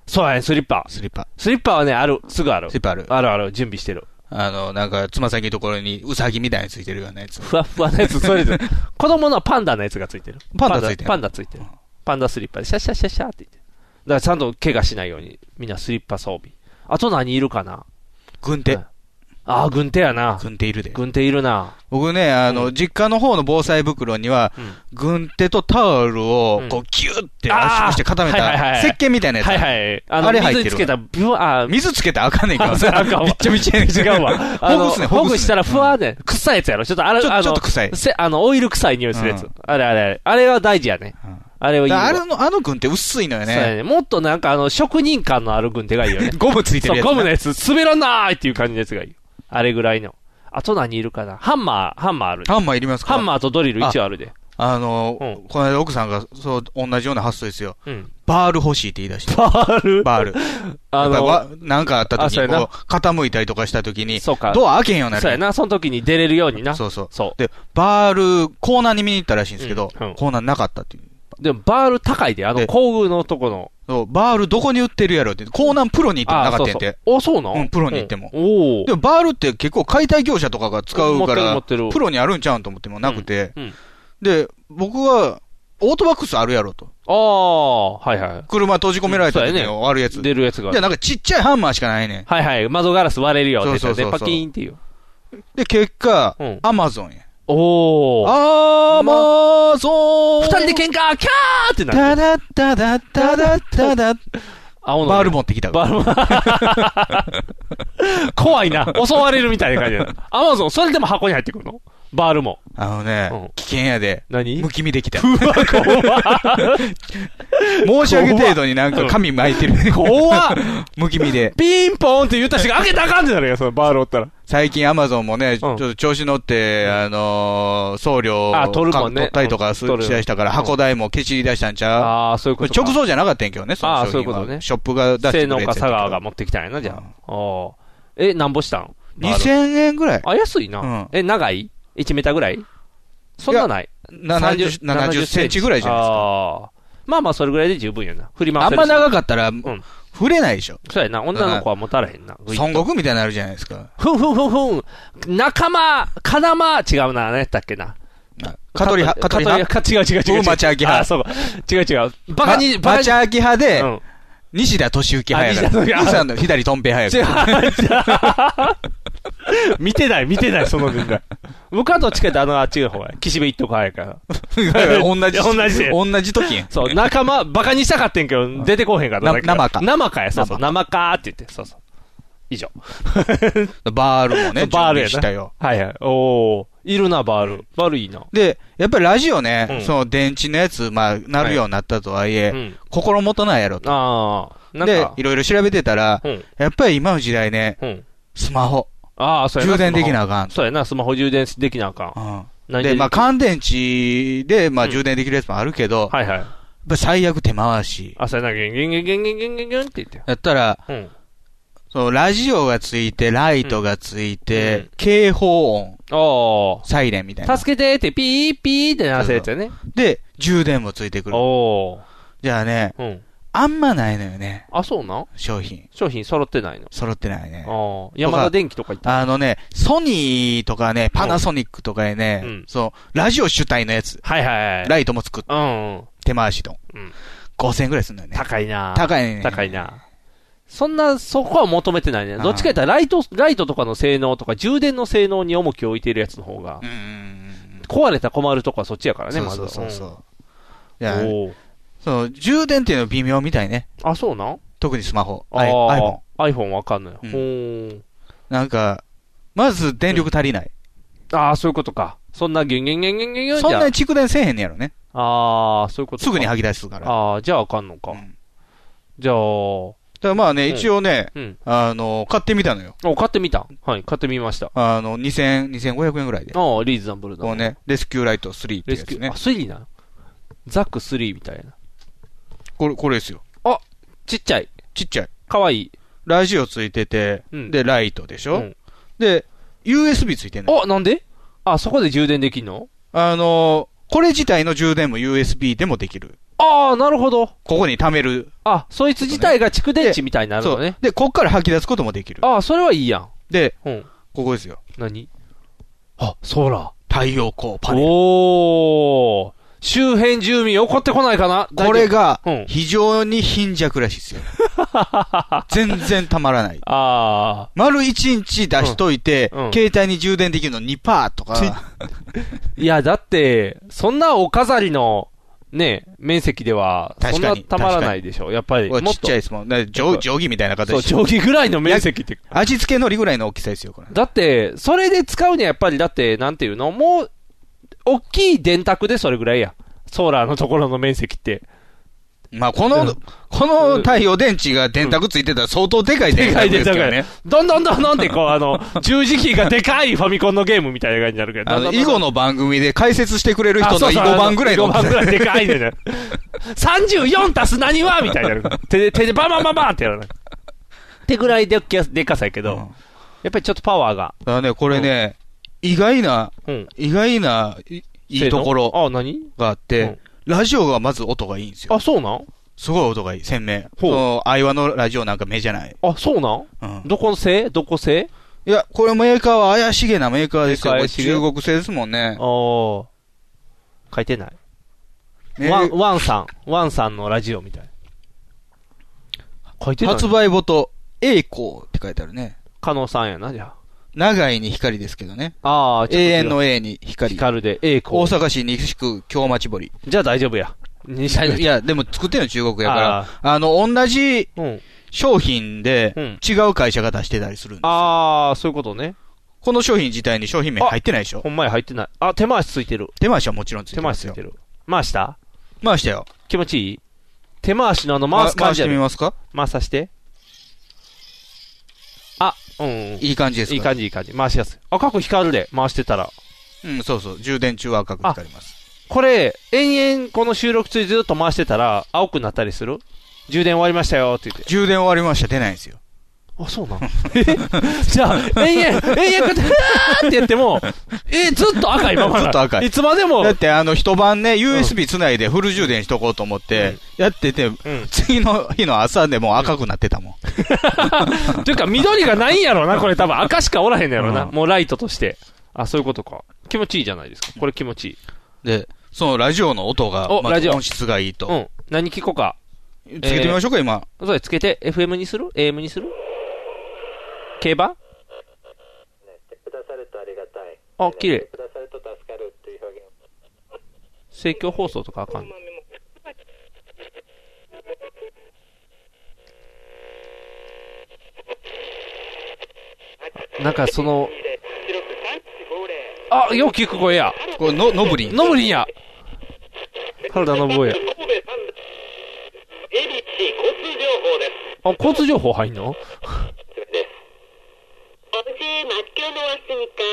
Speaker 2: そうやね、スリッパ。
Speaker 3: スリッパ。
Speaker 2: スリッパはね、ある。すぐある
Speaker 3: スリ。ッパある。
Speaker 2: あるある、準備してる。
Speaker 3: あの、なんか、つま先のところにウサギみたいについてるようなやつ。
Speaker 2: ふわふわなやつ、そ れで。子供のパンダのやつがついてる。
Speaker 3: パンダついてる
Speaker 2: パンダついてる。パンダスリッパで、シャシャシャシャって言って。だからちゃんと怪我しないように、みんなスリッパ装備。あと何いるかな
Speaker 3: 軍手
Speaker 2: はい。ああ、軍手やな。
Speaker 3: 軍手いるで。
Speaker 2: 軍手いるな。
Speaker 3: 僕ね、あの、実家の方の防災袋には、
Speaker 2: うん
Speaker 3: 軍手とタオルを
Speaker 2: うん、
Speaker 3: こう、ギュって
Speaker 2: あー
Speaker 3: 圧縮して固め
Speaker 2: はいはいは
Speaker 3: た、
Speaker 2: い
Speaker 3: 石鹸みたいなやつ。
Speaker 2: はいはい。あの、
Speaker 3: あれ入ってる
Speaker 2: 水につけた、ブワー、
Speaker 3: 水つけたらあかんねんけど
Speaker 2: あそれ あかんわ
Speaker 3: びっちゃびちゃやねんけ
Speaker 2: 違
Speaker 3: ど
Speaker 2: うわ。あ
Speaker 3: ほ
Speaker 2: の
Speaker 3: ぐすね、
Speaker 2: ほ
Speaker 3: ほ
Speaker 2: ぐ
Speaker 3: ぐ
Speaker 2: し
Speaker 3: す
Speaker 2: た
Speaker 3: ね。
Speaker 2: らふわーね、臭いやつやろ。ちょっとあれ、
Speaker 3: ちょ
Speaker 2: あ
Speaker 3: ちょっ
Speaker 2: の
Speaker 3: と、臭い。
Speaker 2: せ、あの、オイル臭い匂いするやつ
Speaker 3: うん。
Speaker 2: あれあれあれ。あれは大事やね
Speaker 3: うん。
Speaker 2: あれはいいわ。
Speaker 3: あれの、あの軍手薄いのよ
Speaker 2: そうや
Speaker 3: ね。。
Speaker 2: ね。もっとなんかあの、職人感のある軍手がいいよね
Speaker 3: ゴムついて
Speaker 2: そ
Speaker 3: るや
Speaker 2: う、
Speaker 3: つ。
Speaker 2: ゴムのやつ、滑らないっていう感じのやつがいいよ。あれぐらいの。あと何いるかなハンマー、ハンマーあるで。
Speaker 3: ハンマーいりますか
Speaker 2: ハンマーとドリル一応あるで。
Speaker 3: あの、
Speaker 2: うん
Speaker 3: この間奥さんが、そう、同じような発想ですよ。
Speaker 2: うん。
Speaker 3: バール欲しいって言い出して。
Speaker 2: バール
Speaker 3: バール。
Speaker 2: あ
Speaker 3: やっぱ
Speaker 2: の
Speaker 3: わ、なんかあった
Speaker 2: あ
Speaker 3: 時
Speaker 2: そう
Speaker 3: に、
Speaker 2: やな
Speaker 3: こう、傾いたりとかした時に、
Speaker 2: そうか。
Speaker 3: ドア開けへんようになる
Speaker 2: そう
Speaker 3: や
Speaker 2: や
Speaker 3: ん。
Speaker 2: な。その時に出れるようにな。
Speaker 3: そうそう。
Speaker 2: そ
Speaker 3: で、バール、コーナーに見に行ったらしいんですけど、
Speaker 2: うんうん
Speaker 3: コーナーなかったっていう。
Speaker 2: う。でも、バール高いで。あの、
Speaker 3: で
Speaker 2: 工具のとこの。
Speaker 3: そうバールどこに売ってるやろって、コーナープロに行ってもな
Speaker 2: あ、
Speaker 3: か
Speaker 2: そ
Speaker 3: っ
Speaker 2: う
Speaker 3: たんや
Speaker 2: そ
Speaker 3: て
Speaker 2: う。。あ、そうな
Speaker 3: うんんプロに行っても
Speaker 2: おお。
Speaker 3: でもバールって結構解体業者とかが使うか
Speaker 2: 持
Speaker 3: ら、
Speaker 2: ってる持ってる
Speaker 3: プロにあるんちゃうんと思ってもなくて、
Speaker 2: うんうん
Speaker 3: で、僕は、オートバックスあるやろと。
Speaker 2: ああ、はいは
Speaker 3: 車閉じ込められた時
Speaker 2: そう
Speaker 3: に
Speaker 2: やね
Speaker 3: あるやつ。
Speaker 2: い。
Speaker 3: で、
Speaker 2: 出るやつがある。
Speaker 3: なんかちっちゃいハンマーしかないねん。
Speaker 2: はいはい。窓ガラス割れるよって言ったら
Speaker 3: そうそうそうそ
Speaker 2: ね。パ
Speaker 3: う
Speaker 2: キーンっていう。
Speaker 3: で、結果
Speaker 2: うん、
Speaker 3: アマゾンや。
Speaker 2: おお。
Speaker 3: アマゾン
Speaker 2: 二人で喧嘩キャーってなる。
Speaker 3: タダッタダッタダッタダッ
Speaker 2: 青のね
Speaker 3: バール持ってきたから
Speaker 2: バルモ 怖いな。襲われるみたいな感じだな。アマゾン、それでも箱に入ってくるのバールも。
Speaker 3: あの
Speaker 2: うん
Speaker 3: ね、危険やで。
Speaker 2: 何
Speaker 3: む きみできた。
Speaker 2: うわ、怖っ。
Speaker 3: 申し訳程度になんか紙巻いてる。
Speaker 2: 怖っ。
Speaker 3: むきみで。
Speaker 2: ピンポンって言った瞬間、開けたらあかんってなるよ、そのバールおったら。
Speaker 3: 最近アマゾンもね、ちょっと調子乗って、あのー、送料
Speaker 2: あ取るもんね
Speaker 3: か取ったりとかす
Speaker 2: うん取る
Speaker 3: しだしたから、箱代も蹴散り出したんちゃう
Speaker 2: ああ、そういう
Speaker 3: こ
Speaker 2: こ
Speaker 3: れ
Speaker 2: とか。
Speaker 3: 直送じゃなかったんやけどね、その
Speaker 2: あー
Speaker 3: 商
Speaker 2: そういう
Speaker 3: 品
Speaker 2: ことね
Speaker 3: は。ショップが出してく
Speaker 2: 性能
Speaker 3: れ
Speaker 2: 家
Speaker 3: て
Speaker 2: 佐川が持ってきたんやな、じゃあ。おーえ、なんぼしたんバール
Speaker 3: 2000円ぐらい。
Speaker 2: あ、安いな。
Speaker 3: うん
Speaker 2: え、長い ?1 メーターぐらいそんなない。
Speaker 3: 70、70センチぐらいじゃないですか。
Speaker 2: ああ。まあまあ、それぐらいで十分やな。振り回
Speaker 3: あ
Speaker 2: せ
Speaker 3: ん
Speaker 2: る
Speaker 3: ま
Speaker 2: し
Speaker 3: 長かったら、触れないでしょ。
Speaker 2: そうやな。女の子は持たれへんな。ぐいっと
Speaker 3: 孫悟空みたいになるじゃないですか。
Speaker 2: ふんふんふんふん。仲間、金間、違うな、何やったっけな。
Speaker 3: カトリ派、
Speaker 2: カ
Speaker 3: カト
Speaker 2: ト
Speaker 3: リ
Speaker 2: リ
Speaker 3: 派。
Speaker 2: 派違う違う違う違う。
Speaker 3: 僕マチアキ派
Speaker 2: あ、そうか。違う違う。バカに、
Speaker 3: バ
Speaker 2: バカ
Speaker 3: バ
Speaker 2: に。
Speaker 3: チャーキ派で、
Speaker 2: うん。
Speaker 3: 西田敏行派や
Speaker 2: あ西田敏
Speaker 3: か
Speaker 2: 行
Speaker 3: ら。西田の左トンペ派
Speaker 2: 違
Speaker 3: や
Speaker 2: う
Speaker 3: か
Speaker 2: 違う見てない、見てない、その年代。僕はどっちかってあの、あっちの方が、岸辺一徳派やか
Speaker 3: ら。
Speaker 2: ら。
Speaker 3: 同じ、
Speaker 2: 同じや
Speaker 3: 同じ時やん。
Speaker 2: そう、仲間、バカにしたかってんけど、出てこうへんかった。
Speaker 3: な生か
Speaker 2: 生かや、そうそう。生かーって言って、そうそう。以上。
Speaker 3: バール もね、
Speaker 2: バール
Speaker 3: 準備
Speaker 2: や
Speaker 3: したよ。
Speaker 2: な。はいはい。おー、いるな、バール。バールいいな。
Speaker 3: で、やっぱりラジオね、
Speaker 2: うん
Speaker 3: その電池のやつ、まあ、なるようになったとはいえ、
Speaker 2: うん。
Speaker 3: 心もとないやろと。
Speaker 2: あー、なん
Speaker 3: で
Speaker 2: か、
Speaker 3: い、ろいろ調べてたら、
Speaker 2: うん、
Speaker 3: やっぱり今の時代ね、
Speaker 2: うん。
Speaker 3: スマホ。
Speaker 2: ああ、そうやな。
Speaker 3: 充電できな
Speaker 2: ス
Speaker 3: あかん
Speaker 2: マホ。そうやな、スマホ充電できなあかん。
Speaker 3: うん、で、まあ、乾電池で、まあ、
Speaker 2: うん
Speaker 3: 充電できるやつもあるけど、
Speaker 2: はいはい。
Speaker 3: まあ最悪手回し。
Speaker 2: あ、そうやな、ギュンギュンギュンギュンギュンギュンギュンって言って。
Speaker 3: やったら、
Speaker 2: うん。
Speaker 3: そのラジオがついて、ライトがついて、
Speaker 2: うん
Speaker 3: 警報音、
Speaker 2: あ
Speaker 3: サイレンみたい
Speaker 2: あ。
Speaker 3: な。
Speaker 2: 助けてって、ピーピーって鳴らせるやつやね。
Speaker 3: で、充電もついてくる。
Speaker 2: おお。
Speaker 3: じゃあね、
Speaker 2: うん。
Speaker 3: あんまないのよね、
Speaker 2: あ、そうなん
Speaker 3: 商品。
Speaker 2: 商品揃ってないの。
Speaker 3: 揃ってないね。
Speaker 2: ああ。山田電機とか行った。
Speaker 3: あのね、ソニーとかね、パナソニックとかでね、
Speaker 2: うん
Speaker 3: そう、ラジオ主体のやつ、
Speaker 2: はいはいはい。
Speaker 3: ライトも作っ
Speaker 2: うんうん。
Speaker 3: 手回しと。
Speaker 2: うん
Speaker 3: 5000円くらいすんだよね。
Speaker 2: 高いな。
Speaker 3: 高いね。
Speaker 2: 高いな。そんな、そこは求めてないね。
Speaker 3: うん
Speaker 2: どっちか言ったら、ライト、ライトとかの性能とか、充電の性能に重きを置いてるやつの方が
Speaker 3: う、んうんうん
Speaker 2: 壊れたら困るとこはそっちやからね、
Speaker 3: うん。
Speaker 2: まず。
Speaker 3: そうそうそう
Speaker 2: うん
Speaker 3: そう。いや、
Speaker 2: おー
Speaker 3: そう、充電っていうのは微妙みたいね。
Speaker 2: あ、そうなん
Speaker 3: 特にスマホ。
Speaker 2: あ
Speaker 3: i-
Speaker 2: ー
Speaker 3: iPhone。
Speaker 2: iPhone わかんない。
Speaker 3: う
Speaker 2: ほ
Speaker 3: ん
Speaker 2: ー
Speaker 3: なんか、まず電力足りない。
Speaker 2: ああ、そういうことか。そんなギュンギュンギュンギュンギュンギュンじ
Speaker 3: そん
Speaker 2: ゃ
Speaker 3: なに蓄電せえへんねやろね。
Speaker 2: ああ、そういうことか。
Speaker 3: すぐに吐き出すから。
Speaker 2: ああ、じゃああかんのか。
Speaker 3: うん
Speaker 2: じゃあ、う
Speaker 3: だからまあね、
Speaker 2: うん
Speaker 3: 一応ね、
Speaker 2: ん。
Speaker 3: あの、買ってみたのよ。
Speaker 2: お、買ってみた。はい、買ってみました。
Speaker 3: あの、2000、2500円ぐらいで。
Speaker 2: ああ、リーズナブルだ。
Speaker 3: こうね、レスキューライト3って
Speaker 2: レ
Speaker 3: や
Speaker 2: ス
Speaker 3: つ
Speaker 2: キュー、
Speaker 3: ね
Speaker 2: あ、。3なのザック3みたいな。
Speaker 3: これ、これですよ。
Speaker 2: ちっちゃい。
Speaker 3: ちっちゃい。
Speaker 2: かわいい。
Speaker 3: ラジオついてて、
Speaker 2: うん
Speaker 3: で、ライトでしょ、
Speaker 2: うん
Speaker 3: で、USB ついてんのよ。
Speaker 2: あ、なんであ、そこで充電できんの
Speaker 3: あの、これ自体の充電も USB でもできる。
Speaker 2: ああ、なるほど。
Speaker 3: ここに貯める。
Speaker 2: あ、そいつ自体が蓄電池みたいになる
Speaker 3: そ
Speaker 2: の
Speaker 3: う
Speaker 2: ね。
Speaker 3: で、こっから吐き出すこともできる。
Speaker 2: ああ、それはいいやん。
Speaker 3: で、
Speaker 2: うん。
Speaker 3: ここですよ。
Speaker 2: 何あ、ソーラー。
Speaker 3: 太陽光パネル。
Speaker 2: おー。周辺住民怒ってこないかな
Speaker 3: これ。が
Speaker 2: うん、
Speaker 3: 非常に貧弱らしい ですよ。全然たまらない。
Speaker 2: あ
Speaker 3: 丸1日出しといて、
Speaker 2: うんうん
Speaker 3: 携帯に充電できるの2%と
Speaker 2: ち
Speaker 3: か、
Speaker 2: ー。いや、だって、そんなお飾りの、ね、面積では、そ
Speaker 3: 確
Speaker 2: ん
Speaker 3: かに
Speaker 2: なたまらないでしょ。やっぱり、
Speaker 3: こ
Speaker 2: も
Speaker 3: れ
Speaker 2: っと
Speaker 3: ちっちゃいですもん。ね、定定規みたいな形
Speaker 2: そう、
Speaker 3: して
Speaker 2: 定規ぐらいの面積って。
Speaker 3: 味付け海苔ぐらいの大きさですよ、これ。
Speaker 2: だって、それで使うにはやっぱり、だって、なんていうのもう、大きい電卓でそれぐらいや。ソーラーのところの面積って。
Speaker 3: まあ、こ
Speaker 2: うん
Speaker 3: の、この太陽電池が電卓ついてたら相当でかい電
Speaker 2: でか
Speaker 3: 卓
Speaker 2: い
Speaker 3: で
Speaker 2: 電
Speaker 3: す
Speaker 2: 卓
Speaker 3: けど
Speaker 2: や
Speaker 3: ね
Speaker 2: ね。。どんどんどんどんってこう、あの、十字キーがでかいファミコンのゲームみたいな感じになるけど。
Speaker 3: あの、囲碁の番組で解説してくれる
Speaker 2: あ
Speaker 3: 人
Speaker 2: そ
Speaker 3: の
Speaker 2: う
Speaker 3: 囲
Speaker 2: そう
Speaker 3: 碁
Speaker 2: あの
Speaker 3: 版ぐらいの
Speaker 2: 囲
Speaker 3: 大
Speaker 2: 碁
Speaker 3: き
Speaker 2: 版ぐ
Speaker 3: さ。
Speaker 2: らいでかいねん な。34足す何はみたいになる。手で、手でバンバンバンバンってやらない。ってぐらいでっかでっかさやけど、
Speaker 3: うん
Speaker 2: やっぱりちょっとパワーが。
Speaker 3: だからね、これね、意外な、
Speaker 2: うん。
Speaker 3: 意外な、いいいところ
Speaker 2: あ、何
Speaker 3: があっ
Speaker 2: う
Speaker 3: て
Speaker 2: ん、
Speaker 3: ラジオがまず音がいいんですよ。
Speaker 2: あ、そうなん
Speaker 3: すごい音がいい、鮮明。そ
Speaker 2: ほう
Speaker 3: の、愛話のラジオなんか目じゃない。
Speaker 2: あ、そうなん
Speaker 3: うん
Speaker 2: どこ製どこ製
Speaker 3: いや、これメーカーは怪しげなメーカーですよ。こ
Speaker 2: メーカー
Speaker 3: れ
Speaker 2: 怪しげ
Speaker 3: 中国製ですもんね
Speaker 2: あ。ー書いてない。
Speaker 3: メー
Speaker 2: ワン、ワンさん。ワンさんのラジオみたいな。書いてない。
Speaker 3: 発売元、栄光って書いてあるね。
Speaker 2: 加納さんやな、じゃ
Speaker 3: 長井に光ですけどね。
Speaker 2: あ。ああー、ちょっと
Speaker 3: 永遠
Speaker 2: 違う
Speaker 3: の A に光。
Speaker 2: 光で、栄
Speaker 3: 大
Speaker 2: 光。
Speaker 3: 阪市西区京町堀。
Speaker 2: じゃあ大丈夫や。西谷
Speaker 3: いや、でも作ってるの中国やから
Speaker 2: あ、
Speaker 3: あの、同じ
Speaker 2: うん。
Speaker 3: 商品
Speaker 2: う
Speaker 3: で
Speaker 2: ん、
Speaker 3: 違う会社が出してたりするんですよ。
Speaker 2: ああ、そういうことね。
Speaker 3: この商品自体に商品名入ってないでしょ
Speaker 2: ほんまや入ってない。あ、手回しついてる。
Speaker 3: 手回しはもちろんつい
Speaker 2: 手
Speaker 3: てま
Speaker 2: 回
Speaker 3: す
Speaker 2: しつい
Speaker 3: よ
Speaker 2: て。る。回した
Speaker 3: 回したよ。
Speaker 2: 気持ちいい手回しのあの回す
Speaker 3: ま
Speaker 2: 感
Speaker 3: 回し
Speaker 2: じや
Speaker 3: てみ
Speaker 2: で。
Speaker 3: ますか
Speaker 2: 回さして。あ、うんうん。
Speaker 3: いい感じですか
Speaker 2: いい感じ、いい感じ。回しやすい。赤く光るで、回してたら。
Speaker 3: うん、そうそう。充電中は赤く光ります。
Speaker 2: これ、延々この収録中ずっと回してたら、青くなったりする充電終わりましたよって言って。
Speaker 3: 充電終わりました。出ないんですよ。
Speaker 2: あ、そ うなのえじゃあ、延々、延々こうやって、あーってやっても、え、ずっと赤いままなの
Speaker 3: ずっと赤い
Speaker 2: いつまでも
Speaker 3: だっ、てあの一晩ね、USB つないでフル充電しとこうと思って、やってて、
Speaker 2: ん
Speaker 3: 次の日の朝でもう赤くなってたもん。
Speaker 2: というか、緑がないんやろな、これ多分赤しかおらへんのやろな、もうライトとして。あ、そういうことか。気持ちいいじゃないですか。これ気持ちいい。
Speaker 3: で、そのラジオの音が、
Speaker 2: お
Speaker 3: まず
Speaker 2: ラジオ
Speaker 3: 音質がいいと。
Speaker 2: うん。何聞こうか。
Speaker 3: つけてみましょうか、今。
Speaker 2: それつけて、FM にする ?AM にする競馬
Speaker 7: くださるとありがたい。
Speaker 2: あ、綺麗。
Speaker 7: くださると助かるっていう表現。
Speaker 2: 政教放送とかあかん。なんかその、あ、よく聞く声や。
Speaker 3: これの、のぶりん。
Speaker 2: ノブリンや。原田信夫や。あ、交通情報入んの
Speaker 7: 私、マッキ
Speaker 8: の忘れた、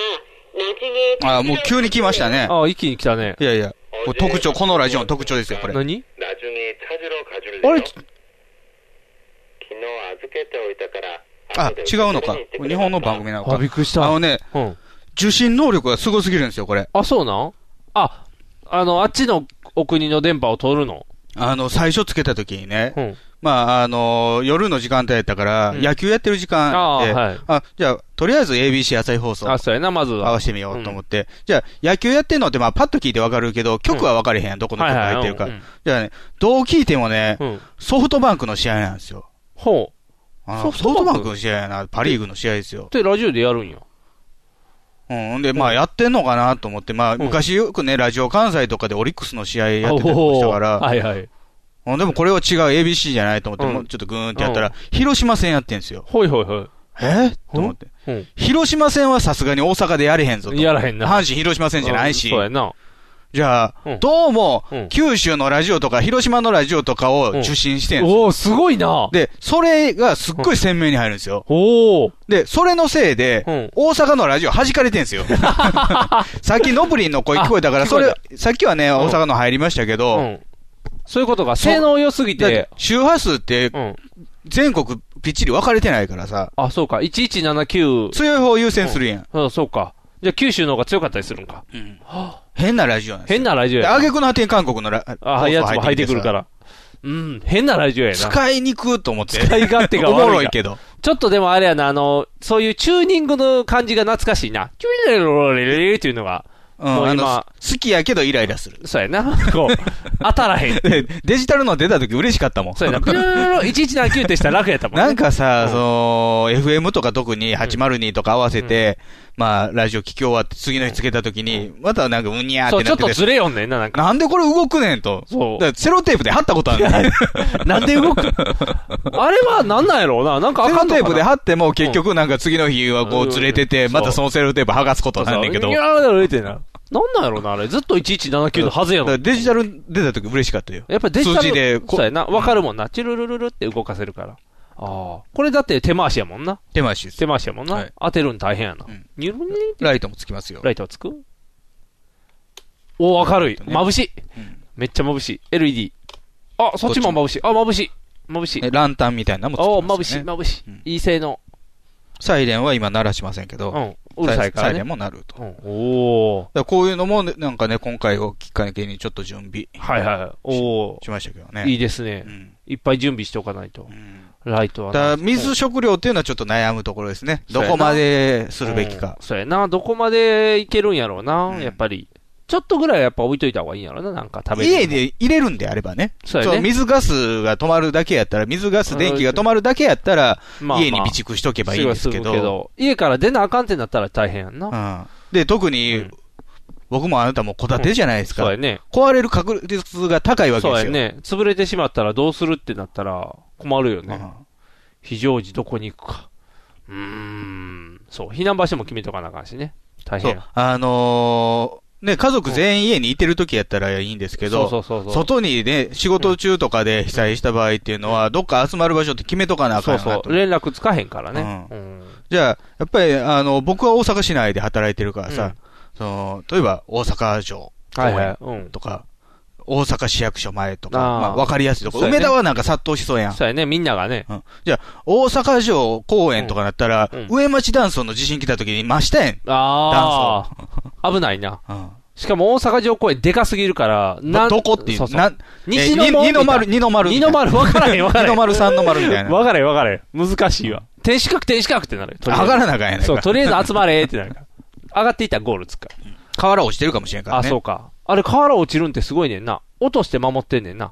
Speaker 8: ナビゲーター
Speaker 3: あーもう急に来ましたね。
Speaker 2: ああ、一気に来たね。
Speaker 3: いやいや、これ特徴、このラジオの特徴ですよ、これ。
Speaker 2: 何
Speaker 7: 나중에 찾으러 가줄
Speaker 3: あれ
Speaker 7: 昨日預けておいたから
Speaker 3: あ、
Speaker 7: 後で
Speaker 3: 違うのか。日本の番組なの
Speaker 2: あ、
Speaker 3: か
Speaker 2: び。っくりした。
Speaker 3: あのね、
Speaker 2: うん。
Speaker 3: 受信能力がすごすぎるんですよ、これ。
Speaker 2: あ、そうなんあ、あの、あっちのお国の電波を取るの。
Speaker 3: あの、最初つけた時にね、
Speaker 2: うん。
Speaker 3: まあ、あの、夜の時間帯やったから、
Speaker 2: うん
Speaker 3: 野球やってる時間
Speaker 2: ああ、
Speaker 3: で、
Speaker 2: はい。
Speaker 3: あ、じゃあ、とりあえず ABC 朝日放送合
Speaker 2: あ、そうやな、まずは。
Speaker 3: わせてみようと思って、じゃあ、野球やってんのって、まあ、パッと聞いてわかるけど、曲はわかれへんやん、どこの曲が入ってるか。
Speaker 2: はいはい
Speaker 3: じゃあね、どう聞いてもね、
Speaker 2: うん。うん
Speaker 3: ソフトバンクの試合なんですよ。
Speaker 2: ほう。
Speaker 3: あ
Speaker 2: ソ
Speaker 3: の
Speaker 2: フ
Speaker 3: ソ
Speaker 2: トバンク
Speaker 3: フトバンクの試合やな、パリーグの試合ですよ。
Speaker 2: で、ラジオでやるんや。
Speaker 3: うん、ほんで、まあ、やってんのかなと思って、まあ、
Speaker 2: ん
Speaker 3: 昔よくね、ラジオ関西とかでオリックスの試合やってたりもしたか
Speaker 2: おー
Speaker 3: ら、
Speaker 2: はいはい。
Speaker 3: うんでもこれは違う ABC じゃないと思って、
Speaker 2: うん
Speaker 3: もうちょっとグーンってやった
Speaker 2: うん
Speaker 3: ら、広島戦やってんですよ。
Speaker 2: ほいほいほ
Speaker 3: えと思って。
Speaker 2: い。うん。
Speaker 3: 広島戦はさすがに大阪でやれへんぞと。
Speaker 2: やらへんな。
Speaker 3: 阪神広島戦じゃないし
Speaker 2: うん、そうやな。
Speaker 3: じゃあ、
Speaker 2: うん
Speaker 3: どうも
Speaker 2: うん、
Speaker 3: 九州のラジオとか、広島のラジオとかを受信してんですよ
Speaker 2: おおすごいな。
Speaker 3: で、それがすっごい鮮明に入るんですよ。
Speaker 2: おお
Speaker 3: で、それのせいで、
Speaker 2: うん
Speaker 3: 大阪のラジオ弾かれてんす よ。さっきノブリンの声聞こえたから、
Speaker 2: あ聞こ
Speaker 3: そ
Speaker 2: え
Speaker 3: れ
Speaker 2: た、
Speaker 3: さっきはね、大阪の入りましたけ
Speaker 2: う
Speaker 3: ど、
Speaker 2: ん。そういうことが、性能良すぎ
Speaker 3: だって
Speaker 2: て、
Speaker 3: 周波数って
Speaker 2: うん。
Speaker 3: 全国ぴっちり分かれてないからさ、
Speaker 2: あ、そうか。1179。
Speaker 3: 強い方優先するやん。
Speaker 2: うん、そうか。じゃあ、九州の方が強かったりするんか。
Speaker 3: うん変なラジオなんですよ。
Speaker 2: 変なラジオ
Speaker 3: で、
Speaker 2: や
Speaker 3: あ
Speaker 2: な。
Speaker 3: げくの果てに韓国のラ
Speaker 2: あ、やつも入ってくるか。ら。うん、変なラジオやな。
Speaker 3: 放送入ってきてさ使いにくいと思って。
Speaker 2: 使い勝手が
Speaker 3: おも
Speaker 2: 悪
Speaker 3: ろ
Speaker 2: い
Speaker 3: い
Speaker 2: な。
Speaker 3: けど。
Speaker 2: ちょっとでもあれやな、あの、そういうチューニングの感じが懐かしいな。チューニングロレレレっていうのが、
Speaker 3: うん、
Speaker 2: もう
Speaker 3: あの、
Speaker 2: 今
Speaker 3: 好きやけどイライラする。
Speaker 2: そうやな。こう、当たらへん。
Speaker 3: で、デジタルの出た時嬉しかったもん。
Speaker 2: そうや な。ピューロ1179ってしたら楽やったもんね。
Speaker 3: なんかさ、
Speaker 2: うん
Speaker 3: その、FM とか特に802とか合わせて、まあ、ラジオ聞き終わって次の日つけたときに、またなんかうにゃー
Speaker 2: そ
Speaker 3: っ
Speaker 2: う、
Speaker 3: て
Speaker 2: ち
Speaker 3: な
Speaker 2: ょ
Speaker 3: っ
Speaker 2: っ
Speaker 3: て
Speaker 2: と
Speaker 3: て、
Speaker 2: ずれよんねんな、なんか。
Speaker 3: なんでこれ動くねんと。
Speaker 2: そう
Speaker 3: だからセロテープで貼ったことあるのセ
Speaker 2: なんで動くあれはなんなんやろうな。なんかあか
Speaker 3: ロ
Speaker 2: んの
Speaker 3: テ
Speaker 2: か
Speaker 3: ー
Speaker 2: な
Speaker 3: プで貼っても結局なんか次の日はこ
Speaker 2: うん
Speaker 3: うずれてて、
Speaker 2: そ
Speaker 3: ま
Speaker 2: う
Speaker 3: たそのセロテープ剥がすことなんねんけど。
Speaker 2: い
Speaker 3: だ
Speaker 2: やーだから言うてんな。なんなんやろうな、あれ。ずっと1179のはずや
Speaker 3: か
Speaker 2: の
Speaker 3: ら。デジタル出たとき嬉しかったよ。
Speaker 2: やっぱデジタル。
Speaker 3: 数字でこ
Speaker 2: そうやな。わかるもんな。チュルルルルルって動かせるから。ああ。これだって手回しやもんな。
Speaker 3: 手回しです
Speaker 2: 手。回しやもんな。
Speaker 3: はい
Speaker 2: 当てるん大変やな。
Speaker 3: うん
Speaker 2: ニュルニュルって
Speaker 3: ライトもつきますよ。
Speaker 2: ライトはつくおー、明るい。
Speaker 3: ね
Speaker 2: 眩しい
Speaker 3: うん。
Speaker 2: めっちゃ眩しい。LED。あ、そっちも眩しい。あ、眩しい。眩しい
Speaker 3: え。ランタンみたいなのもつきます
Speaker 2: お
Speaker 3: よ、
Speaker 2: ー、
Speaker 3: ね。
Speaker 2: 眩しい、眩し
Speaker 3: うん
Speaker 2: い。いい性能。
Speaker 3: サイレンは今鳴らしませんけ
Speaker 2: う
Speaker 3: ど、
Speaker 2: ん。うるさいか
Speaker 3: サ
Speaker 2: ら
Speaker 3: イレン
Speaker 2: ね。
Speaker 3: も鳴ると。
Speaker 2: うん、おー。
Speaker 3: だからこういうのも、ねなんかね、今回をきっかけにちょっと準備
Speaker 2: はいはい。お
Speaker 3: しましたけど
Speaker 2: ー。いい
Speaker 3: ね。
Speaker 2: ですね
Speaker 3: う。ん
Speaker 2: いっぱい準備しておかないと
Speaker 3: う。ん
Speaker 2: ライトは
Speaker 3: だ
Speaker 2: な。
Speaker 3: から水、食料っていうのはちょっと悩むところですね。
Speaker 2: そ
Speaker 3: ど
Speaker 2: うやな
Speaker 3: こまでするべき
Speaker 2: うん
Speaker 3: か。
Speaker 2: そうやな。どこまでいけるんやろうな。
Speaker 3: うん
Speaker 2: やっぱり。ちょっとぐらいはやっぱ置いといた方がいいんやろうな。なんか食べる
Speaker 3: 家で入れるんであればね。
Speaker 2: そうや
Speaker 3: そう、
Speaker 2: ね。
Speaker 3: 水ガスが止まるだけやったら、水ガス電気が止まるだけやったら、
Speaker 2: まあまあ
Speaker 3: 家に備蓄しとけばいいんですけ
Speaker 2: すぐは
Speaker 3: ど。
Speaker 2: ど家から出なあかんってなったら大変やんな。
Speaker 3: うんで、特
Speaker 2: う
Speaker 3: に
Speaker 2: ん、
Speaker 3: 僕もあなたも戸建てじゃないです
Speaker 2: そう
Speaker 3: か
Speaker 2: や。ね。
Speaker 3: 壊れる確率が高いわけ
Speaker 2: そう
Speaker 3: です
Speaker 2: や
Speaker 3: よ。
Speaker 2: ね。潰れてしまったらどうするってなったら困るよ
Speaker 3: う
Speaker 2: ね
Speaker 3: ん。
Speaker 2: 非常時どこに行くか。うーん。そう。避難場所も決めとかなあかんしね。大
Speaker 3: そ
Speaker 2: 変
Speaker 3: う
Speaker 2: や。。
Speaker 3: あのーね、家族全員家にいてる時やったらいいんですけど、
Speaker 2: そうそうそうそう。
Speaker 3: 外にね、仕事中とかで被災した場合っていうのは、どっか集まる場所って決めとかなあかん
Speaker 2: そう
Speaker 3: よな
Speaker 2: そ
Speaker 3: と
Speaker 2: う。連絡つかへんからね。うん。
Speaker 3: じゃあ、やっぱり、あの、僕は大阪市内で働いてるからさ、
Speaker 2: うん
Speaker 3: その、例えば大阪城
Speaker 2: はいはい。うん。
Speaker 3: とか、大阪市役所前とか、
Speaker 2: あー
Speaker 3: まあ、わかりやすいとこ、
Speaker 2: そうやね
Speaker 3: 梅田はなんか殺到しそうやん。
Speaker 2: そうやね。みんながね。
Speaker 3: うんじゃあ、大阪城公園とかなったら、
Speaker 2: うんうん
Speaker 3: 上町断層の地震来た時に真下やん。
Speaker 2: ああ。危ないな。
Speaker 3: うん
Speaker 2: しかも大阪城公園でかすぎるから、
Speaker 3: ど
Speaker 2: な
Speaker 3: どこっていう、
Speaker 2: そうそう
Speaker 3: なん
Speaker 2: 西の門
Speaker 3: え二の丸、
Speaker 2: み
Speaker 3: 二の丸
Speaker 2: た
Speaker 3: みたいな。
Speaker 2: いな二の丸、わからへん、わからへん。
Speaker 3: 二の丸、三の丸みたいな。
Speaker 2: わからへん、わからへん。難しいわ。天守閣、天守閣ってなるよ。とりあえず
Speaker 3: 上がらなあかんやないか。
Speaker 2: そう、とりあえず集まれってなるから。上がっていったらゴールつくか。
Speaker 3: 河原落ちてるかもしれんからら
Speaker 2: あ、
Speaker 3: ね。
Speaker 2: そうか。あれ、瓦落ちるんってすごいねんな。落として守ってんねんな。
Speaker 3: っ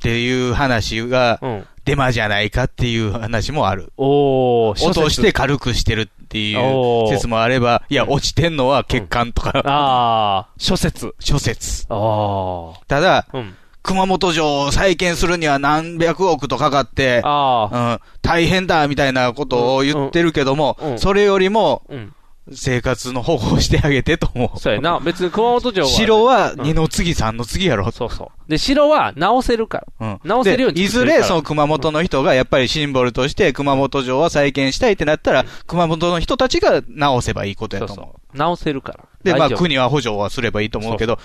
Speaker 3: ていう話が、
Speaker 2: うん。
Speaker 3: デマじゃないかっていう話もある。
Speaker 2: おー、諸
Speaker 3: 落
Speaker 2: 説
Speaker 3: として。軽くしてるっていう
Speaker 2: おー
Speaker 3: 説もあれば、いや、落ちてんのは血管とか、
Speaker 2: あー、諸説。
Speaker 3: 諸説。
Speaker 2: あー。
Speaker 3: ただ、
Speaker 2: うん。
Speaker 3: 熊本城を再建するには何百億とかかって、
Speaker 2: あ
Speaker 3: うん、大変だみたいなことを言ってるけども、
Speaker 2: うんうん
Speaker 3: それよりも、
Speaker 2: ー。うん。
Speaker 3: 生活の保護をしてあげてと思う。
Speaker 2: そうやな。別に熊本城は。
Speaker 3: 城は二の次、三の次やろ。
Speaker 2: そうそう。で、城は直せるから。
Speaker 3: うん
Speaker 2: 直せるように
Speaker 3: でい
Speaker 2: 作
Speaker 3: ず
Speaker 2: ってる
Speaker 3: れ、
Speaker 2: から
Speaker 3: その熊本の人がやっぱりシンボルとして熊本城は再建したいってなったら、熊本の人たちが直せばいいことや
Speaker 2: そう
Speaker 3: と思う。
Speaker 2: そう。直せるから。
Speaker 3: で、まあ
Speaker 2: 大丈夫
Speaker 3: 国は補助はすればいいと思うけど、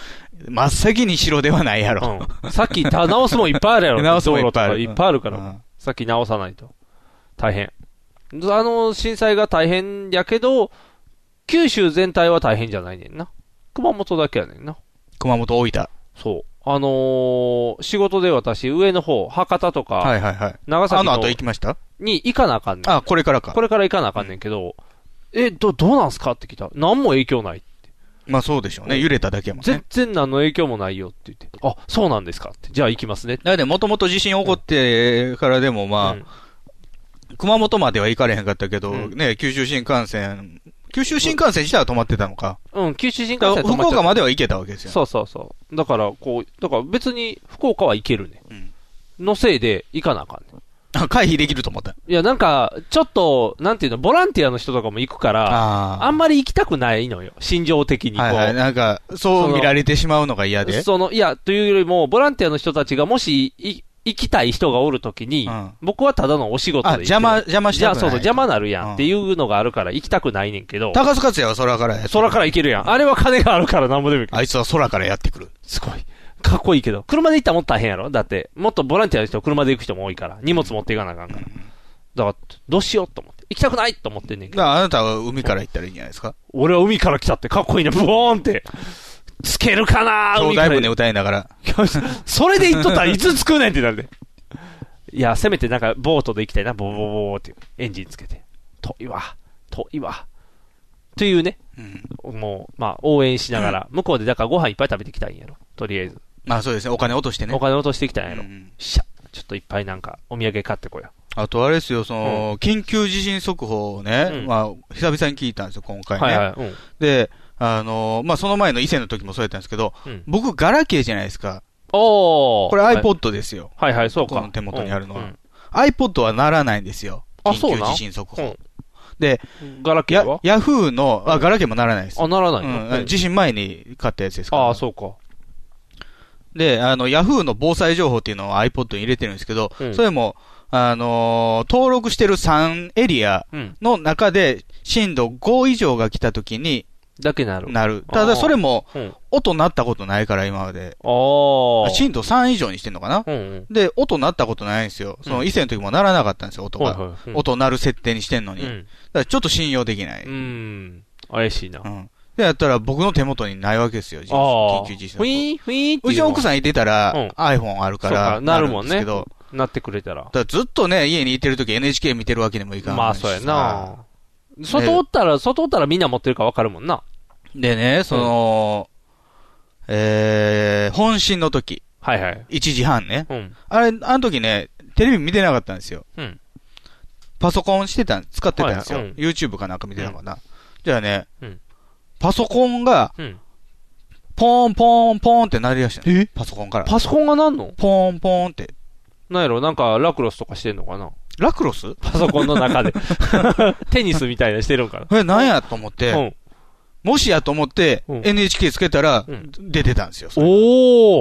Speaker 3: 真っ先に城ではないやろ。
Speaker 2: うん。さっきた直すもんいっぱいあるや ろ。
Speaker 3: 直すもんいっぱいある
Speaker 2: 道路とかいっぱいあるから。
Speaker 3: うん
Speaker 2: さっき直さないと。大変。あの、震災が大変やけど、九州全体は大変じゃないねんな。熊本だけやねんな。
Speaker 3: 熊本大分。
Speaker 2: そう。あのー仕事で私、上の方、博多とか、
Speaker 3: はいはいはい。
Speaker 2: 長
Speaker 3: あ
Speaker 2: 崎
Speaker 3: の
Speaker 2: の
Speaker 3: 後行きました
Speaker 2: に行かなあかんねん。
Speaker 3: あ、これからか
Speaker 2: こ。れから行かなあかんねんけど、え、ど、どうなんすかって聞いたら、何も影響ない。
Speaker 3: まあそうでしょうね。揺れただけやもんね
Speaker 2: 全。然何の影響もないよって言って、あ、そうなんですかって。じゃあ行きますねって。
Speaker 3: だってもともと地震起こってからでもまあ、
Speaker 2: うん
Speaker 3: 熊本までは行かれへんかったけど、
Speaker 2: うん
Speaker 3: ね、九州新幹線、九州新幹線自体は止まってたのか。
Speaker 2: うん、九州新幹
Speaker 3: だか
Speaker 2: 線
Speaker 3: ら
Speaker 2: 止まっちゃ
Speaker 3: 福
Speaker 2: った
Speaker 3: 岡までは行けたわけですよ。
Speaker 2: そうそうそう。だから、こう、だから別に福岡は行けるね。
Speaker 3: うん
Speaker 2: のせいで行かなあかんね。
Speaker 3: あ回避できると思った。
Speaker 2: いや、なんか、ちょっと、なんていうの、ボランティアの人とかも行くから、
Speaker 3: あ
Speaker 2: あんまり行きたくないのよ。心情的にこう。
Speaker 3: はいはい。なんか、そう見られてしまうのが嫌で。
Speaker 2: その、いや、というよりも、ボランティアの人たちがもし、い行きたい人がおるときに、
Speaker 3: うん
Speaker 2: 僕はただのお仕事
Speaker 3: あ、
Speaker 2: で行ってる
Speaker 3: 邪魔、邪魔し
Speaker 2: じ
Speaker 3: た
Speaker 2: ゃ
Speaker 3: く
Speaker 2: あ
Speaker 3: ない。
Speaker 2: そうそう、邪魔なる
Speaker 3: う
Speaker 2: や
Speaker 3: ん
Speaker 2: んっていうのがあるから行きたくないねんけど、
Speaker 3: 高須克也は空からやってくる
Speaker 2: 空から行けるやん。あれは金があるからなんぼでも行ける。
Speaker 3: あいつは空からやってくる。
Speaker 2: すごい。かっこいいけど。車で行ったらもっと大変やろだって、もっとボランティアの人、車で行く人も多いから、荷物持っていかなあかんから。だから、どうしようと思って。行きたくないと思ってんねんけ
Speaker 3: だか
Speaker 2: ど。
Speaker 3: らあなたは海から行ったらいいんじゃないですか。
Speaker 2: 俺は海から来たってかっこいいな、ブオーンって。つけるかな
Speaker 3: 兄
Speaker 2: 海から
Speaker 3: 弟船歌いながら。
Speaker 2: それで行っとったらいつ着くねんってなるで。いや、せめてなんか、ボートで行きたいな、ボーボーボーって。エンジンつけて。遠いわ。遠いわ。というね、
Speaker 3: うん
Speaker 2: もう、まあ、応援しながら、向こうでだからご飯いっぱい食べてきたんやろ。とりあえず。
Speaker 3: まあそうですね。お金落としてね。
Speaker 2: お金落としてきたんや
Speaker 3: う
Speaker 2: ろ。
Speaker 3: ん
Speaker 2: しゃ、ちょっといっぱいなんか、お土産買ってこよ
Speaker 3: あとあれですよ、その、緊急地震速報をね、
Speaker 2: うん
Speaker 3: まあ、久々に聞いたんですよ、今
Speaker 2: う。
Speaker 3: 回ね。
Speaker 2: はいはい。うん。
Speaker 3: で、あのーまあ、その前の伊勢の時もそうやったんですけど、
Speaker 2: うん
Speaker 3: 僕、ガラケーじゃないですか。
Speaker 2: おー。
Speaker 3: これ
Speaker 2: はい
Speaker 3: iPod ですよ。
Speaker 2: はいはい、そう
Speaker 3: こ
Speaker 2: か。
Speaker 3: の手元にあるのは
Speaker 2: うん
Speaker 3: iPod はならないんですよ。
Speaker 2: あそう
Speaker 3: 緊
Speaker 2: な
Speaker 3: 急
Speaker 2: ん
Speaker 3: 地震速報。
Speaker 2: うん
Speaker 3: で、
Speaker 2: うんガラケー
Speaker 3: や
Speaker 2: は、
Speaker 3: ヤフーの、あ、ガラケーもならないです。
Speaker 2: あ、ならない
Speaker 3: うん
Speaker 2: の
Speaker 3: あの地震前に買ったやつですから、
Speaker 2: ああ、そうか。
Speaker 3: で、あの、ヤフーの防災情報っていうのを iPod に入れてるんですけど、
Speaker 2: うん
Speaker 3: それも、あのー登録してる3エリア
Speaker 2: うん。
Speaker 3: の中で、震度5以上が来た時に
Speaker 2: だけなる。
Speaker 3: なる。
Speaker 2: あー
Speaker 3: ただ、それも、
Speaker 2: うん。
Speaker 3: 音鳴ったことないから、今まで。
Speaker 2: あー。
Speaker 3: 震度3以上にしてんのかな
Speaker 2: うんうん。
Speaker 3: で、音鳴ったことないんですよ。その、以前の時も鳴らなかったんですよ、音
Speaker 2: はい
Speaker 3: が。
Speaker 2: はい。うん
Speaker 3: 音鳴る設定にしてんのに。
Speaker 2: う
Speaker 3: だか
Speaker 2: ん。。
Speaker 3: ら、ちょっと信用できないう
Speaker 2: ん。怪しいな。あ
Speaker 3: うん。で、やったら、僕の手元にないわけですよ、緊
Speaker 2: ー
Speaker 3: 急地震速報。
Speaker 2: ふいーん、ふいーんっていう
Speaker 3: ちの奥さんいてた
Speaker 2: う
Speaker 3: ら
Speaker 2: ん、
Speaker 3: iPhone あるから、
Speaker 2: そうかなるもんね
Speaker 3: ですけど、
Speaker 2: ん。なってくれたら
Speaker 3: だ。からずっとね、家にいてるとき NHK 見てるわけにもいかないし。
Speaker 2: まあ、そうや。な。外おったら、外おったらみんな持ってるかわかるもんな。
Speaker 3: でね、その、えー、本震の時、
Speaker 2: はいはい。
Speaker 3: 1時半ね。
Speaker 2: うん。
Speaker 3: あれ、あの時ね、テレビ見てなかったんですよ。
Speaker 2: うん。
Speaker 3: パソコンしてたん、使ってたんですよ。
Speaker 2: はいはい
Speaker 3: YouTube かなんか見てたのかな。じゃあね、
Speaker 2: うん
Speaker 3: パソコンが、
Speaker 2: うん。
Speaker 3: ポーンポーンポーンって鳴り出したのパソコンから。
Speaker 2: パソコンがなんの
Speaker 3: ポーンポーンって。
Speaker 2: なんやろなんか、ラクロスとかしてんのかな
Speaker 3: ラクロス
Speaker 2: パソコンの 中で。テニスみたいなしてるんかな。
Speaker 3: え、なんやと思っ
Speaker 2: う
Speaker 3: て、
Speaker 2: ん。
Speaker 3: もしやと思って、
Speaker 2: うん
Speaker 3: NHK つけたら
Speaker 2: うん、
Speaker 3: 出てたんですよ。それ
Speaker 2: お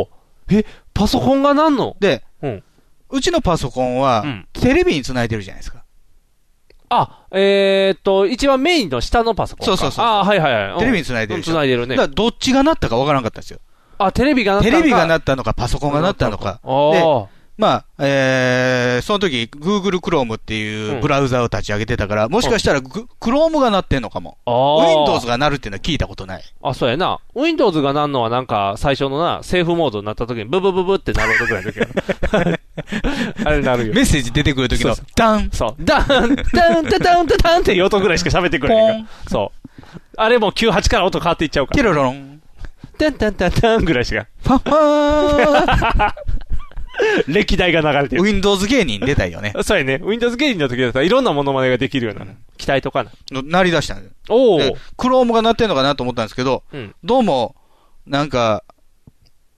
Speaker 2: ーえ、パソコンがなんの
Speaker 3: で
Speaker 2: うん、
Speaker 3: うちのパソコンは
Speaker 2: うん、
Speaker 3: テレビにつないでるじゃないですか。
Speaker 2: あ、えーっと、一番メインの下のパソコン
Speaker 3: そ
Speaker 2: か。
Speaker 3: うそうそう
Speaker 2: あーはいはいはい。
Speaker 3: テレビに
Speaker 2: に
Speaker 3: つないでるでしょ。
Speaker 2: 繋いでる
Speaker 3: だ
Speaker 2: ね
Speaker 3: か。らどっちがなったかわからんかったんですよ。
Speaker 2: あ、テレビがなった
Speaker 3: テ
Speaker 2: んか
Speaker 3: レビがなったのか、パソコンがなったのか。で
Speaker 2: あ
Speaker 3: まあ、えー、その時、Google Chrome っていううんブラウザを立ち上げてたから、もしかしたらグ Chrome が鳴ってんのかも。
Speaker 2: あ。ああ。
Speaker 3: Windows が鳴るっていうのは聞いたことない。
Speaker 2: あ、そうやな。Windows がなんのはなんか、最初のな、セーフモードになった時に、ブブブブってなる音ぐらいの時や ろあれなるよ
Speaker 3: メ。ッセージ出てくる時の
Speaker 2: そうそ、
Speaker 3: ダン
Speaker 2: そう。ダン、ダン、ダダン、ダダンっていう音ぐらいしか喋ってくれへんから。そう。あれもう98から音変わっていっちゃうか
Speaker 3: ケ
Speaker 2: ら。
Speaker 3: ロロン、
Speaker 2: ダンダンダンダンぐらいしか。
Speaker 3: ファッファ
Speaker 2: 歴代が流れて
Speaker 3: ーン
Speaker 2: る。
Speaker 3: Windows 芸人出たいよね。
Speaker 2: そうやね。Windows 芸人の時だったらいろんなモノマネができるような。期待とかな。
Speaker 3: の鳴り出したんですよ
Speaker 2: おお。
Speaker 3: で Chrome が鳴ってんのかなと思ったんですけど、
Speaker 2: うん。
Speaker 3: どうも、なんか、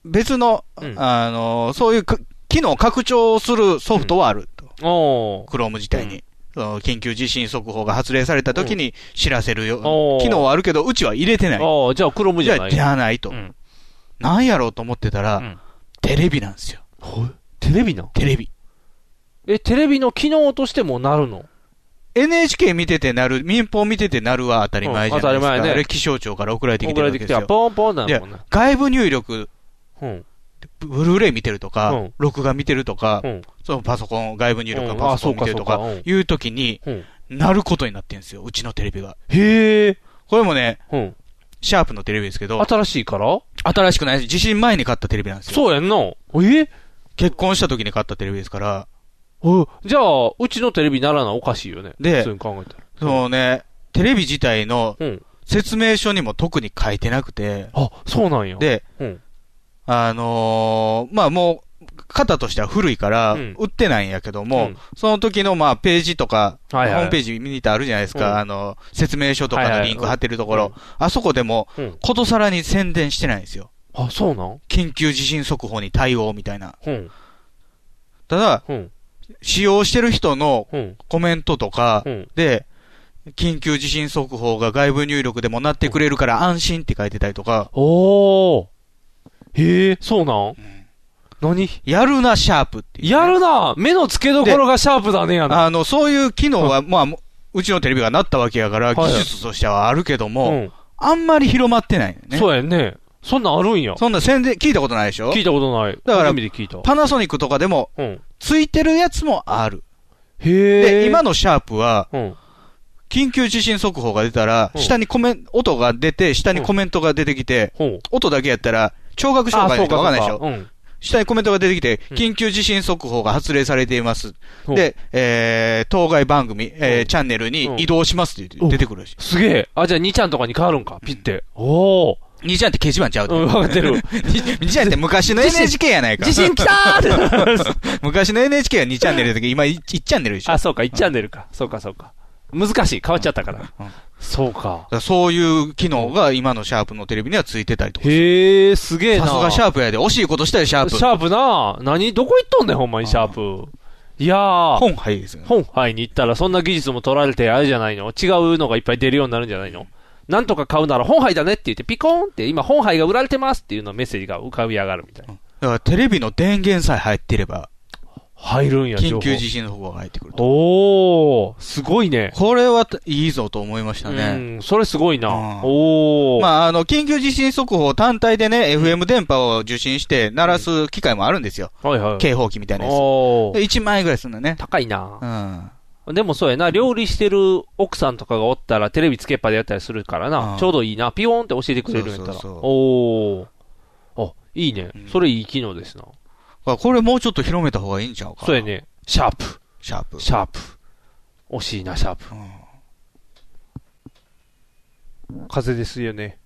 Speaker 3: 別の、
Speaker 2: うん
Speaker 3: あの、そういうか機能を拡張するソフトはあると。
Speaker 2: おお。
Speaker 3: Chrome 自体に。その緊急地震速報が発令された時に知らせるよ、
Speaker 2: おー
Speaker 3: 機能はあるけど、うちは入れてない。
Speaker 2: ああ、じゃあ、クロム
Speaker 3: じ
Speaker 2: じゃ
Speaker 3: ゃ
Speaker 2: な
Speaker 3: あ、
Speaker 2: い。
Speaker 3: じゃないと。
Speaker 2: うん
Speaker 3: なんやろうと思ってたら、
Speaker 2: うん
Speaker 3: テレビなんですよ。
Speaker 2: テレビなの
Speaker 3: テレビ。
Speaker 2: え、テレビの機能としてもなるの
Speaker 3: NHK 見ててなる、民放見ててなるは当たり前じゃないです
Speaker 2: うん当た
Speaker 3: か。
Speaker 2: り前ね
Speaker 3: あれ気象庁から送られてきて
Speaker 2: 送ら
Speaker 3: るん
Speaker 2: れて
Speaker 3: です
Speaker 2: きて、あ
Speaker 3: よ。
Speaker 2: ポンポンなん
Speaker 3: で
Speaker 2: もんな。
Speaker 3: 外部入力、
Speaker 2: うん。
Speaker 3: ブルーレイ見てるとか、
Speaker 2: うん
Speaker 3: 録画見てるとか、
Speaker 2: うん。
Speaker 3: そのパソコン、外部入力
Speaker 2: う
Speaker 3: が
Speaker 2: ん
Speaker 3: パソコン見てると
Speaker 2: あそ
Speaker 3: か
Speaker 2: うかそう、か
Speaker 3: いう時に、
Speaker 2: うん。
Speaker 3: なることになってるんですよ、うちのテレビが。
Speaker 2: へえ。
Speaker 3: これもね、
Speaker 2: うん。
Speaker 3: シャープのテレビですけど、
Speaker 2: 新しいから
Speaker 3: 新しくないし、地震前に買ったテレビなんですよ。
Speaker 2: そうやんな。え
Speaker 3: 結婚した時に買ったテレビですから、
Speaker 2: おじゃあ、うちのテレビならなおかしいよね。
Speaker 3: で
Speaker 2: そういうの考えたら。
Speaker 3: そのね、テレビ自体の
Speaker 2: うん。
Speaker 3: 説明書にも特に書いてなくて、
Speaker 2: あ、そうなんや。、
Speaker 3: で、
Speaker 2: うん。
Speaker 3: あのーまあもう、型としては古いから、
Speaker 2: うん
Speaker 3: 売ってないんやけども、
Speaker 2: うん
Speaker 3: その時のまあページとか、
Speaker 2: はいはい
Speaker 3: ホームページ見に行ってあるじゃないですか、
Speaker 2: うん
Speaker 3: あの、説明書とかのリンク貼ってるところ、
Speaker 2: はいは
Speaker 3: あそこでも、
Speaker 2: うん。
Speaker 3: ことさらに宣伝してないんですよ。
Speaker 2: あ、そうなん
Speaker 3: 緊急地震速報に対応みたいな。
Speaker 2: うん。
Speaker 3: ただ、
Speaker 2: うん。
Speaker 3: 使用してる人の
Speaker 2: うん。
Speaker 3: コメントとか
Speaker 2: うん。
Speaker 3: で、緊急地震速報が外部入力でもなってくれるから安心って書いてたりとか、
Speaker 2: おー。へえ、そうなん何
Speaker 3: やるな、シャープっていうね、
Speaker 2: やるな目の付けどころがシャープだねやな。
Speaker 3: あの、そういう機能は、まあ、うちのテレビがなったわけやから、
Speaker 2: はいはい
Speaker 3: 技術としてはあるけど
Speaker 2: う
Speaker 3: も、
Speaker 2: ん。
Speaker 3: あんまり広まってないよね。
Speaker 2: そうやんね。そんなんあるんや。
Speaker 3: そんな宣伝、聞いたことないでしょ
Speaker 2: 聞いたことない。
Speaker 3: だから
Speaker 2: 初めて聞いた。
Speaker 3: パナソニックとかでも、
Speaker 2: うん。
Speaker 3: ついてるやつもある。
Speaker 2: へえ。
Speaker 3: で、今
Speaker 2: の。
Speaker 3: のシャープは、
Speaker 2: うん。
Speaker 3: 緊急地震速報が出たら、
Speaker 2: うん
Speaker 3: 下にコメン、音が出て、下にコメントが出てきて、
Speaker 2: ほう。
Speaker 3: 音だけやったら、聴覚障
Speaker 2: あ、
Speaker 3: 害
Speaker 2: そ
Speaker 3: の人
Speaker 2: うか。
Speaker 3: わかんないでし
Speaker 2: そう
Speaker 3: ょ
Speaker 2: かうん。
Speaker 3: 下にコメントが出てきて、
Speaker 2: うん
Speaker 3: 緊急地震速報が発令されています。
Speaker 2: ほう、
Speaker 3: で、えー、当該番組、え
Speaker 2: う
Speaker 3: ー、
Speaker 2: ん
Speaker 3: チャンネルに移動しますって言って出てくるし。
Speaker 2: すげえ。あ、じゃあ、2ちゃんとかに変わるんか。ピッて。おお。
Speaker 3: 兄ちゃんって掲示板ちゃうで
Speaker 2: うん、わかっ てる。
Speaker 3: 2ちゃんって昔の
Speaker 2: 地震
Speaker 3: NHK やないか
Speaker 2: 地。震来たーって
Speaker 3: 昔の NHK は2チャンネルだけど、今1チャンネルでしょ。
Speaker 2: あ、そうか。1チャンネルか。そうか、そうか。難しい。変わっちゃったから
Speaker 3: うん。
Speaker 2: そう
Speaker 3: だ。
Speaker 2: か
Speaker 3: からそういう機能が今のシャープのテレビにはついてたりとか。
Speaker 2: へえ、すげえな。
Speaker 3: さすがシャープやで、惜しいことしたよ、シャープ。
Speaker 2: シャープな何どこ行っとんねん、ほんまに、シャープ。いやー。
Speaker 3: 本はいですよね。
Speaker 2: 本杯に行ったらそんな技術も取られてあれじゃないの違うのがいっぱい出るようになるんじゃないのなんとか買うなら本杯だねって言ってピコーンって今本杯が売られてますっていうのメッセージが浮かび上がるみたいな。
Speaker 3: だからテレビの電源さえ入ってれば、
Speaker 2: 入るんや、
Speaker 3: 緊急
Speaker 2: 情
Speaker 3: 地震の方が入ってくると。
Speaker 2: 報おー、すごいね。
Speaker 3: これはいいぞと思いました
Speaker 2: う
Speaker 3: ね。
Speaker 2: ん、それすごいな。
Speaker 3: うん
Speaker 2: おー。
Speaker 3: まあ、あの、緊急地震速報単体でね、FM 電波を受信して鳴らす機械もあるんですよ。
Speaker 2: はいはい。
Speaker 3: 警報器みたいなや
Speaker 2: お
Speaker 3: つ。
Speaker 2: ー
Speaker 3: で、1万円ぐらいするんだね。
Speaker 2: 高いな
Speaker 3: う、ん。
Speaker 2: でもそうやな、料理してる奥さんとかがおったらテレビつけっぱでやったりするからな、
Speaker 3: うん
Speaker 2: ちょうどいいな、ピヨーンって教えてくれるんやったら。
Speaker 3: そうそうそう
Speaker 2: おー。あ、いいね
Speaker 3: うん。
Speaker 2: それいい機能ですな。
Speaker 3: これもうちょっと広めた方がいいんちゃうか。
Speaker 2: そうや。ね。シャープ。
Speaker 3: シャープ。
Speaker 2: シャープ。惜しいな、シャープ。風ですよね。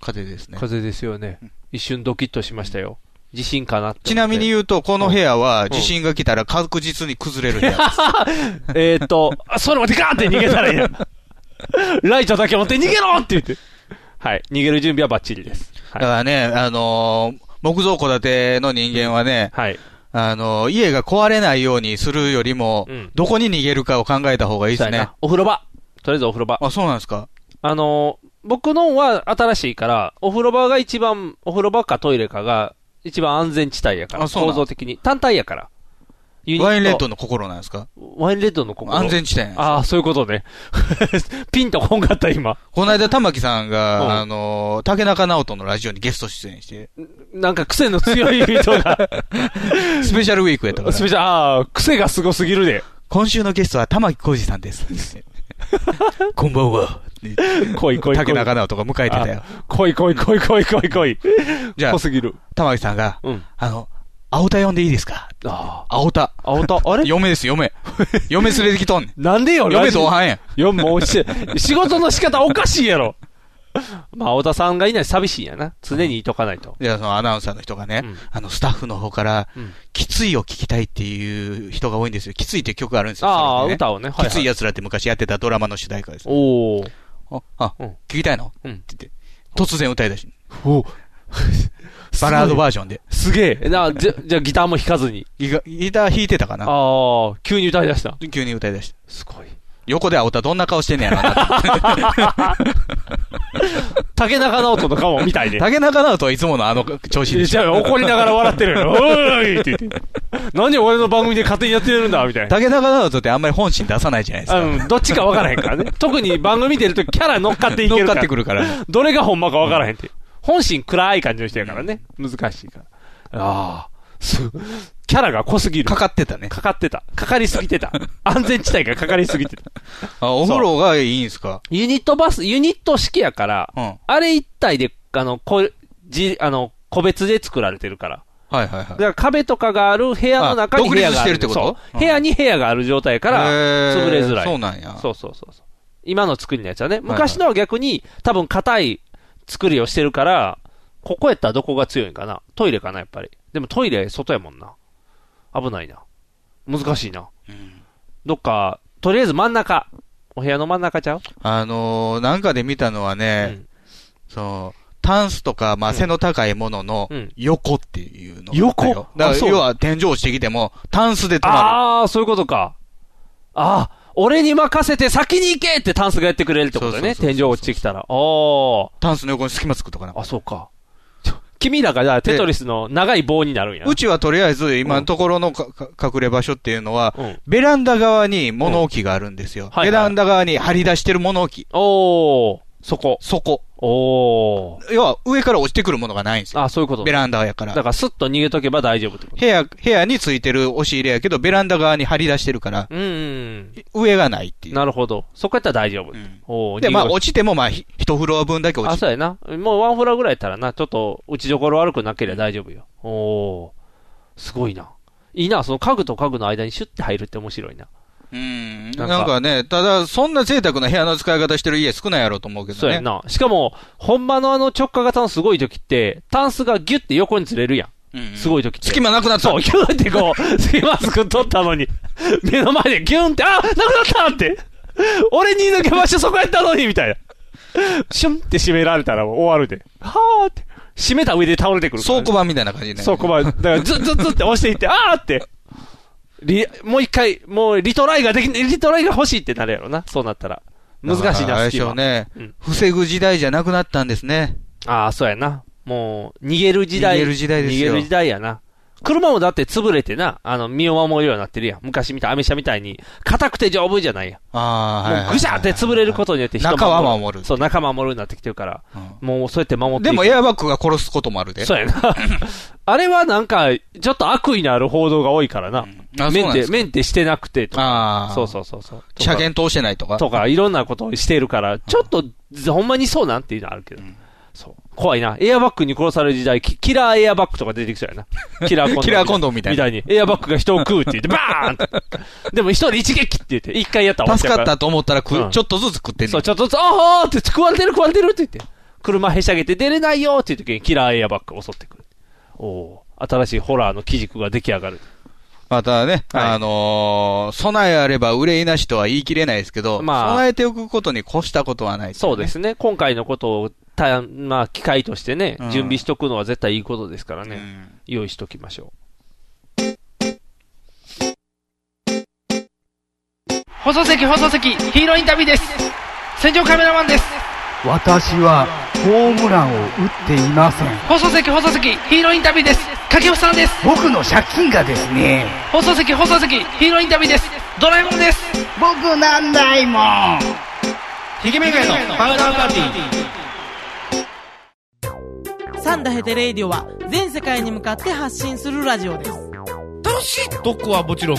Speaker 3: 風ですね。
Speaker 2: 風ですよね。一瞬ドキッとしましたよ。地震かなって思って
Speaker 3: ちなみに、言うと、この部屋は
Speaker 2: ん
Speaker 3: 地震が来たら確実に崩れる部屋です。
Speaker 2: えーっと、あ、それまでガーって逃げたらいい やんライトだけ持って逃げろって言って。はい。逃げる準備はバッチリです。
Speaker 3: だか
Speaker 2: はい。
Speaker 3: らね、あのー木造戸建ての人間はね、
Speaker 2: はい。
Speaker 3: あのー家が壊れないようにするよりも
Speaker 2: うん、
Speaker 3: どこに逃げるかを考えた方がいいで
Speaker 2: そう
Speaker 3: す
Speaker 2: や
Speaker 3: ね
Speaker 2: な。お風呂場。とりあえずお風呂場。
Speaker 3: あ、そうなんですか
Speaker 2: あのー僕のは新しいから、お風呂場が一番、お風呂場かトイレかが一番安全地帯やから、
Speaker 3: あそうなん
Speaker 2: 構造的に。単体やから。ユニット
Speaker 3: ワインレッドの心なんですか
Speaker 2: ワインレッドのここ。
Speaker 3: 安全地帯なんです
Speaker 2: ああ、そういうことね。 ピンとこんかった、今。
Speaker 3: この間、玉木さん
Speaker 2: うん
Speaker 3: が、あのー竹中直人のラジオにゲスト出演して、
Speaker 2: なんか癖の強い人 が、
Speaker 3: スペシャルウィークやったか
Speaker 2: スペ
Speaker 3: ら、
Speaker 2: シャル、ああ、癖がすごすぎるで。
Speaker 3: 今週のゲストは玉木浩二さん です。こんばんは。
Speaker 2: 来い来い来い。
Speaker 3: 竹中直人が迎えてたよ。
Speaker 2: 来い来い来い来い来い来い。
Speaker 3: じゃあ
Speaker 2: 濃すぎる。
Speaker 3: 玉木さんが、
Speaker 2: うん。
Speaker 3: あの、青田呼んでいいですか
Speaker 2: あ
Speaker 3: 青田。
Speaker 2: あ。青田、あれ
Speaker 3: 嫁です、 嫁。嫁連れてきとんねん。
Speaker 2: なんでよ、
Speaker 3: 嫁
Speaker 2: ラジオ
Speaker 3: 同伴やん。
Speaker 2: よ、もうし、仕事の仕方おかしいやろ。まあ、青田さんがいないと寂しいんやな。常にいとかないと。
Speaker 3: じゃあ、そのアナウンサーの人がね、
Speaker 2: うん
Speaker 3: あの、スタッフの方から、
Speaker 2: うん
Speaker 3: きついを聞きたいっていう人が多いんですよ。きついっていう曲があるんですよ。
Speaker 2: ああ、
Speaker 3: それでね
Speaker 2: 歌をね。はは
Speaker 3: きつい奴らって昔やってたドラマの主題歌です。
Speaker 2: おー。
Speaker 3: あ、あ
Speaker 2: うん
Speaker 3: 聞きたいの、
Speaker 2: うん
Speaker 3: って言って、突然歌い出し。
Speaker 2: お
Speaker 3: バラード
Speaker 2: ー
Speaker 3: バージョンで。
Speaker 2: すげえ。な、じゃ、じゃあギターも弾かずに。
Speaker 3: ギガギター弾いてたかな
Speaker 2: ああ、急に歌い出した。
Speaker 3: 急に歌い出した。
Speaker 2: すごい。
Speaker 3: 横で青田どんな顔してんねやろなって。
Speaker 2: 竹中直人の顔みたいで。
Speaker 3: 竹中直人はいつものあの調子でし
Speaker 2: じ
Speaker 3: ょ。
Speaker 2: ゃあ怒りながら笑ってるよ。おーいって言 って。何俺の番組で勝手にやってるんだみたいな。
Speaker 3: 竹中直人ってあんまり本心出さないじゃないですか。
Speaker 2: うん、どっちか分からへん からね。特に番組出るとキャラ乗っかっていけ
Speaker 3: 乗
Speaker 2: る
Speaker 3: っか
Speaker 2: か。
Speaker 3: らってくるから。
Speaker 2: どれがほんまか分からへんって。本心暗い感じの人やからね。難しいから。ああ、す、キャラが濃すぎる。
Speaker 3: かかってたね。
Speaker 2: かかってた。かかりすぎてた。安全地帯がかかりすぎてた。
Speaker 3: あ、お風呂がいいんすか
Speaker 2: ユニットバス、ユニット式やから、
Speaker 3: うん。はい
Speaker 2: あれ一体で、あの、こ、じ、あの、個別で作られてるから。
Speaker 3: はい
Speaker 2: だ
Speaker 3: は
Speaker 2: か
Speaker 3: い。
Speaker 2: ら壁とかがある部屋の中に
Speaker 3: あ
Speaker 2: 部屋が
Speaker 3: 独立し
Speaker 2: ある。
Speaker 3: てるってこと
Speaker 2: そう
Speaker 3: うん
Speaker 2: 部屋に部屋がある状態か
Speaker 3: へ
Speaker 2: ら、
Speaker 3: ー
Speaker 2: 潰れづらい。
Speaker 3: そうなんや。
Speaker 2: そうそうそうそう。今の作りのやつはね。
Speaker 3: はい
Speaker 2: 昔のは逆に、多分硬い作りをしてるから、ここやったらどこが強いんかな。トイレかな、やっぱり。でもトイレ外やもんな。危ないな。難しいな。
Speaker 3: うん
Speaker 2: どっか、とりあえず真ん中。お部屋の真ん中ちゃう
Speaker 3: あのー、なんかで見たのはね、そう、タンスとか、まあ、背の高いものの
Speaker 2: うん
Speaker 3: 横っていうの
Speaker 2: 横
Speaker 3: だよだ
Speaker 2: あ
Speaker 3: か
Speaker 2: そ
Speaker 3: ら、
Speaker 2: う
Speaker 3: 要は天井落ちてきても、タンスで止ま
Speaker 2: ああ、そういうことか。ああ、俺に任せて先に行けってタンスがやってくれるってことだよね。
Speaker 3: そうそうそうそう
Speaker 2: 天井落ちてきたら。あ
Speaker 3: る。タンスの横に隙間つくとかな
Speaker 2: あ、。あ、そうか。ちょ君らがじゃあテトリスの長い棒になるんやな。
Speaker 3: うちはとりあえず、今のところのかか隠れ場所っていうのは、
Speaker 2: うん。
Speaker 3: ベランダ側に物置があるんですよ。
Speaker 2: はいはい
Speaker 3: ベランダ側に張り出してる物置。
Speaker 2: おー、そこ。
Speaker 3: そこ。
Speaker 2: おー。
Speaker 3: 要は、上から落ちてくるものがないんですよ。
Speaker 2: あ、そういうこと
Speaker 3: ベ
Speaker 2: だ。
Speaker 3: ランダやから。
Speaker 2: だからスッと逃げとけば大丈夫ってこと。
Speaker 3: 部屋、部屋についてる押し入れやけど、ベランダ側に張り出してるから、
Speaker 2: うんうん
Speaker 3: 上がないって
Speaker 2: う
Speaker 3: い
Speaker 2: ん。
Speaker 3: う。
Speaker 2: なるほど。そこやったら大丈夫。
Speaker 3: うん
Speaker 2: おー
Speaker 3: で、まあ、
Speaker 2: 逃げ
Speaker 3: 落ちても、まあ、ひ一フロア分だけ
Speaker 2: あ、
Speaker 3: 落ち
Speaker 2: そうやな。もうワンフラぐらいやったらな、ちょっと打ちどころ悪くなければ大丈夫よ。おおーすごいな。いいな、その家具と家具の間にシュッて入るって面白いな。
Speaker 3: うん。
Speaker 2: なんか
Speaker 3: なんかね、ただ、そんな贅沢な部屋の使い方してる家少ないやろうと思うけ
Speaker 2: そ
Speaker 3: ど
Speaker 2: うや
Speaker 3: ね。
Speaker 2: な。しかも、本場のあの直下型のすごい時って、タンスがギュッて横にずれるやん。すご
Speaker 3: い。
Speaker 2: い時って。
Speaker 3: 隙間なくなった。
Speaker 2: そう、ギュンってこう、 すいません、取ったのに、目の前でギュンって、あなくなったって、俺に抜け場所そこやったのに、みたいな。シュンって閉められたら終わるで。はーって。閉めた上で倒れてくるから
Speaker 3: 倉
Speaker 2: ね、
Speaker 3: 庫版みたいな感じね。
Speaker 2: そう、こま、だから、ずっずっずって押していって、あーって。リもう一回、もうリトライができ、リトライが欲しいってなるやろな。そうなったら。難しい
Speaker 3: だからあれ
Speaker 2: な、好
Speaker 3: で
Speaker 2: き
Speaker 3: しょうね
Speaker 2: うん。
Speaker 3: 防ぐ時代じゃなくなったんですね。
Speaker 2: ああ、そうやな。もう、逃げる時代。
Speaker 3: 逃げる時代ですよ
Speaker 2: 逃げる時代やな。車もだって潰れてな、あの、身を守るようになってるやん。昔みたい、アメ車みたいに、硬くて丈夫じゃないやん。
Speaker 3: ああ、はいはい
Speaker 2: もうぐしゃって潰れることによって人
Speaker 3: 中は守る
Speaker 2: そう、中守るようになってきてるから。
Speaker 3: う
Speaker 2: もう、そうやって守って
Speaker 3: ん
Speaker 2: いく
Speaker 3: でもエアバッグが殺すこともあるで。
Speaker 2: そうやな。 あれはなんか、ちょっと悪意のある報道が多いからな。
Speaker 3: うんあそう
Speaker 2: メ
Speaker 3: な
Speaker 2: ン
Speaker 3: んで
Speaker 2: テ、
Speaker 3: すか
Speaker 2: メンテしてなくてとか。
Speaker 3: ああ。
Speaker 2: そうそうそうそう。とか
Speaker 3: 車検通してないとか。
Speaker 2: とか、いろんなことをしてるから、ちょっと、ほんまにそうなんていうのはあるけど。そう。怖いな。エアバッグに殺される時代、キキラーエアバッグとか出てきそうや な。キラーコンドーム。
Speaker 3: キラーコンドームみたいな
Speaker 2: みたいに。エアバッグが人を食うって言って、バーンって でも一人一撃って言って、一回やったら終わ
Speaker 3: 助
Speaker 2: ちゃう
Speaker 3: かっ
Speaker 2: ら
Speaker 3: たと思ったら食う、
Speaker 2: うん
Speaker 3: ちょっとずつ食ってんね
Speaker 2: そう、ちょっとずつ、あーって食われてる食われてるって言って、車へしゃげて出れないよっていう時にキラーエアバッグが襲ってくる。おおー新しいホラーの基軸が出来上がる。
Speaker 3: またね、
Speaker 2: はい
Speaker 3: あのー備えあれば憂いなしとは言い切れないですけど、
Speaker 2: まあ
Speaker 3: 備えておくことに越したことはない、
Speaker 2: そうで。すね。今回のことを、た、まあ、機会としてね
Speaker 3: う、ん
Speaker 2: 準備しとくのは絶対いいことですから
Speaker 3: う
Speaker 2: ね。
Speaker 3: ん。
Speaker 2: 用意しときましょ
Speaker 9: 放送席放送席ヒーローインタビューです戦場カメラマンです
Speaker 10: 私はホームランを打っていません
Speaker 9: 放送席放送席ヒーローインタビューです掛布さんです
Speaker 10: 僕の借金がですね
Speaker 9: 放送席放送席ヒーローインタビューですドラえもんです
Speaker 10: 僕なんないもん
Speaker 9: ひげめがえのパウダーパーティー
Speaker 11: サンダヘテレイディオは全世界に向かって発信するラジオです
Speaker 1: 楽しい特攻はもちろん、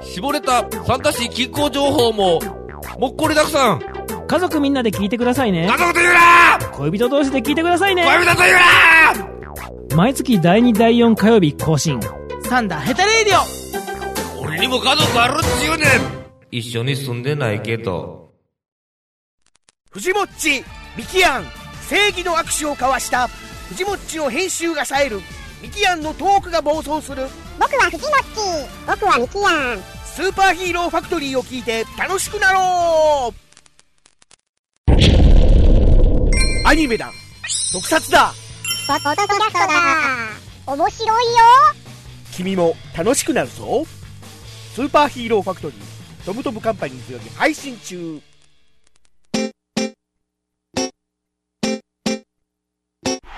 Speaker 1: 絞れた参加し気候情報も、もっこりだくさん。
Speaker 11: 家族みんなで聞いてくださいね
Speaker 1: 家族と言うな
Speaker 11: 恋人同士で聞いてくださいね
Speaker 1: 恋人と言うな
Speaker 11: 毎月第2第4火曜日更新サンダヘテレイディオ
Speaker 1: 俺にも家族あるっちゅうねん一緒に住んでないけど。
Speaker 9: 藤もっちミキアン正義の握手を交わした藤もっちの編集が冴えるミキアンのトークが暴走する
Speaker 8: 僕はフジモッチ僕はミキヤン
Speaker 9: スーパーヒーローファクトリーを聞いて楽しくなろうアニメだ特撮だ
Speaker 8: 僕ポッドキャストだ面白いよ
Speaker 9: 君も楽しくなるぞスーパーヒーローファクトリートムトムカンパニーズより配信中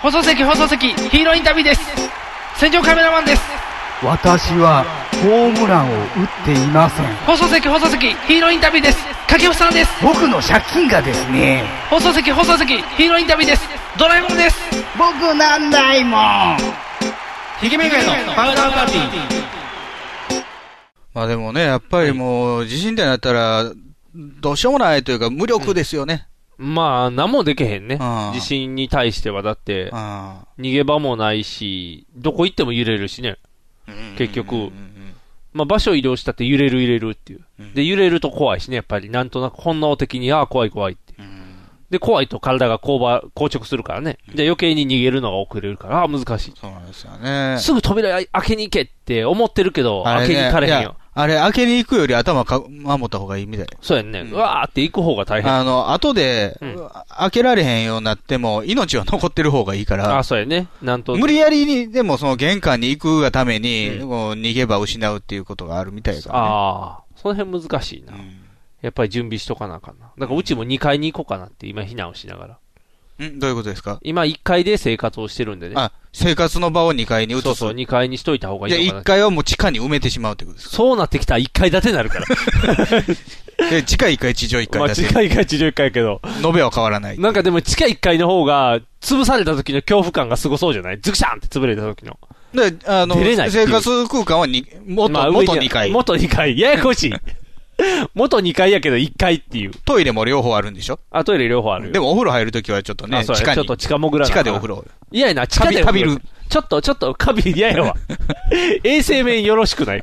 Speaker 12: 放送席放送席ヒーローインタビューです戦場カメラマンです
Speaker 10: 私はホームランを打っていません
Speaker 12: 放送席放送席ヒーローインタビューです掛布さんです
Speaker 10: 僕の借金がですね
Speaker 12: 放送席放送席ヒーローインタビューですドラえもんです
Speaker 10: 僕なんないもん
Speaker 12: ひげめがえのパウダーパーティー
Speaker 3: まあでもね、やっぱりもう、地震台になったら、どうしようもないというか、無力ですよね。
Speaker 2: まあ、何もできへんね
Speaker 3: あ。あ
Speaker 2: 地震に対しては、だって、
Speaker 3: 逃
Speaker 2: げ場もないし、どこ行っても揺れるしね。結局。まあ、場所移動したって揺れる揺れるっていう。で、揺れると怖いしね、やっぱり。なんとなく本能的に、ああ、怖い怖いっていう。で、怖いと体が勾張、硬直するからね。で、余計に逃げるのが遅れるから、ああ難しい。
Speaker 3: そうなんですよね
Speaker 2: すぐ扉開けに行けって思ってるけど、
Speaker 3: あれ
Speaker 2: 開け
Speaker 3: ね
Speaker 2: に行かれへんよ。。
Speaker 3: いやあれ、開けに行くより頭か守った方がいいみたい。
Speaker 2: そうやんね。うわーって行く方が大変。
Speaker 3: あの、後で、開けられへんようになっても、命は残ってる方がいいから。
Speaker 2: あ、そうやね。なんと。
Speaker 3: 無理やりに、でもその玄関に行くがために、こう逃げ場を失うっていうことがあるみたいだから、ね。
Speaker 2: ああ、その辺難しいな。やっぱり準備しとかなあかんな。だからうちも2階に行こうかなって今避難をしながら。
Speaker 3: んどういうことですか
Speaker 2: 今1階で生活をしてるんでね。
Speaker 3: あ、生活の場を2階に移す。
Speaker 2: そうそう、2階にしといた方がいい
Speaker 3: じゃあ
Speaker 2: のかな
Speaker 3: 1階はもう地下に埋めてしまうってことですか
Speaker 2: そうなってきたら1階建てにな るから。
Speaker 3: で地下1階、地上1
Speaker 2: ま
Speaker 3: 階
Speaker 2: あ
Speaker 3: 建て
Speaker 2: 地下1階、地上1階やけど。
Speaker 3: 延べは変わらない。
Speaker 2: なんかでも地下1階の方が、潰された時の恐怖感がすごそうじゃないズクシャンって潰れた時の。
Speaker 3: で、あの、
Speaker 2: 出れないってい
Speaker 3: 生
Speaker 2: う
Speaker 3: 活空間はに元、
Speaker 2: まあ上に
Speaker 3: 元2階。
Speaker 2: 元2階。ややこしい。 元2階やけど1階っていう。
Speaker 3: トイレも両方あるんでしょ
Speaker 2: あ、トイレ両方あるよ。
Speaker 3: でもお風呂入るときはちょっとね、
Speaker 2: あそう
Speaker 3: 地
Speaker 2: や
Speaker 3: 下に。
Speaker 2: ちょっと地下潜らな
Speaker 3: 地下でお風呂。
Speaker 2: 嫌やな、地下で
Speaker 3: カビカビる。
Speaker 2: ちょっと、ちょっと、カビ嫌 やわ。衛生面よろしくない。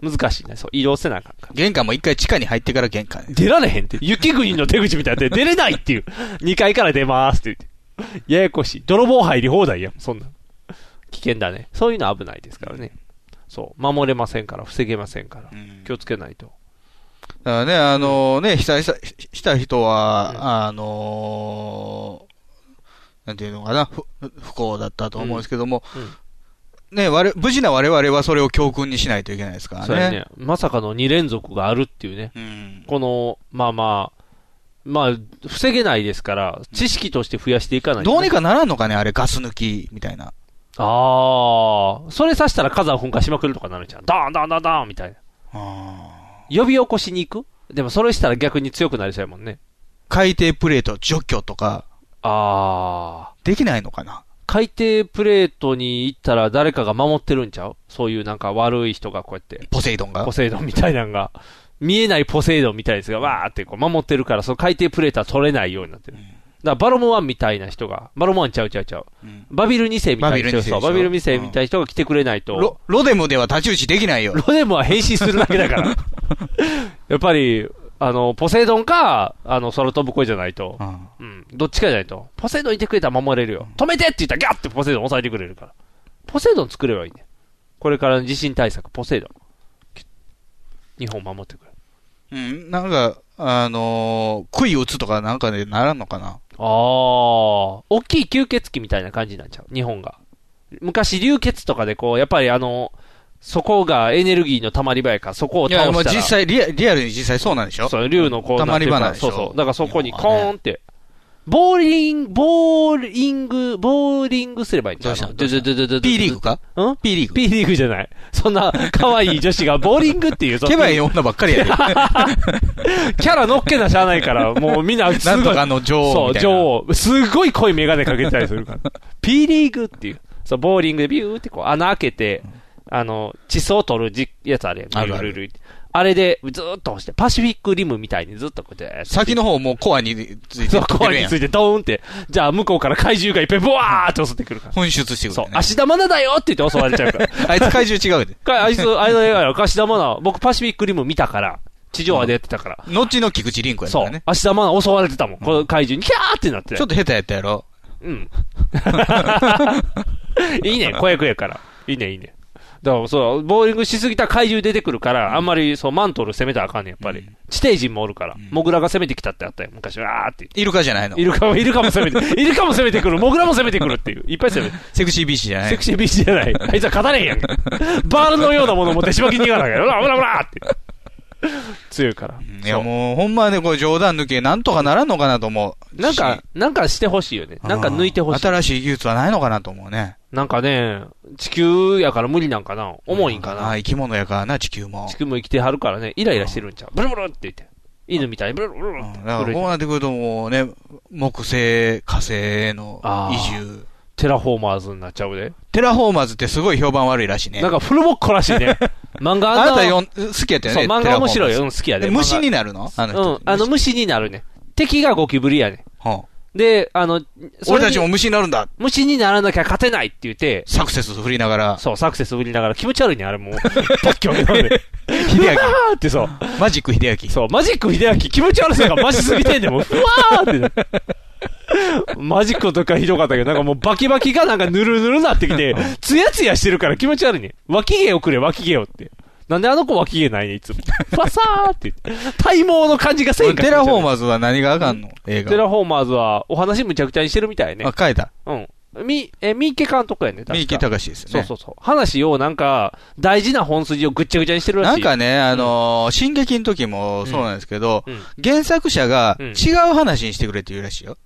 Speaker 2: 難しいね。そう、移動せなあかんか
Speaker 3: 玄関も一回地下に入ってから玄関。
Speaker 2: 出られへんって。雪国の手口みたいで出れないっていう。2階から出ますって言って。ややこしい。泥棒入り放題やん、そんなん。危険だね。そういうの危ないですからね。そう。守れませんから、防げませんから。気をつけないと。
Speaker 3: だからね、あのね、被災したした人は、あのーなんていうのかな、ふ不幸だったと思うんですけども、ね、我々無事な我々はそれを教訓にしないといけないですから
Speaker 2: そうや
Speaker 3: ね
Speaker 2: ね。。まさかの2連続があるっていうね。この、まあまあ、まあ、防げないですから、知識として増やしていかないとね、
Speaker 3: どうにかならんのかね、あれ、ガス抜きみたいな。
Speaker 2: ああ、それ刺したら火山噴火しまくるとかなるじゃん。ダーンダーンダーンダーンみたいな。呼び起こしに行くでもそれしたら逆に強くなりそうやもんね。
Speaker 3: 海底プレート除去とか、
Speaker 2: ああ。
Speaker 3: できないのかな
Speaker 2: 海底プレートに行ったら誰かが守ってるんちゃうそういうなんか悪い人がこうやって。
Speaker 3: ポセイドンが
Speaker 2: ポセイドンみたいなのが。見えないポセイドンみたいなやつがわーってこう守ってるから、その海底プレートは取れないようになってる。だからバロムワンみたいな人が、バロムワンちゃうちゃうちゃう。バビル2世みたいな人、そうバビル2世みたいな人が来てくれないと。
Speaker 3: ロロデムでは太刀打ちできないよ。
Speaker 2: ロデムは変身するだけだから。 やっぱり、あの、ポセイドンか、あの、空飛ぶ声じゃないと。うん。どっちかじゃないと。ポセイドンいてくれたら守れるよ。止めてって言ったらギャッてポセイドン抑えてくれるから。ポセイドン作ればいいね。これからの地震対策、ポセイドン。日本守ってくれる。
Speaker 3: うん、なんか、あのー、杭打つとかなんかでならんのかな
Speaker 2: ああ、大きい吸血鬼みたいな感じになっちゃう。日本が。昔、流血とかでこう、やっぱりあの、そこがエネルギーの溜まり場やから、そこを
Speaker 3: い
Speaker 2: 倒し
Speaker 3: や、
Speaker 2: た
Speaker 3: もう
Speaker 2: ら。
Speaker 3: 実際リア、リアルに実際そうなんでしょ
Speaker 2: そう、竜のこう
Speaker 3: たまり場
Speaker 2: な
Speaker 3: なんん
Speaker 2: て
Speaker 3: でしょ
Speaker 2: いうかそうそう。だからそこにコーンって、ボーリング、ボーリング、ボーリングすればいいんだよ。どうした ?P
Speaker 3: リーグか
Speaker 2: ん
Speaker 3: ?P リーグ。
Speaker 2: ?P リーグじゃない。そんな可愛い女子がボーリングっていう。その
Speaker 3: ケバい女ばっかりやで。
Speaker 2: キャラ乗っけなしゃあないから、もうみんなすごい。
Speaker 3: なんとかの女王
Speaker 2: そう、
Speaker 3: みたいな
Speaker 2: 女王。すごい濃いメガネかけてたりするから。P リーグっていう。そう、ボーリングでビューってこう穴開けて、あの、地層を取るじやつあるやん。
Speaker 3: あるある
Speaker 2: ルルルあれで、ずーっと押して、パシフィックリムみたいにずっとこうやって。
Speaker 3: 先の方もうコアについて
Speaker 2: そう、
Speaker 3: 飛
Speaker 2: コ
Speaker 3: べ
Speaker 2: ア
Speaker 3: る
Speaker 2: に
Speaker 3: やん
Speaker 2: ついてドーンって。じゃあ、向こうから怪獣がいっぱいブワーって襲ってくるから。
Speaker 3: 噴出してくる、
Speaker 2: そう、足玉菜だよって言って襲われちゃうから。
Speaker 3: あいつ怪獣違うで。
Speaker 2: か あいつ、あいつの映画よ、足玉菜。僕、パシフィックリム見たから。地上波でやってたから。
Speaker 3: 後の菊池凛子やから
Speaker 2: そう
Speaker 3: ね。。
Speaker 2: 足玉菜襲われてたもん。この怪獣に、キャーってなって。
Speaker 3: ちょっと下手やったやろ。
Speaker 2: うん。いいね、子役やから。いいね、いいね。だからそう、ボーリングしすぎたら怪獣出てくるから、あんまりそうマントル攻めたらあかんねん、やっぱり。地底人もおるから、モグラが攻めてきたってあったよ、昔は。あーって。
Speaker 3: イルカじゃないの
Speaker 2: イルカも、イルカも攻めて、イルカも攻めてくる、モグラも攻めてくるっていう。いっぱい攻めて。
Speaker 3: セクシービーチじゃない
Speaker 2: セクシービーチじゃない。あいつは勝たれへんやんか。バールのようなものを持ってしばきに行かなきゃ。うらうらうらって。強いから。
Speaker 3: いやもう、ほんまね、これ冗談抜き、なんとかならんのかなと思う。
Speaker 2: なんか、なんかしてほしいよね。なんか抜いてほしい。
Speaker 3: 新しい技術はないのかなと思うね。
Speaker 2: なんかね、地球やから無理なんかな。重いんかな。
Speaker 3: 生き物やからな、地球も。
Speaker 2: 地球も生きてはるからね、イライラしてるんちゃう。ブルブルって言って。犬みたいにブルブルブルって。
Speaker 3: だからこうなってくるともうね、木星、火星への移住。
Speaker 2: テラフォーマーズになっちゃうで。
Speaker 3: テラフォーマーズってすごい評判悪いらしいね。
Speaker 2: なんかフルボッコらしいね。漫画
Speaker 3: あなたよん好きやったよね。
Speaker 2: そう、漫
Speaker 3: テラフォー
Speaker 2: 画
Speaker 3: マ
Speaker 2: 面
Speaker 3: ーズ
Speaker 2: 白いよ。うん、好きやで。
Speaker 3: で虫になるのあの人
Speaker 2: うん、あの虫になるね。敵がゴキブリやね。で、あの、
Speaker 3: 俺たちも虫になるんだ。
Speaker 2: 虫にならなきゃ勝てないって言って。
Speaker 3: サクセス振りながら。
Speaker 2: そう、サクセス振りながら。気持ち悪いね、あれもう。 特 許なんで。秀明。ってそう。
Speaker 3: マジック秀明。
Speaker 2: そう、マジック秀明。気持ち悪さがマジすぎて んで、もう。ふわーって。マジックとかひどかったけど、なんかもうバキバキがなんかぬるぬるなってきて、ツヤツヤしてるから気持ち悪いね。脇毛をくれ、脇毛をって。なんであの子脇毛ないね、いつも。パサーって言って。体毛の感じがせえへんから
Speaker 3: テラフォーマーズは何があかんの映
Speaker 2: テ
Speaker 3: 画。
Speaker 2: ラフォーマーズはお話むちゃくちゃにしてるみたいね。
Speaker 3: あ、変えた。
Speaker 2: うん。み、え、三池監督やね、確か
Speaker 3: 三池隆ですよね
Speaker 2: そうそうそう。話をなんか、大事な本筋をぐっちゃぐちゃにしてるら
Speaker 3: な
Speaker 2: し
Speaker 3: ん
Speaker 2: い。
Speaker 3: かね、あのー、進撃の時もそうなんですけど、
Speaker 2: うん
Speaker 3: 原作者が
Speaker 2: うん
Speaker 3: 違う話にしてくれって言うらしいよ。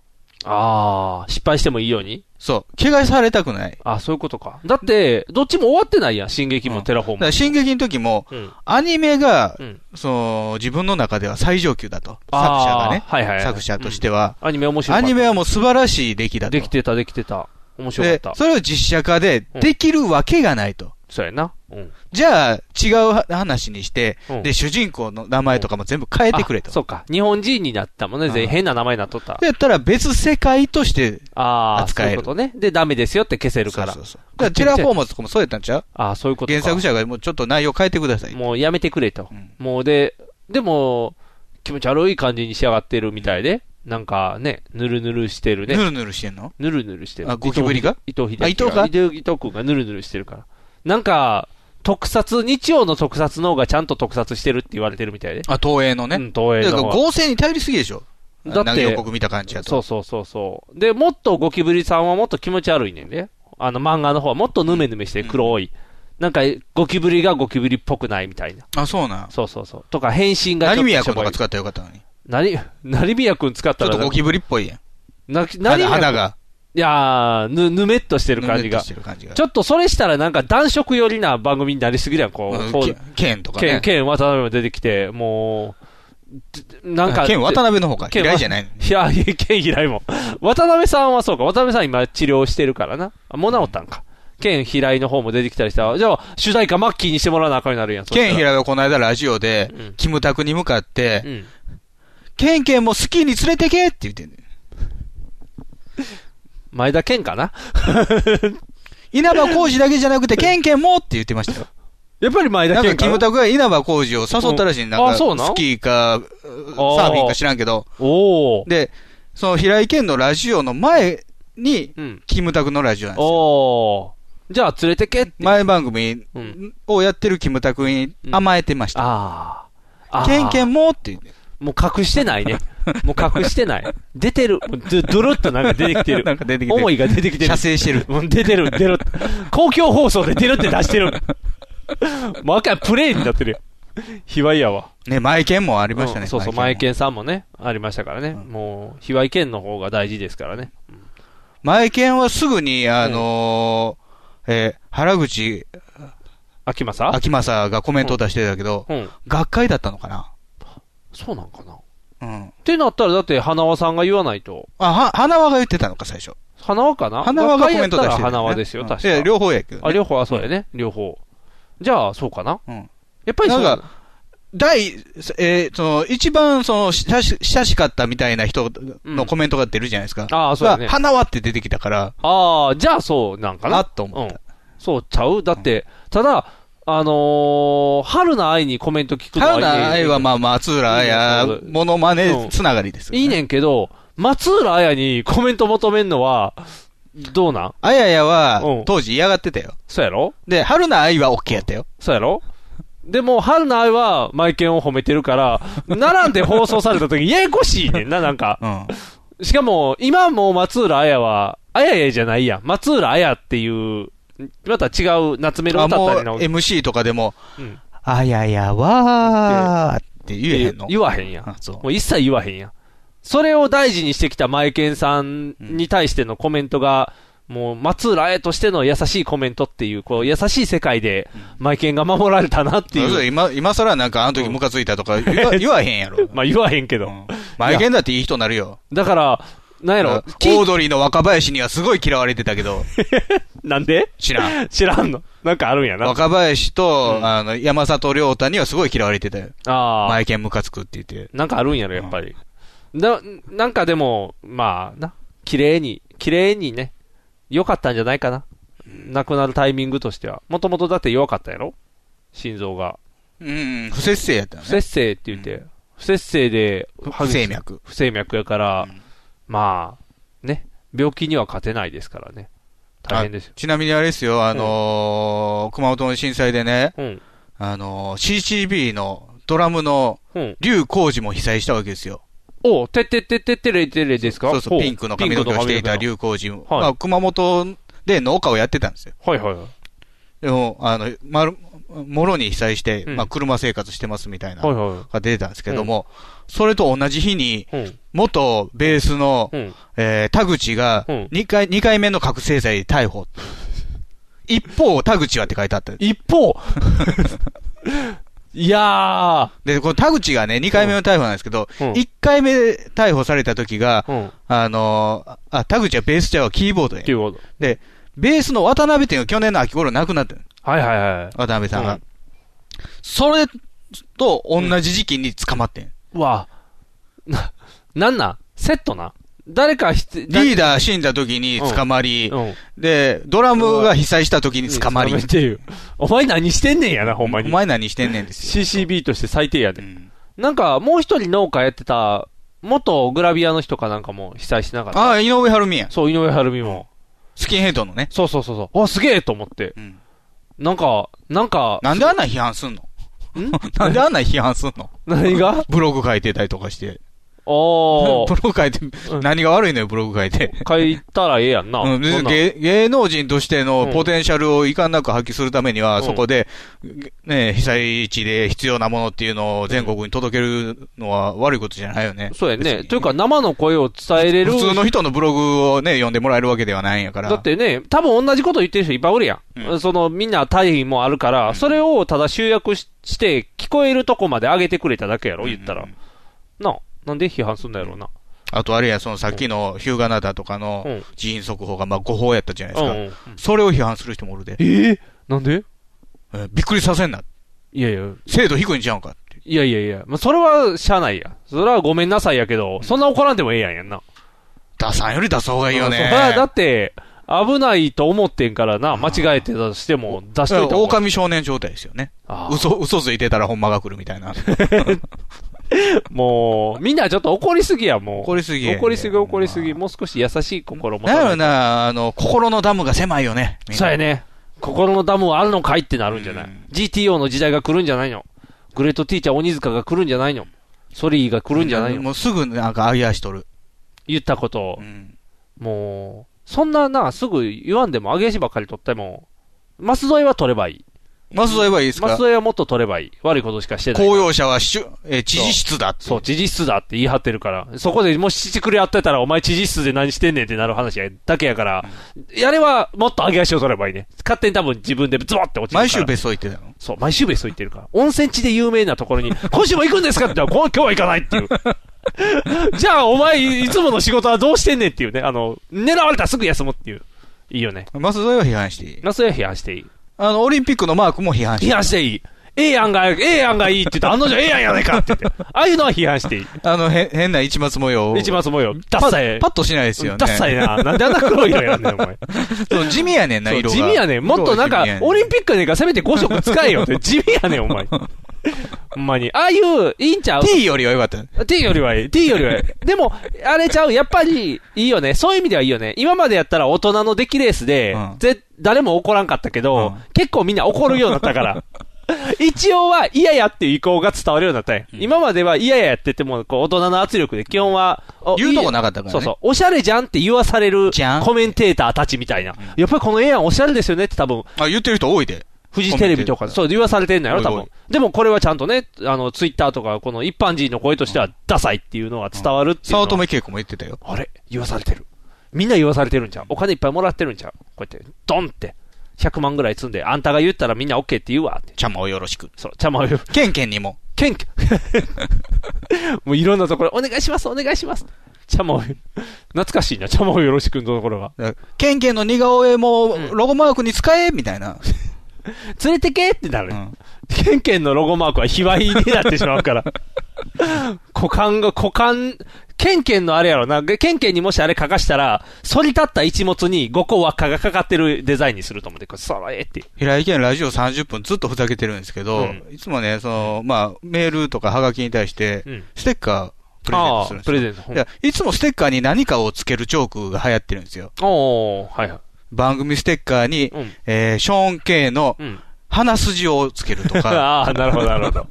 Speaker 2: ああ、失敗してもいいように
Speaker 3: そう。怪我されたくない。
Speaker 2: あそういうことか。だって、どっちも終わってないやん、進撃もテラフ
Speaker 3: だ
Speaker 2: ォーム
Speaker 3: か
Speaker 2: も
Speaker 3: ら。進撃の時も、
Speaker 2: うん
Speaker 3: アニメが、
Speaker 2: うん
Speaker 3: その、自分の中では最上級だと。作
Speaker 2: あー
Speaker 3: 者がね、
Speaker 2: はいはいはい
Speaker 3: 作者としては、
Speaker 2: アニメ面白か
Speaker 3: ア
Speaker 2: った。
Speaker 3: ニメはもう素晴らしい出来だと。
Speaker 2: できてた、できてた。面白かった
Speaker 3: で、。それを実写化で
Speaker 2: うん
Speaker 3: できるわけがないと。
Speaker 2: そうやな。うん。
Speaker 3: じゃあ、違う話にして、
Speaker 2: うん
Speaker 3: で、主人公の名前とかも全部変えてくれと。
Speaker 2: あそうか。日本人になったもんね。全
Speaker 3: う
Speaker 2: 員
Speaker 3: ん
Speaker 2: 変な名前になっとった
Speaker 3: で。やったら別世界として、
Speaker 2: ああ、そ
Speaker 3: 扱
Speaker 2: う
Speaker 3: え
Speaker 2: いう
Speaker 3: る
Speaker 2: ことね。で、ダメですよって消せるから。
Speaker 3: そうそうだからテラフォーマーズとかもそうやったんちゃう
Speaker 2: ああ、そういうことか。
Speaker 3: 原作者がもうちょっと内容変えてください。
Speaker 2: もうやめてくれと。もうで、でも、気持ち悪い感じに仕上がってるみたいで、なんかね、ぬるぬるしてるね。
Speaker 3: ぬるぬるしてんの
Speaker 2: ぬるぬるしてる。
Speaker 3: あゴキブリが
Speaker 2: 伊藤秀
Speaker 3: あ伊藤か
Speaker 2: 伊藤伊藤君がぬるぬるしてるから。なんか、特撮、日曜の特撮の方がちゃんと特撮してるって言われてるみたいで。
Speaker 3: あ、東映のね。
Speaker 2: うん東映の
Speaker 3: だ
Speaker 2: 方
Speaker 3: から
Speaker 2: は
Speaker 3: 合成に頼りすぎでしょ。
Speaker 2: だって
Speaker 3: なんか予告見た感じやと。
Speaker 2: そうそうそうそう。で、もっとゴキブリさんはもっと気持ち悪いねんね。あの漫画の方はもっとヌメヌメして黒い。なんか、ゴキブリがゴキブリっぽくないみたいな。
Speaker 3: あ、そうなん。
Speaker 2: そうそうそう。とか、変身が
Speaker 3: 成宮
Speaker 2: ちょ
Speaker 3: 君
Speaker 2: っと
Speaker 3: と
Speaker 2: しょ
Speaker 3: か使
Speaker 2: ぼい
Speaker 3: ったらよかったのに。
Speaker 2: なり、なりみやくん使っ
Speaker 3: ち
Speaker 2: た
Speaker 3: ょっ
Speaker 2: ら
Speaker 3: と
Speaker 2: なん
Speaker 3: ゴ
Speaker 2: か、
Speaker 3: キブリっぽいやん。
Speaker 2: な、な
Speaker 3: 肌
Speaker 2: りみやくん
Speaker 3: 肌が。
Speaker 2: いやー、ぬ、ぬめっとしてる感じ
Speaker 3: ぬめっ
Speaker 2: が。
Speaker 3: としてる感じが
Speaker 2: ちょっとそれしたらなんか男色寄りな番組になりすぎるやん、こう。
Speaker 3: うん
Speaker 2: こう
Speaker 3: けケンとか
Speaker 2: ケ
Speaker 3: ね
Speaker 2: ン、。ケン渡辺も出てきて、もう、なんか。
Speaker 3: ケン渡辺の方か
Speaker 2: ケン
Speaker 3: 平井じゃないの
Speaker 2: いや、いやケン平井も。渡辺さんはそうか、渡辺さん今治療してるからな。あもう治ったんか。ケン平井の方も出てきたりしたら、じゃあ主題歌マッキーにしてもらわなあかんようになるやん。そしたら
Speaker 3: ケン平井はこの間ラジオで、キムタクに向かって、ケンケンもスキーに連れてけって言ってんねん
Speaker 2: 前田健かな
Speaker 3: 稲葉浩二だけじゃなくて、ケンケンもって言ってましたよ。
Speaker 2: やっぱり前
Speaker 3: な
Speaker 2: 田
Speaker 3: んか
Speaker 2: 健
Speaker 3: キ
Speaker 2: か
Speaker 3: ムタクが稲葉浩二を誘ったらしい、
Speaker 2: うん
Speaker 3: なんか
Speaker 2: あそうなん
Speaker 3: スキーか、サーフィンか知らんけど。
Speaker 2: お
Speaker 3: で、その平井健のラジオの前に、キムタクのラジオなんですよ。
Speaker 2: おじゃあ連れてけって。
Speaker 3: 前番組をやってるキムタクに甘えてました。
Speaker 2: ああー
Speaker 3: ケンケンもって言って。
Speaker 2: もう隠してな いね。もう隠してない。出てる。もうドドロッとなんか出てきてる。
Speaker 3: なんか出てきてる
Speaker 2: 思いが出てきてる。
Speaker 3: 射精してる。
Speaker 2: もう出てる、出る。公共放送で出るって出し てる。もう赤いプレイになってるよ。卑猥やわ。
Speaker 3: ね、前剣もありましたね。
Speaker 2: うんそうそう、前剣さんもね、ありましたからね。もう、卑猥剣の方が大事ですからね。
Speaker 3: 前剣はすぐに、あのー、えー原口
Speaker 2: 秋政
Speaker 3: 秋政がコメントを出してたけど、
Speaker 2: うん。
Speaker 3: 学会だったのかな
Speaker 2: そうなんかな。
Speaker 3: うん。
Speaker 2: ってなったら、だって、花輪さんが言わないと。
Speaker 3: あ、は、花輪が言ってたのか、最初。
Speaker 2: 花輪かな
Speaker 3: 花輪がコメント出してる
Speaker 2: 学会
Speaker 3: よね
Speaker 2: やったら花輪ですよ、
Speaker 3: うん
Speaker 2: 確
Speaker 3: い
Speaker 2: か。
Speaker 3: や両方やけどね
Speaker 2: あ、両方、あ、そうやね。両方。じゃあ、そうかな。
Speaker 3: うん。
Speaker 2: やっぱりそう
Speaker 3: なんか、第、えーその、一番、その、親し親しかったみたいな人のコメントが出るじゃないですか。
Speaker 2: あーそうだね
Speaker 3: が花輪って出てきたから、
Speaker 2: ああ、じゃあそうなんかな。
Speaker 3: あと思
Speaker 2: った、そうちゃうだって、ただ、あのー、春菜愛にコメント聞くの
Speaker 3: 花輪
Speaker 2: いい
Speaker 3: 愛
Speaker 2: ね
Speaker 3: はまあ、松浦愛や
Speaker 2: うんそう、
Speaker 3: モノマネつながりです。
Speaker 2: いいねんけど、松浦綾にコメント求めんのは、どうなん
Speaker 3: あややは、当時嫌がってたよ。
Speaker 2: そうやろ
Speaker 3: で、春菜愛は OK やったよ。
Speaker 2: そうやろでも、春の愛は、マイケンを褒めてるから、並んで放送された時、ややこしいねんな、なんか。しかも、今も松浦綾は、綾やじゃないやん。松浦綾っていう、また違う夏メロ
Speaker 3: あ
Speaker 2: 歌
Speaker 3: も
Speaker 2: っ
Speaker 3: う
Speaker 2: たりの。
Speaker 3: MC とかでも、
Speaker 2: うん
Speaker 3: あややはーって言えへんの
Speaker 2: 言わへんやん。もう一切言わへんやん。それを大事にしてきたマイケンさんに対してのコメントが、もう松浦綾としての優しいコメントっていう、こう、優しい世界で、マイケンが守られたなってい
Speaker 3: そうそう
Speaker 2: う。
Speaker 3: 今、今更なんかあの時ムカついたとか 言わ言わへんやろ。
Speaker 2: まあ言わへんけど。
Speaker 3: マイケンだっていい人になるよ。
Speaker 2: だから、なんやろ
Speaker 3: オードリーの若林にはすごい嫌われてたけ ど。
Speaker 2: なんで
Speaker 3: 知らん。
Speaker 2: 知らんの。なんかあるんやな。
Speaker 3: 若林と、あの、山里亮太にはすごい嫌われてたよ。
Speaker 2: ああ。
Speaker 3: マイケンムカつくって言って。
Speaker 2: なんかあるんやろ、やっぱり。な、なんかでも、まあ、な、綺麗に、綺麗にね、良かったんじゃないかな。亡くなるタイミングとしては。もともとだって弱かったやろ心臓が。
Speaker 3: うん、不節制やったよ
Speaker 2: 不
Speaker 3: ね。
Speaker 2: 節制って言って、不節制で、
Speaker 3: 不整脈。
Speaker 2: 不整脈やから、まあ、ね、病気には勝てないですからね。大変ですよ。
Speaker 3: あちなみにあれですよ、あのー熊本の震災でね、あのー CCB のドラムの
Speaker 2: うん、
Speaker 3: 竜浩二も被災したわけですよ。
Speaker 2: おうてってってってってれてれですか
Speaker 3: そうそう、ピンクの髪の毛をしていた竜浩二も、まあ、熊本で農家をやってたんですよ。
Speaker 2: はいはいはい。
Speaker 3: でも、あの、まる、もろに被災して、まあ、車生活してますみたいな、
Speaker 2: はいはいは
Speaker 3: が出てたんですけども、それと同じ日に、元ベースの、えー田口が、2回、二回目の覚醒剤逮捕。一方、田口はって書いてあった。
Speaker 2: 一 方いや
Speaker 3: ー。で、この田口がね、2回目の逮捕なんですけど、1回目逮捕された時が、あのーあ、田口はベースちゃうわキーボードや。キ
Speaker 2: ーボード。
Speaker 3: で、ベースの渡辺っていうのが去年の秋頃亡くなったの
Speaker 2: はいはいはい。
Speaker 3: 渡辺さんが。それと同じ時期に捕まってん。
Speaker 2: うわな、なんなんセットな誰かひつ、
Speaker 3: リーダー死んだ時に捕まり、
Speaker 2: うんうん
Speaker 3: で、ドラムが被災した時に捕まり。
Speaker 2: うん捕まってるお前何してんねんやな、ほんまに。お
Speaker 3: 前何してんねんです
Speaker 2: よ。CCB として最低やで。なんか、もう一人農家やってた、元グラビアの人かなんかも被災しなかった。
Speaker 3: ああ、井上晴美や。
Speaker 2: そう、井上晴美も。
Speaker 3: スキンヘッドのね。
Speaker 2: そうそうそうそう。あ、すげえと思って。なんか、なんか。
Speaker 3: なんであんな批判すんの
Speaker 2: ん
Speaker 3: なんであんな批判すんの
Speaker 2: 何 が
Speaker 3: ブログ書いてたりとかして。
Speaker 2: お
Speaker 3: ブログ書いて、何が悪いのよ、ブログ書いて。
Speaker 2: 書いたらええやんな。
Speaker 3: うん、別
Speaker 2: そ
Speaker 3: に
Speaker 2: んなん
Speaker 3: 芸芸能人としてのポテンシャルをいかんなく発揮するためには、
Speaker 2: うん
Speaker 3: そこで、ね、被災地で必要なものっていうのを全国に届けるのは悪いことじゃないよね。
Speaker 2: そうやね。というか、生の声を伝えれる。
Speaker 3: 普通の人のブログをね、読んでもらえるわけではないんやから。
Speaker 2: だってね、多分同じこと言ってる人いっぱいおるやん。その、みんな大義もあるから、それをただ集約しして、聞こえるとこまで上げてくれただけやろ、言ったら。なあ、なんで批判すんだやろうな。
Speaker 3: あとあれや、そのさっきのヒューガナダとか
Speaker 2: う
Speaker 3: の
Speaker 2: ん
Speaker 3: 人員速報がまあ誤報やったじゃないですか。
Speaker 2: うんうん
Speaker 3: それを批判する人もおるで。
Speaker 2: ええなんで
Speaker 3: びっくりさせんな。
Speaker 2: いやいや。
Speaker 3: 精度低いんちゃうんかって。
Speaker 2: いやいやいや、まあ、それはしゃあないや。それはごめんなさいやけど、そんな怒らんでもええやんやんな。
Speaker 3: 出さんより出した方がいいよね
Speaker 2: そりゃだって、危ないと思ってんからな、間違えてたとしても、出しといた方が
Speaker 3: 狼少年状態ですよね。嘘、嘘ついてたらほんまが来るみたい な。
Speaker 2: もう、みんなちょっと怒りすぎや、もう。怒
Speaker 3: りすぎや
Speaker 2: 怒りすぎ、怒りすぎ。もう少し優しい心も。
Speaker 3: なんやろな、あの、心のダムが狭いよね。
Speaker 2: そうやね。心のダムはあるのかいってなるんじゃない、?GTO の時代が来るんじゃないのグレートティーチャー鬼塚が来るんじゃないのソリーが来るんじゃないの
Speaker 3: もうすぐなんか、あげ足しとる。
Speaker 2: 言ったことを。もう、そんなな、すぐ言わんでも、揚げ足ばっかり取っても、マス添えは取ればいい。
Speaker 3: マス添えはいいですか
Speaker 2: マス添えはもっと取ればいい。悪いことしかしてない。
Speaker 3: 公用車はしゅ、えー知事室だって。
Speaker 2: そう、知事室だって言い張ってるから、そこでもし乳くれやってたら、お前知事室で何してんねんってなる話やだけやから、やれはもっと上げ足を取ればいいね。勝手に多分自分でズボって落ちてるから。
Speaker 3: 毎週別荘行ってたの
Speaker 2: そう、毎週別荘行ってるから。温泉地で有名なところ に、今週も行くんですかって言 ったら、こ今日は行かないって いう。じゃあ、お前、いつもの仕事はどうしてんねんっていうね。あの、狙われたらすぐ休むっていう。いいよね。
Speaker 3: マス添えは批判していい。
Speaker 2: マス添えは批判していい。
Speaker 3: あの、オリンピックのマークも批判してい
Speaker 2: 批判していい。ええやんが、ええやんがいいって言って、あのじゃええやんやないかって言って。ああいうのは批判していい。
Speaker 3: あの、へ変な市松模様を。
Speaker 2: 市松模様ダッサい
Speaker 3: パパッとしないですよね。
Speaker 2: ダッサいななんであんな黒い色やんねんお前。
Speaker 3: そう、地味やねんな、
Speaker 2: そう
Speaker 3: 色が。
Speaker 2: 地味やねん。もっとなん
Speaker 3: 色が地
Speaker 2: か
Speaker 3: 味や、ね
Speaker 2: オリンピックやねんからせめて5色使えよって。地味やねん、お前。ほんまに。ああいう、いいんちゃう
Speaker 3: ?T よりは良かったね。
Speaker 2: T よりはいい。T よりはいい。でも、あれちゃう、やっぱり、いいよね。そういう意味ではいいよね。今までやったら大人の出来レースで、ぜ誰も怒らんかったけど、結構みんな怒るようになったから。 一応は嫌やっていう意向が伝わるようになったんや今までは嫌ややってても、こう、大人の圧力で基本は、言うとこなかったか
Speaker 3: ね
Speaker 2: らそうそう。おしゃれじゃんって言わされる、コメンテーターたちみたいな。やっぱりこの絵案おしゃれですよねって多分。
Speaker 3: あ、言ってる人多いで。
Speaker 2: フジテレビとか、そう、言わされてんのやろ、多分。でもこれはちゃんとね、あの、ツイッターとか、この一般人の声としては、ダサいっていうのが伝わるっていうのは。
Speaker 3: 早乙女恵子も言ってたよ。
Speaker 2: あれ言わされてる。みんな言わされてるんちゃうお金いっぱいもらってるんちゃうこうやって、ドンって。100万ぐらい積んで、あんたが言ったらみんな OK って言うわって。
Speaker 3: 茶間をよろしく。
Speaker 2: そう、茶間をよろしく。
Speaker 3: ケンケンにも。
Speaker 2: ケンケ ン。もういろんなところ、お願いします、お願いします。茶間を、懐かしいな、茶間をよろしくのところが。
Speaker 3: ケンケンの似顔絵も、ロゴマークに使えみたいな。
Speaker 2: 連れてけってなる。ケンケンのロゴマークは卑猥になってしまう から。股間が、股間、ケンケンのあれやろな。ケンケンにもしあれ書かしたら、反り立った一物に5個輪っかがかかってるデザインにすると思って、これ、そらええって。
Speaker 3: 平井健ラジオ30分ずっとふざけてるんですけど、いつもね、その、まあ、メールとかハガキに対して
Speaker 2: うん、
Speaker 3: ステッカープレゼントするんですよ。
Speaker 2: プレゼント。
Speaker 3: いや、いつもステッカーに何かをつけるチョークが流行ってるんですよ。
Speaker 2: おはい
Speaker 3: 番組ステッカーに、えーショーン・ケイの鼻筋をつけるとか。
Speaker 2: ああ、なるほど、なるほど。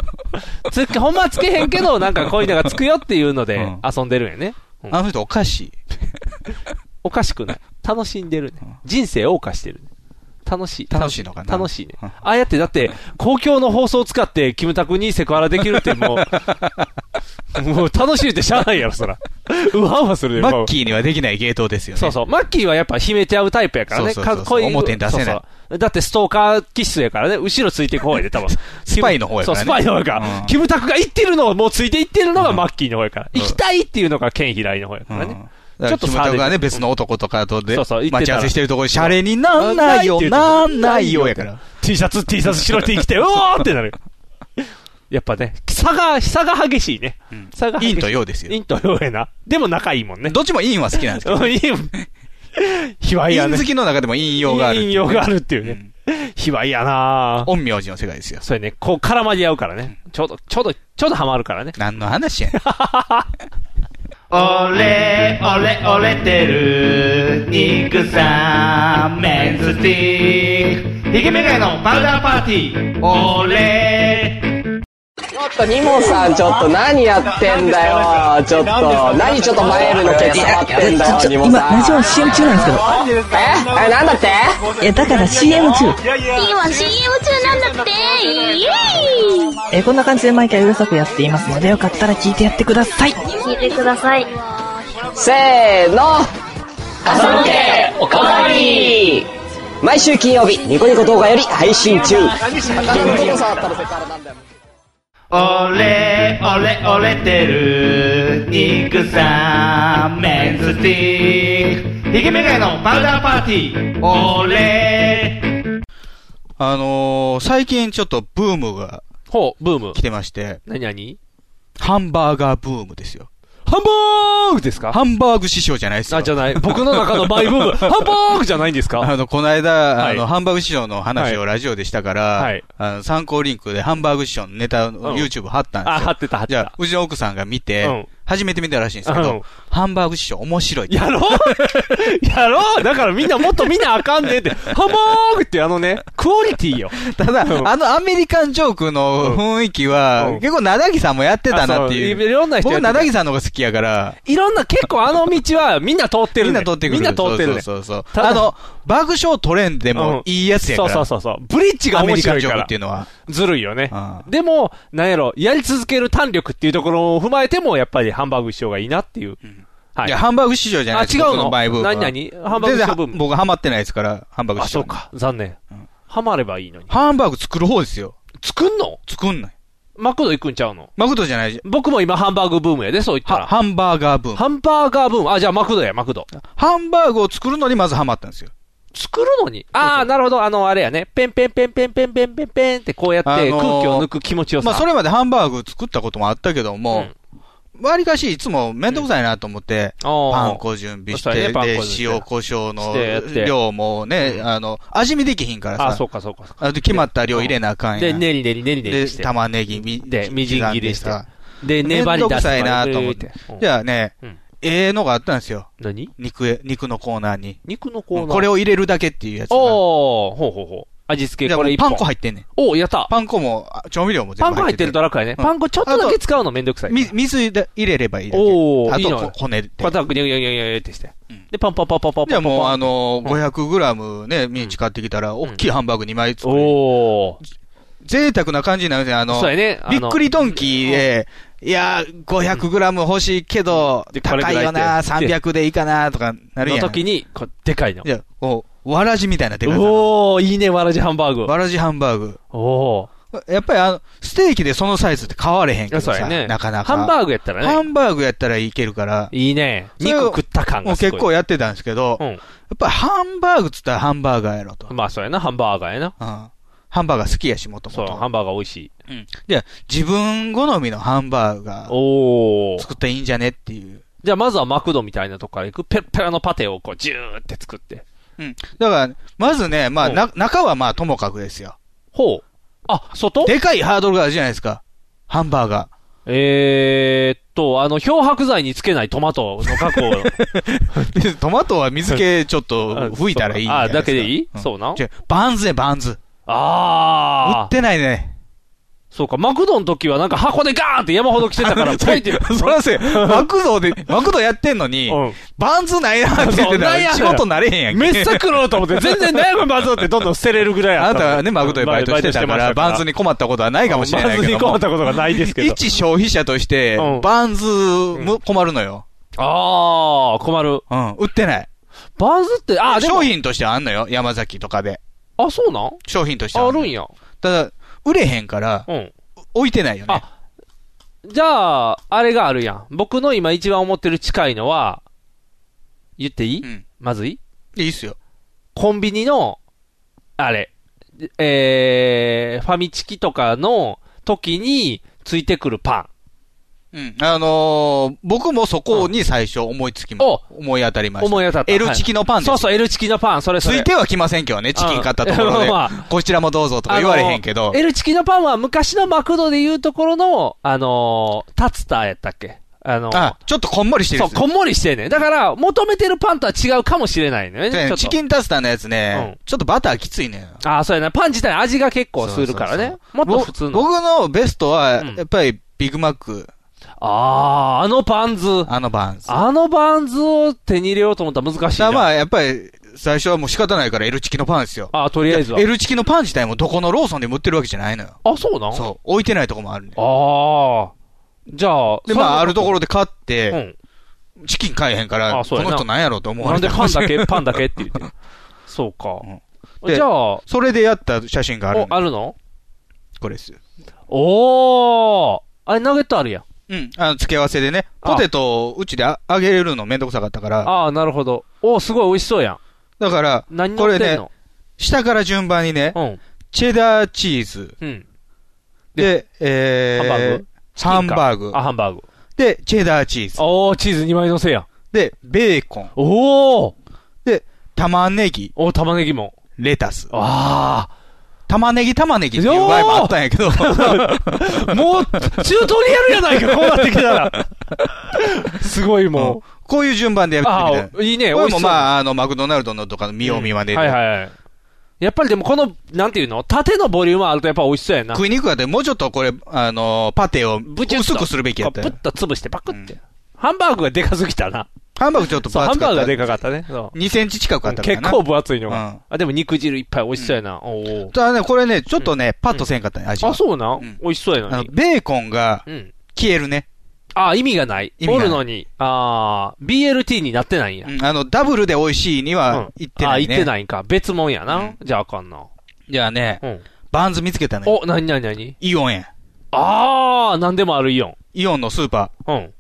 Speaker 2: つけ、ほんまはつけへんけど、なんかこういうのがつくよっていうので、遊んでるんやね。
Speaker 3: あの人おかしい。
Speaker 2: おかしくない。楽しんでるね。人生を謳歌してるね。楽しい。楽しいのかな楽しいね。ああやって、だって、公共の放送を使って、キムタクにセクハラできるってもう、 もう楽しいってしゃあないやろ、そら。うわうわするで
Speaker 3: マッキーにはできない芸当ですよね。
Speaker 2: そうそう。マッキーはやっぱ秘めちゃうタイプやからね。
Speaker 3: そうそうそう
Speaker 2: かっこいい。
Speaker 3: 表に出せない
Speaker 2: そうそうだってストーカー気質やからね。後ろついてこいで、多分。ス
Speaker 3: パイの方やからね
Speaker 2: そう、スパイの方やから。キムタクが行ってるのをもうついて行ってるのがマッキーの方やから。行きたいっていうのがケンヒライの方やからね。
Speaker 3: だから
Speaker 2: ちょっと
Speaker 3: キムタ
Speaker 2: 差
Speaker 3: クがね、
Speaker 2: で。
Speaker 3: 別の男とかとで、
Speaker 2: そうそう言ってたら
Speaker 3: 待ち合わせしてるところシャレになんないよ、なんないよやから。
Speaker 2: T シャツ、T シャツ白 T 着て、うおーってなる。やっぱね、差が、差が激しいね。差が激しい。
Speaker 3: 陰と陽ですよ
Speaker 2: 陰と陽やな。でも仲いいもんね。ど
Speaker 3: っちも陰は好きなんですけど
Speaker 2: 陰、卑猥やね。
Speaker 3: 陰好きの中でも陰陽があるっていう
Speaker 2: 陰
Speaker 3: ね。
Speaker 2: 陽があるっていうね。卑猥やな
Speaker 3: 陰陽師の世界ですよ。
Speaker 2: そうやね。こう絡まり合うからね。ちょうど、ちょうど、ちょうどハマるからね。
Speaker 3: 何の話 やねん。
Speaker 13: 俺、俺、俺てる、肉さん、メンズティーク、ヒゲメガネのパウダーパーティー、俺、
Speaker 14: ちょっとニモさんちょっと何やってんだよちょっと何ちょっと前よりのケツ触ってんだよニモ
Speaker 15: 今、
Speaker 14: さん
Speaker 15: ラジオ CM 中なんですけど。
Speaker 14: ええなんだって
Speaker 15: え、だから CM 中。
Speaker 8: 今 CM 中なんだってイエーイ
Speaker 15: え、こんな感じで毎回うるさくやっていますので、よかったら聞いてやってください。
Speaker 8: 聞いてください
Speaker 14: せーの朝向けおかわり毎週金曜日ニコニコ動画より配信中
Speaker 13: 俺、俺、俺てる、肉さん、メンズティーク、ヒゲメガネのパウダーパーティー、俺、
Speaker 3: あのー、最近ちょっとブームが、
Speaker 2: ほう、ブーム。
Speaker 3: 来てまして。
Speaker 2: 何何
Speaker 3: ハンバーガーブームですよ。
Speaker 2: ハンバーグですか
Speaker 3: ハンバーグ師匠じゃないですよ。あ、じ
Speaker 2: ゃない。僕の中のマイブームハンバーグじゃないんですか
Speaker 3: あの、この間、
Speaker 2: はい
Speaker 3: あの、ハンバーグ師匠の話をラジオでしたから、あの、参考リンクでハンバーグ師匠のネタを YouTube 貼ったんですよ。
Speaker 2: あ貼ってた、貼ってた
Speaker 3: じゃあ、うちの奥さんが見て、
Speaker 2: うん
Speaker 3: 初めて見たらしいんですけど、
Speaker 2: うん
Speaker 3: ハンバーグ師匠面白いって。
Speaker 2: やろやろう だからみんなもっと見なあかんねって。ハンバーグってあのね、クオリティよ。
Speaker 3: ただ、あのアメリカンジョークの雰囲気は、結構、なだぎさんもやってたなってい
Speaker 2: あ
Speaker 3: う。
Speaker 2: そういろんな人や
Speaker 3: 僕、
Speaker 2: ってた
Speaker 3: なだぎさんの方が好きやから、
Speaker 2: いろんな、結構あの道はみんな通ってる
Speaker 3: みん
Speaker 2: ね。
Speaker 3: な通ってくる。
Speaker 2: みんな通ってるね。
Speaker 3: そうそうそうそう
Speaker 2: ただ
Speaker 3: あの、バグショー取れんでもいいやつやから。
Speaker 2: そうそうそうそう。ブリッジが面白いから。
Speaker 3: アメリカンジョークっていうのは。
Speaker 2: ずるいよね。でも、なんやろ、やり続ける弾力っていうところを踏まえても、やっぱりハンバーグ師匠がいいなっていう。はい
Speaker 3: いや、ハンバーグ市場じゃないです
Speaker 2: あ違うの
Speaker 3: 僕マイブームは
Speaker 2: 何々ハンバーグ市場ブ
Speaker 3: 全
Speaker 2: ーム
Speaker 3: 然僕ハマってないですから、ハンバーグ
Speaker 2: あ、
Speaker 3: 市場
Speaker 2: そう
Speaker 3: に。
Speaker 2: か。残念。ハマればいいのに。
Speaker 3: ハンバーグ作る方ですよ。
Speaker 2: 作んの
Speaker 3: 作んない。
Speaker 2: マクド行くんちゃうの
Speaker 3: マクドじゃない
Speaker 2: 僕も今ハンバーグブームやで、そう言ったら。
Speaker 3: ハンバーガーブーム。
Speaker 2: ハンバーガーブーム。あ、じゃあマクドや、マクド。
Speaker 3: ハンバーグを作るのにまずハマったんですよ。
Speaker 2: 作るのにああ、なるほど。あの、あれやね。ペンペンペンペンペンペンペンペンってこうやって
Speaker 3: あのー
Speaker 2: 空気を抜く気持ちよさ。
Speaker 3: まあ、それまでハンバーグ作ったこともあったけども、わりかしいつもめんどくさいなと思って、
Speaker 2: あー
Speaker 3: パン粉準備し
Speaker 2: そうや
Speaker 3: て、
Speaker 2: ねパン粉
Speaker 3: で、
Speaker 2: 準備
Speaker 3: 塩、胡椒
Speaker 2: してやって
Speaker 3: の量もね、あの、味見できひんからさ。
Speaker 2: あそうかそうか
Speaker 3: あで決まった量入れなあかんやん
Speaker 2: で、練り練り練り練り
Speaker 3: で
Speaker 2: して。
Speaker 3: 玉ねぎ、み、で、
Speaker 2: みじん切りして
Speaker 3: さ。
Speaker 2: で、粘
Speaker 3: めん
Speaker 2: り
Speaker 3: ど
Speaker 2: 出
Speaker 3: く
Speaker 2: す。
Speaker 3: さいなと思って
Speaker 2: うん。
Speaker 3: じゃあね
Speaker 2: うん、
Speaker 3: ええのがあったんですよ。
Speaker 2: 何
Speaker 3: 肉へ、肉のコーナーに。
Speaker 2: 肉のコーナー
Speaker 3: これを入れるだけっていうやつが。
Speaker 2: おー、ほうほうほう。味付
Speaker 3: じ
Speaker 2: け、
Speaker 3: ゃあ
Speaker 2: こ
Speaker 3: も
Speaker 2: れ
Speaker 3: う
Speaker 2: 一
Speaker 3: パ
Speaker 2: 本。
Speaker 3: ン粉入ってんねん。
Speaker 2: おやった。
Speaker 3: パン粉も、あ調味料も全部
Speaker 2: パン粉入ってると楽やね。
Speaker 3: うん
Speaker 2: パン粉ちょっとだけ使うのめんどくさい。
Speaker 3: み水で入れればいいだけ。
Speaker 2: おー
Speaker 3: あ
Speaker 2: いい
Speaker 3: と
Speaker 2: の
Speaker 3: こ骨で。
Speaker 2: パタックニャニャニャニャニャってして。で、パンパンパンパンパンパン。
Speaker 3: じゃあもう、あの
Speaker 2: うん
Speaker 3: ー、500グラムね、ミンチ買ってきたら、大きいハンバーグ2枚作る。
Speaker 2: お
Speaker 3: 贅沢な感じになるね。あの、
Speaker 2: そうやねあ
Speaker 3: び
Speaker 2: の
Speaker 3: っくりドンキーで、いやー、500グラム欲しいけど、
Speaker 2: れぐら
Speaker 3: 高
Speaker 2: い
Speaker 3: いよな、
Speaker 2: って
Speaker 3: 300でいいかな、とかなるやん。
Speaker 2: の時に、こうでかいの。
Speaker 3: いや、おわらじみたいなでかさの。
Speaker 2: おー、いいね、わらじハンバーグ。わ
Speaker 3: らじハンバーグ。
Speaker 2: お
Speaker 3: やっぱりあの、ステーキでそのサイズって買われへんけど
Speaker 2: そうや
Speaker 3: さ、
Speaker 2: ね
Speaker 3: なかなか。
Speaker 2: ハンバーグやったらね
Speaker 3: ハンバーグやったらいけるから。
Speaker 2: いいね。
Speaker 3: 肉食った
Speaker 2: 感
Speaker 3: も
Speaker 2: が
Speaker 3: う
Speaker 2: すごい
Speaker 3: 結構やってたんですけど、
Speaker 2: や
Speaker 3: っぱりハンバーグっつったらハンバーガーやろと。
Speaker 2: ー。まあ、そうやな、ハンバーガーやな。
Speaker 3: ハンバーガー好きやし、もとも
Speaker 2: そう、
Speaker 3: と。
Speaker 2: ハンバーガー美味しい。
Speaker 3: で、自分好みのハンバーガ
Speaker 2: ー
Speaker 3: 作ったらいいんじゃねっていう。
Speaker 2: じゃあ、まずはマクドみたいなとこから行く、ペラペラのパテをこう、ジューって作って。
Speaker 3: うん。だから、まずね、まあ、な、中はまあ、ともかくですよ。
Speaker 2: ほう。あ、外
Speaker 3: でかいハードルがあるじゃないですか。ハンバー ガ
Speaker 2: えーっと、あの、漂白剤につけないトマトの過 去を。
Speaker 3: ー。トマトは水気ちょっと吹いたらいいんじゃない
Speaker 2: あ、
Speaker 3: ですか。
Speaker 2: だけでいい
Speaker 3: うん
Speaker 2: そうな。
Speaker 3: 違うバンズね、バンズ。
Speaker 2: あー。売って
Speaker 3: ないね。
Speaker 2: そうか、マクドの時はなんか箱でガーンって山ほど来てたから、ポイって。
Speaker 3: そらせ、マクドで、マクドやってんのに、バンズないなって言ってたら仕事なれへんやんけ
Speaker 2: めっさくろうと思って、全然悩むバンズってどんどん捨てれるぐらい
Speaker 3: あ
Speaker 2: や
Speaker 3: な
Speaker 2: った
Speaker 3: たはね、マクドでバイトしてたから、バンズに困ったことはないかもしれないけども。
Speaker 2: バンズに困ったことがないですけど
Speaker 3: 一消費者として、バンズも困るのよ。
Speaker 2: あー、困る。
Speaker 3: うん、売ってない。
Speaker 2: バンズって、あ
Speaker 3: 商品としてあんのよ、山崎とかで。
Speaker 2: あ、そうなん
Speaker 3: 商品としては
Speaker 2: あるんや。
Speaker 3: ただ、売れへんから、置いてないよね。あ、
Speaker 2: じゃあ、あれがあるやん。僕の今一番思ってる近いのは、言っていい、まずい
Speaker 3: いいっすよ。
Speaker 2: コンビニの、あれ、えー、ファミチキとかの時についてくるパ
Speaker 3: うん。あのー僕もそこに最初思いつきま、思い当たり
Speaker 2: ン。
Speaker 3: ました。
Speaker 2: 思い当たった。
Speaker 3: L チキのパンです
Speaker 2: そ
Speaker 3: よ
Speaker 2: うそう、L チキのパン。それそ
Speaker 3: つ
Speaker 2: れ
Speaker 3: いては来ませんけどね、チキン買ったところ
Speaker 2: うん
Speaker 3: で
Speaker 2: まあ。
Speaker 3: こちらもどうぞとか言われへんけ
Speaker 2: あ
Speaker 3: ど
Speaker 2: の。L チキのパンは昔のマクドでいうところの、あのータツタやったっけあのー
Speaker 3: あ、ちょっとこんもりしてる
Speaker 2: そう、こんもりしてんねんだから、求めてるパンとは違うかもしれないのよね。ちょっと
Speaker 3: チキンタツタのやつね、ちょっとバターきついねん。
Speaker 2: ああ、そうやな。パン自体味が結構するからね。もっと普通の。
Speaker 3: 僕のベストは、やっぱりビッグマック。
Speaker 2: ああ、あのバンズ。
Speaker 3: あのバンズ。
Speaker 2: あのバンズを手に入れようと思ったら難しいな。
Speaker 3: まあ、やっぱり、最初はもう仕方ないから L チキのパンですよ。
Speaker 2: あとりあえずは
Speaker 3: L チキのパン自体もどこのローソンでも売ってるわけじゃないのよ。
Speaker 2: あ、そうなん
Speaker 3: そう。置いてないとこもあるね。
Speaker 2: ああ。じゃあ、
Speaker 3: で、
Speaker 2: それ
Speaker 3: まあ、あるところで買って、チキン買えへんから、
Speaker 2: あそう
Speaker 3: こ
Speaker 2: やな
Speaker 3: の人なんやろうと思わ
Speaker 2: な
Speaker 3: れ
Speaker 2: んで
Speaker 3: た、
Speaker 2: パンだけパンだけって言って。 そうか。
Speaker 3: で
Speaker 2: じゃあ、
Speaker 3: それでやった写真がある
Speaker 2: おあるの
Speaker 3: これですよ。
Speaker 2: おー。あれ、ナゲットあるやん。
Speaker 3: うん。あの、付け合わせでね、ポテトをうちであ揚げれるのめんどくさかったから、
Speaker 2: ああ、なるほど。おー、すごい美味しそうやん。
Speaker 3: だから、
Speaker 2: 何
Speaker 3: こ
Speaker 2: 乗
Speaker 3: れ
Speaker 2: ってん
Speaker 3: ね
Speaker 2: の、
Speaker 3: 下から順番にね、チェダーチーズ、
Speaker 2: うん
Speaker 3: で、えー、
Speaker 2: ハンバ
Speaker 3: ハンバ
Speaker 2: ーグ
Speaker 3: ーグ
Speaker 2: あ、ハンバーグ。
Speaker 3: で、チェダーチーズ。
Speaker 2: おー、チーズ2枚乗せやん。
Speaker 3: で、ベーコン。
Speaker 2: おー
Speaker 3: で、玉ねぎ。
Speaker 2: お玉ねぎも。
Speaker 3: レタス。
Speaker 2: ああ。
Speaker 3: 玉ねぎ玉ねぎっていう場合もあったんやけ ど。
Speaker 2: もう、チュー トリアルやないか、こうなってきたら。すごいも
Speaker 3: う。こういう順番でやって みた
Speaker 2: あいい
Speaker 3: こ
Speaker 2: ね
Speaker 3: れ
Speaker 2: 美味
Speaker 3: も
Speaker 2: しそう
Speaker 3: まあ、あの、マクドナルドのとかの見よう見まねで。
Speaker 2: はいはいはい。やっぱりでもこの、なんていうの縦のボリュームあるとやっぱ美味しそうやな。
Speaker 3: 食いにくかったらもうちょっとこれ、あの、パテを薄くするべきやった
Speaker 2: プ
Speaker 3: よ
Speaker 2: ッと潰してパクって。ハンバーグがでかすぎたな。
Speaker 3: ハンバーグちょっと
Speaker 2: そう、
Speaker 3: 分
Speaker 2: ハン
Speaker 3: 厚
Speaker 2: バ
Speaker 3: か
Speaker 2: ー
Speaker 3: った
Speaker 2: グがでかかったね。そう
Speaker 3: 2センチ近くあったかな
Speaker 2: 結構分厚いのが。あ、でも肉汁いっぱい美味しそうやな。おー
Speaker 3: ただね、これね、ちょっとね、パッとせんかったね、味が
Speaker 2: あ、そうな美味しそうや
Speaker 3: あ
Speaker 2: な
Speaker 3: の。ベーコンが
Speaker 2: うん。
Speaker 3: 消えるね。
Speaker 2: あ、意味がない。
Speaker 3: 味が
Speaker 2: お
Speaker 3: ない
Speaker 2: るのに。あー BLT になってないんや。
Speaker 3: うんあの、ダブルで美味しいには行ってないね。
Speaker 2: あ、言ってないんか。別もんやな。じゃああかんな。
Speaker 3: じゃあね、バンズ見つけたね。
Speaker 2: お、なになになに
Speaker 3: イオンや。
Speaker 2: あー、なんでもあるイオン。
Speaker 3: イオンのスーパ
Speaker 2: ー。うん。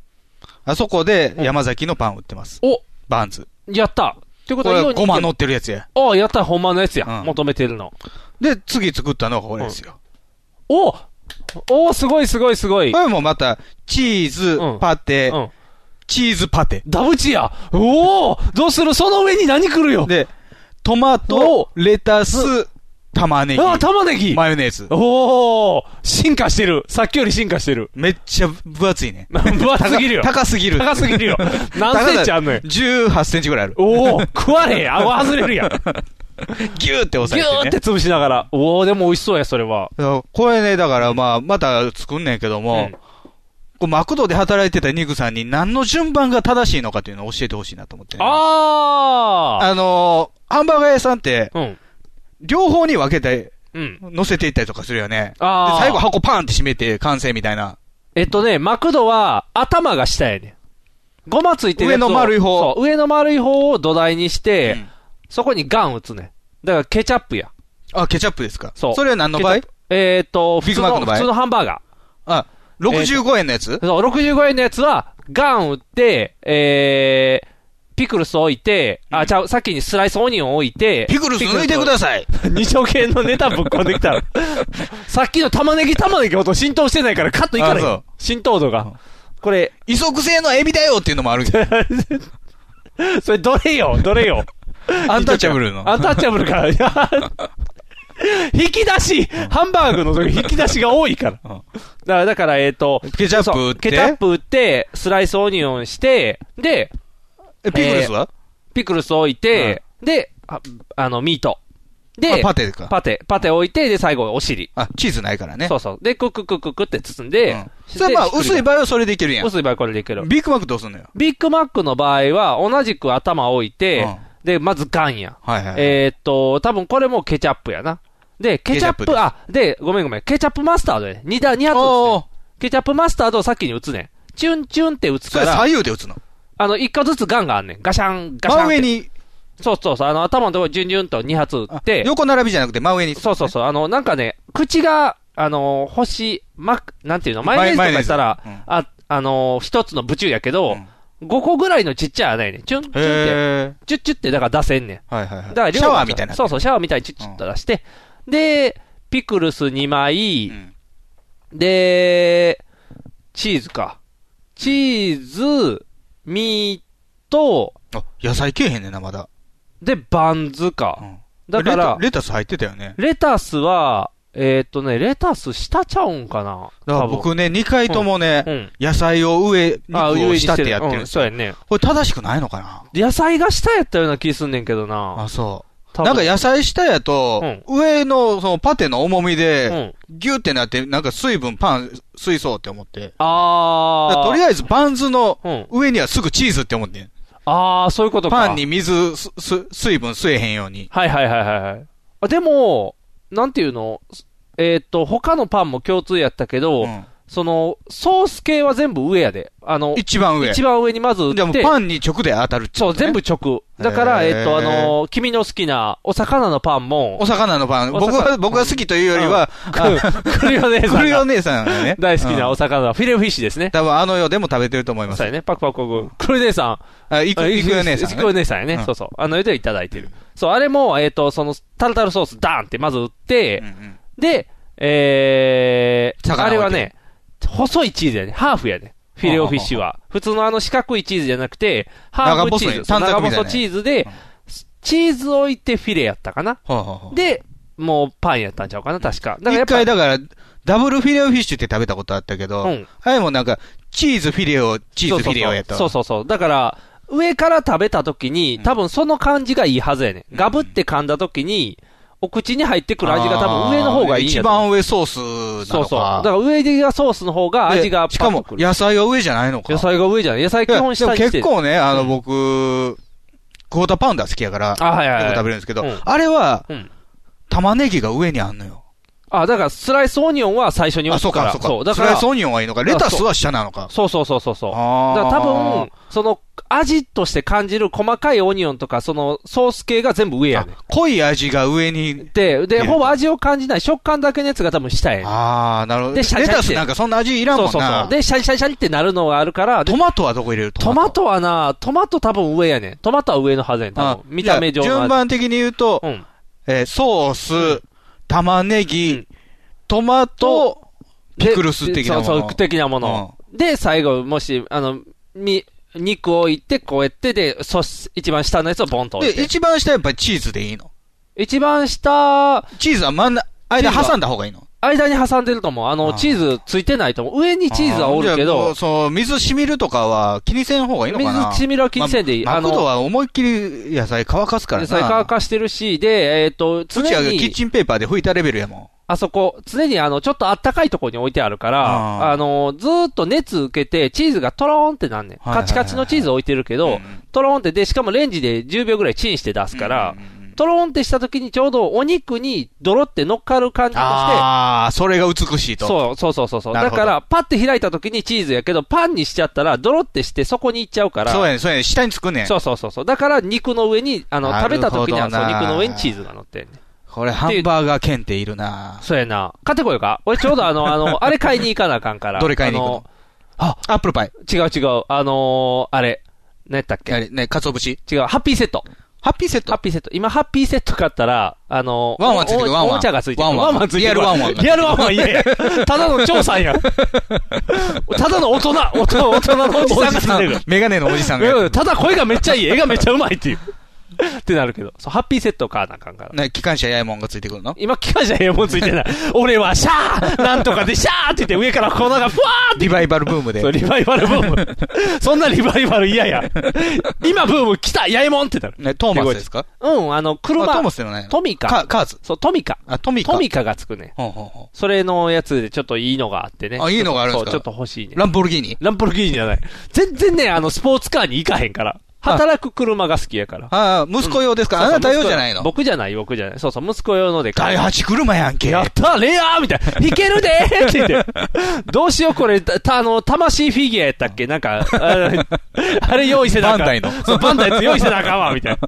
Speaker 3: あそこで山崎のパン売ってます。
Speaker 2: お
Speaker 3: バンズ。
Speaker 2: やったってこと
Speaker 3: これ
Speaker 2: はイオンに
Speaker 3: ご
Speaker 2: 行
Speaker 3: ま
Speaker 2: け
Speaker 3: 乗ってるやつや。
Speaker 2: あやったほんまのやつや。求めてるの。
Speaker 3: で、次作ったのがこれですよ。
Speaker 2: おおお、すごいすごいすごい。
Speaker 3: これもまた、チーズ、パテ、チーズパテ。
Speaker 2: ダブチやおおどうするその上に何来るよ
Speaker 3: で、トマト、レタス、玉ねぎ。
Speaker 2: あ、玉ねぎ
Speaker 3: マヨネーズ。
Speaker 2: おお進化してる。さっきより進化し てる。
Speaker 3: めっちゃ分厚いね。
Speaker 2: 分厚すぎるよ。
Speaker 3: 高高すぎる。
Speaker 2: 高すぎ るよ。何センチあんのよ。
Speaker 3: 18センチぐらいある。
Speaker 2: おお食われへん。顎外れるやん。
Speaker 3: ギューって押さえて、ね。
Speaker 2: ギューって潰しながら。おおでも美味しそうや、それは。
Speaker 3: これね、だからまあ、また作んねんけども、こうマクドで働いてたニグさんに何の順番が正しいのかっていうのを教えてほしいなと思って、ね。
Speaker 2: あ
Speaker 3: あのーハンバーガー屋さんって、両方に分けて、乗せていったりとかするよね。
Speaker 2: あー
Speaker 3: で最後箱パーンって閉めて完成みたいな。
Speaker 2: えっとね、マクドは頭が下やねん。ゴマついてるやつを
Speaker 3: 上の丸い方
Speaker 2: そう、上の丸い方を土台にして、そこにガン打つねん。だからケチャップや。
Speaker 3: あ、ケチャップですか。
Speaker 2: そう。
Speaker 3: それは何の場合
Speaker 2: ケチャップえっ、と、
Speaker 3: ビッグマックの場合
Speaker 2: 普通のハンバーガ
Speaker 3: ー。あ、65円のやつ、
Speaker 2: そう、65円のやつは、ガン打って、えー、ピクルス置いて、あ、ちゃう、先にスライスオニオン置いて、
Speaker 3: ピクルス抜いてください
Speaker 2: 二丁系のネタぶっ込んで きた。さっきの玉ねぎ玉ねぎほど浸透してないからカットいかない
Speaker 3: あそう。
Speaker 2: 浸透度が。これ、
Speaker 3: 異足性のエビだよっていうのもある けど。
Speaker 2: それどれよ、ど れよ。
Speaker 3: アンタッチャブルの
Speaker 2: アンタッチャブルから。い や引き出し、ハンバーグの時引き出しが多いから。だから、だからえっ、と、
Speaker 3: ケチャップ売っ
Speaker 2: ケ
Speaker 3: て、
Speaker 2: チャップ売って、スライスオニオンして、で、
Speaker 3: えピクルスは、
Speaker 2: ピクルス置いて、で、ああの、ミート。で、
Speaker 3: あパテか
Speaker 2: パテ、パテ置いて、で、最後、お尻。
Speaker 3: あ、チーズないからね。
Speaker 2: そうそう。で、クククククって包んで、で
Speaker 3: それまあ、
Speaker 2: ひっくり
Speaker 3: 薄い場合はそれでいけるやん。
Speaker 2: 薄い場合これでいける。
Speaker 3: ビッグマックどうすんのよ。
Speaker 2: ビッグマックの場合は、同じく頭置いて、で、まずガンや。
Speaker 3: はいはいはい
Speaker 2: えーっと、多分これもケチャップやな。で、ケチャップ、
Speaker 3: ケチャップ
Speaker 2: あ、で、ごめんごめん、ケチャップマスタードやね。2打、二発打つねケチャップマスタードを先に打つね。チュンチュンって打つ
Speaker 3: そ
Speaker 2: か
Speaker 3: れ
Speaker 2: ら。
Speaker 3: 左右で打つの。
Speaker 2: あの、一個ずつガンがあんねん。ガシャン、ガシャンって。
Speaker 3: 真上に
Speaker 2: そうそうそう。あの、頭のところジュンジュンと2発打って。
Speaker 3: 横並びじゃなくて真上に。
Speaker 2: そうそうそう。あの、なんかね、口が、あの、星、マク、なんていうの、マヨネーズとかしたら、
Speaker 3: マヨネー
Speaker 2: あ、あの、一つのブチューやけど、5個ぐらいのちっちゃい穴やねん。チュン、チュン
Speaker 3: へ
Speaker 2: って、チュッチュッってだから出せんねん。
Speaker 3: はいはいはい。
Speaker 2: だから量
Speaker 3: シャワ
Speaker 2: は
Speaker 3: ーみたいな。
Speaker 2: そうそう、シャワーみたいにチュッチュッと出して、で、ピクルス2枚、で、チーズか。チーズ、ミート、
Speaker 3: あ、野菜けえへんねんな、まだ。
Speaker 2: で、バンズか。だから、
Speaker 3: レタレタス入ってたよね。
Speaker 2: レタスは、えーっとね、レタス下ちゃうんかな
Speaker 3: だから
Speaker 2: 多分
Speaker 3: 僕ね、2回とも
Speaker 2: うんうん
Speaker 3: ね、野菜を上、
Speaker 2: あ
Speaker 3: 肉を下ってやってるん
Speaker 2: うん
Speaker 3: です
Speaker 2: そう
Speaker 3: よ。
Speaker 2: やね。
Speaker 3: これ正しくないのかな
Speaker 2: 野菜が下やったような気すんねんけどな。
Speaker 3: あ、そう。
Speaker 2: 多
Speaker 3: な
Speaker 2: 分
Speaker 3: んか野菜下やと、上のそのパテの重みで、ギューってなって、なんか水分パン吸いそうって思って。だか
Speaker 2: あ
Speaker 3: ら
Speaker 2: ー。
Speaker 3: とりあ
Speaker 2: え
Speaker 3: えずバンズの上にはすぐチーズって思ってん
Speaker 2: あー、そういうことか。
Speaker 3: パンに水、すす水分吸えへんように。
Speaker 2: はいはいはいはいはい。あでも、なんていうのえーっと、他のパンも共通やったけど、その、ソース系は全部上やで。あの、
Speaker 3: 一番上
Speaker 2: 一番上にまず打って。
Speaker 3: でもパンに直で当たるって
Speaker 2: そう、全部直。だから、
Speaker 3: へ
Speaker 2: え
Speaker 3: ー
Speaker 2: ーっと、あの、君の好きなお魚のパンも。
Speaker 3: お魚のパン。僕
Speaker 2: お魚
Speaker 3: は、僕が好きというよりは、
Speaker 2: くるよ姉さんが。
Speaker 3: くるよ姉さんが ね
Speaker 2: 大好きなお魚はフィレオフィッシュですね。
Speaker 3: 多分あの世でも食べてると思います。
Speaker 2: そうやね。パクパクパク。黒い姉さ
Speaker 3: ん。あ、いく、いくよ姉さん、ね。
Speaker 2: いくよ姉さんやね。
Speaker 3: うん
Speaker 2: そうそう。あの、でいただいてる。そう、あれも、えっ、と、その、タルタルソース、ダーンってまず売って、で、えー、
Speaker 3: 魚
Speaker 2: あ
Speaker 3: 置い
Speaker 2: れ
Speaker 3: て
Speaker 2: はね、細いチーズやね。ハーフやね。フィレオフィッシュは。普通のあの四角いチーズじゃなくて、ハーフチー
Speaker 3: 長細い短
Speaker 2: ズ。
Speaker 3: 冊
Speaker 2: 長
Speaker 3: みたいな
Speaker 2: 細
Speaker 3: ね
Speaker 2: チーズで、チーズ置いてフィレやったかな。
Speaker 3: はあはあは
Speaker 2: で、もうパンやったんちゃうかな、確か。だから
Speaker 3: あ
Speaker 2: や
Speaker 3: 一
Speaker 2: っぱ
Speaker 3: 回だから、ダブルフィレオフィッシュって食べたことあったけど、
Speaker 2: うん
Speaker 3: あれもなんか、チーズフィレオ、チーズフィレオやったわ
Speaker 2: そうそうそう。だから、上から食べた時に、多分その感じがいいはずやねん。ガブって噛んだ時に、お口に入ってくる味が多分上の方がいいん
Speaker 3: 一
Speaker 2: やと思う。
Speaker 3: 番上ソースな
Speaker 2: そう
Speaker 3: のか。
Speaker 2: そう。だから上がソースの方が味が
Speaker 3: でしかも、野菜が上じゃないのか。
Speaker 2: 野菜が上じゃない。野菜基本下に
Speaker 3: でも
Speaker 2: して
Speaker 3: 結構ね、あの、僕、クォーターパウンダー好きやから、
Speaker 2: あはいはいはい
Speaker 3: よく食べるんですけど、
Speaker 2: うん
Speaker 3: あれは、
Speaker 2: うん
Speaker 3: 玉ねぎが上にあんのよ。
Speaker 2: あ、だからスライスオニオンは最初に
Speaker 3: あ、
Speaker 2: 置
Speaker 3: そう
Speaker 2: くか
Speaker 3: か、
Speaker 2: ら。
Speaker 3: そう
Speaker 2: そう。
Speaker 3: か。
Speaker 2: だ
Speaker 3: ス
Speaker 2: か
Speaker 3: ラ
Speaker 2: ら。
Speaker 3: イスオニオンはいいのか。レタスは下なのか。
Speaker 2: そうそうそうそうそう。だ
Speaker 3: あー
Speaker 2: から多分、その、味として感じる細かいオニオンとか、その、ソース系が全部上やねん。
Speaker 3: 濃い味が上に。
Speaker 2: で、で、ほぼ味を感じない食感だけのやつが多分下やねん。
Speaker 3: ああ、なるほど。
Speaker 2: で、
Speaker 3: レ
Speaker 2: シャリシャリ
Speaker 3: タ
Speaker 2: って
Speaker 3: スなんかそんな味いらんもんな。
Speaker 2: そうそうそう。で、シャリシャリシャリってなるのがあるから、で
Speaker 3: トマトはどこ入れる
Speaker 2: トマトはな、トマト多分上やねん。トマトは上のはずやねん、多分。見た目
Speaker 3: じゃ
Speaker 2: 上
Speaker 3: あ
Speaker 2: の
Speaker 3: 順
Speaker 2: 味。
Speaker 3: 番的に言うと、えーソース、玉ねぎ、トマト、ピクルス的なもの
Speaker 2: そうそう、的なもの。で、最後、もし、あの、み、肉を置いて、こうやって、で、そし、一番下のやつをボンと置いて。
Speaker 3: で、一番下やっぱりチーズでいいの
Speaker 2: 一番下、
Speaker 3: チーズは真ん中、間挟んだ方がいいの
Speaker 2: 間に挟んでると思う。あの、チーズついてないと思う。上にチーズはおるけ
Speaker 3: あーじゃあも
Speaker 2: ど
Speaker 3: う、そう、水しみるとかは気にせん方がいいのかな
Speaker 2: 水しみるは気にせんでいい
Speaker 3: ま
Speaker 2: あの
Speaker 3: マクドは思いっきり野菜乾かすから
Speaker 2: 野
Speaker 3: な。
Speaker 2: 菜乾かしてるし、で、えっ、と、常
Speaker 3: 土はキッ
Speaker 2: に、
Speaker 3: チンペーパーで拭いたレベルやもん。
Speaker 2: あそこ、常にあの、ちょっとあったかいところに置いてあるから、あの、ずーっと熱受けて、チーズがトローンってなんねん。
Speaker 3: はいはいは
Speaker 2: カチカチのチーズ置いてるけど、トローンって、で、しかもレンジで10秒ぐらいチンして出すから、トローンってした時にちょうどお肉にドロって乗っかる感じとして、
Speaker 3: ああ、それが美しいと。
Speaker 2: そうそうそうそうそう。
Speaker 3: なる
Speaker 2: だ
Speaker 3: ほど
Speaker 2: から、パッて開いた時にチーズやけど、パンにしちゃったら、ドロってしてそこに行っちゃうから。
Speaker 3: そうやねんそうやねん下につくねん
Speaker 2: そうそうそうそう。だから、肉の上に、あの、
Speaker 3: な
Speaker 2: 食べ
Speaker 3: るほど
Speaker 2: た時には、そ
Speaker 3: な
Speaker 2: う、肉の上にチーズが乗ってんねん
Speaker 3: これハンバーガー検定いるな
Speaker 2: そうやな。買ってこようか。俺ちょうど あの、あの、あれ買いに行かなあかんから。
Speaker 3: どれ買いに行くの
Speaker 2: あ
Speaker 3: アップルパイ。
Speaker 2: 違う違う。あのー、あれ。何やったっけ
Speaker 3: あれ、ね、かつお節
Speaker 2: 違う、ハッピーセット。
Speaker 3: ハッピーセット
Speaker 2: ハッピーセット。今、ハッピーセット買ったら、あのー、
Speaker 3: ワンワンついてる
Speaker 2: お
Speaker 3: ワンワン
Speaker 2: おもちゃがついてる。
Speaker 3: ワンワン
Speaker 2: ついてる。
Speaker 3: リアルワンワンが
Speaker 2: リアルワンワン いえ。ただの長さんや。ただの 大人、大人、大人のおじさんがついてる。
Speaker 3: メガネのおじさんが。
Speaker 2: うんただ声がめっちゃいい、絵がめっちゃうまいっていう。ってなるけど。そう、ハッピーセット買わなあかんから。
Speaker 3: ね、機関車やえもんがついてくるの
Speaker 2: 今、機関車ええもんついてない。 俺はシャーなんとかでシャーって言って上から粉がふわーって。
Speaker 3: リバイバルブームで
Speaker 2: そう、。リバイバルブーム。 そんなリバイバル嫌や。今ブーム来た、やえもんってなる。
Speaker 3: ね、トーマスですか
Speaker 2: うん、あの、車。
Speaker 3: あトーマスではないの
Speaker 2: トミカ。
Speaker 3: カカーズ。
Speaker 2: そう、トミカ。
Speaker 3: あ、トミカ。
Speaker 2: トミカがつくね。
Speaker 3: ほうほうほ
Speaker 2: それのやつでちょっといいのがあってね。
Speaker 3: あいいのがあるんですか
Speaker 2: そう、ちょっと欲しいね
Speaker 3: う。。ランボルギーニ
Speaker 2: ランボルギーニじゃない。全然ね、あの、スポーツカーに行かへんから。働く車が好きやから。
Speaker 3: ああ、息子用ですか、
Speaker 2: そう
Speaker 3: あ
Speaker 2: そう
Speaker 3: なた用じゃないの
Speaker 2: 僕じゃない、僕じゃない。そうそう、息子用ので買
Speaker 3: 第
Speaker 2: う。
Speaker 3: 8車やんけ。
Speaker 2: やったーレアーみたいな。弾けるでーっ て言って。どうしようこれ、た、たあの、魂フィギュアやったっけなんか、ああれ用意せなあかん。
Speaker 3: バンダイの
Speaker 2: そう、バンダイのやつ用意せなあかんわ、みたい
Speaker 3: フ
Speaker 2: な。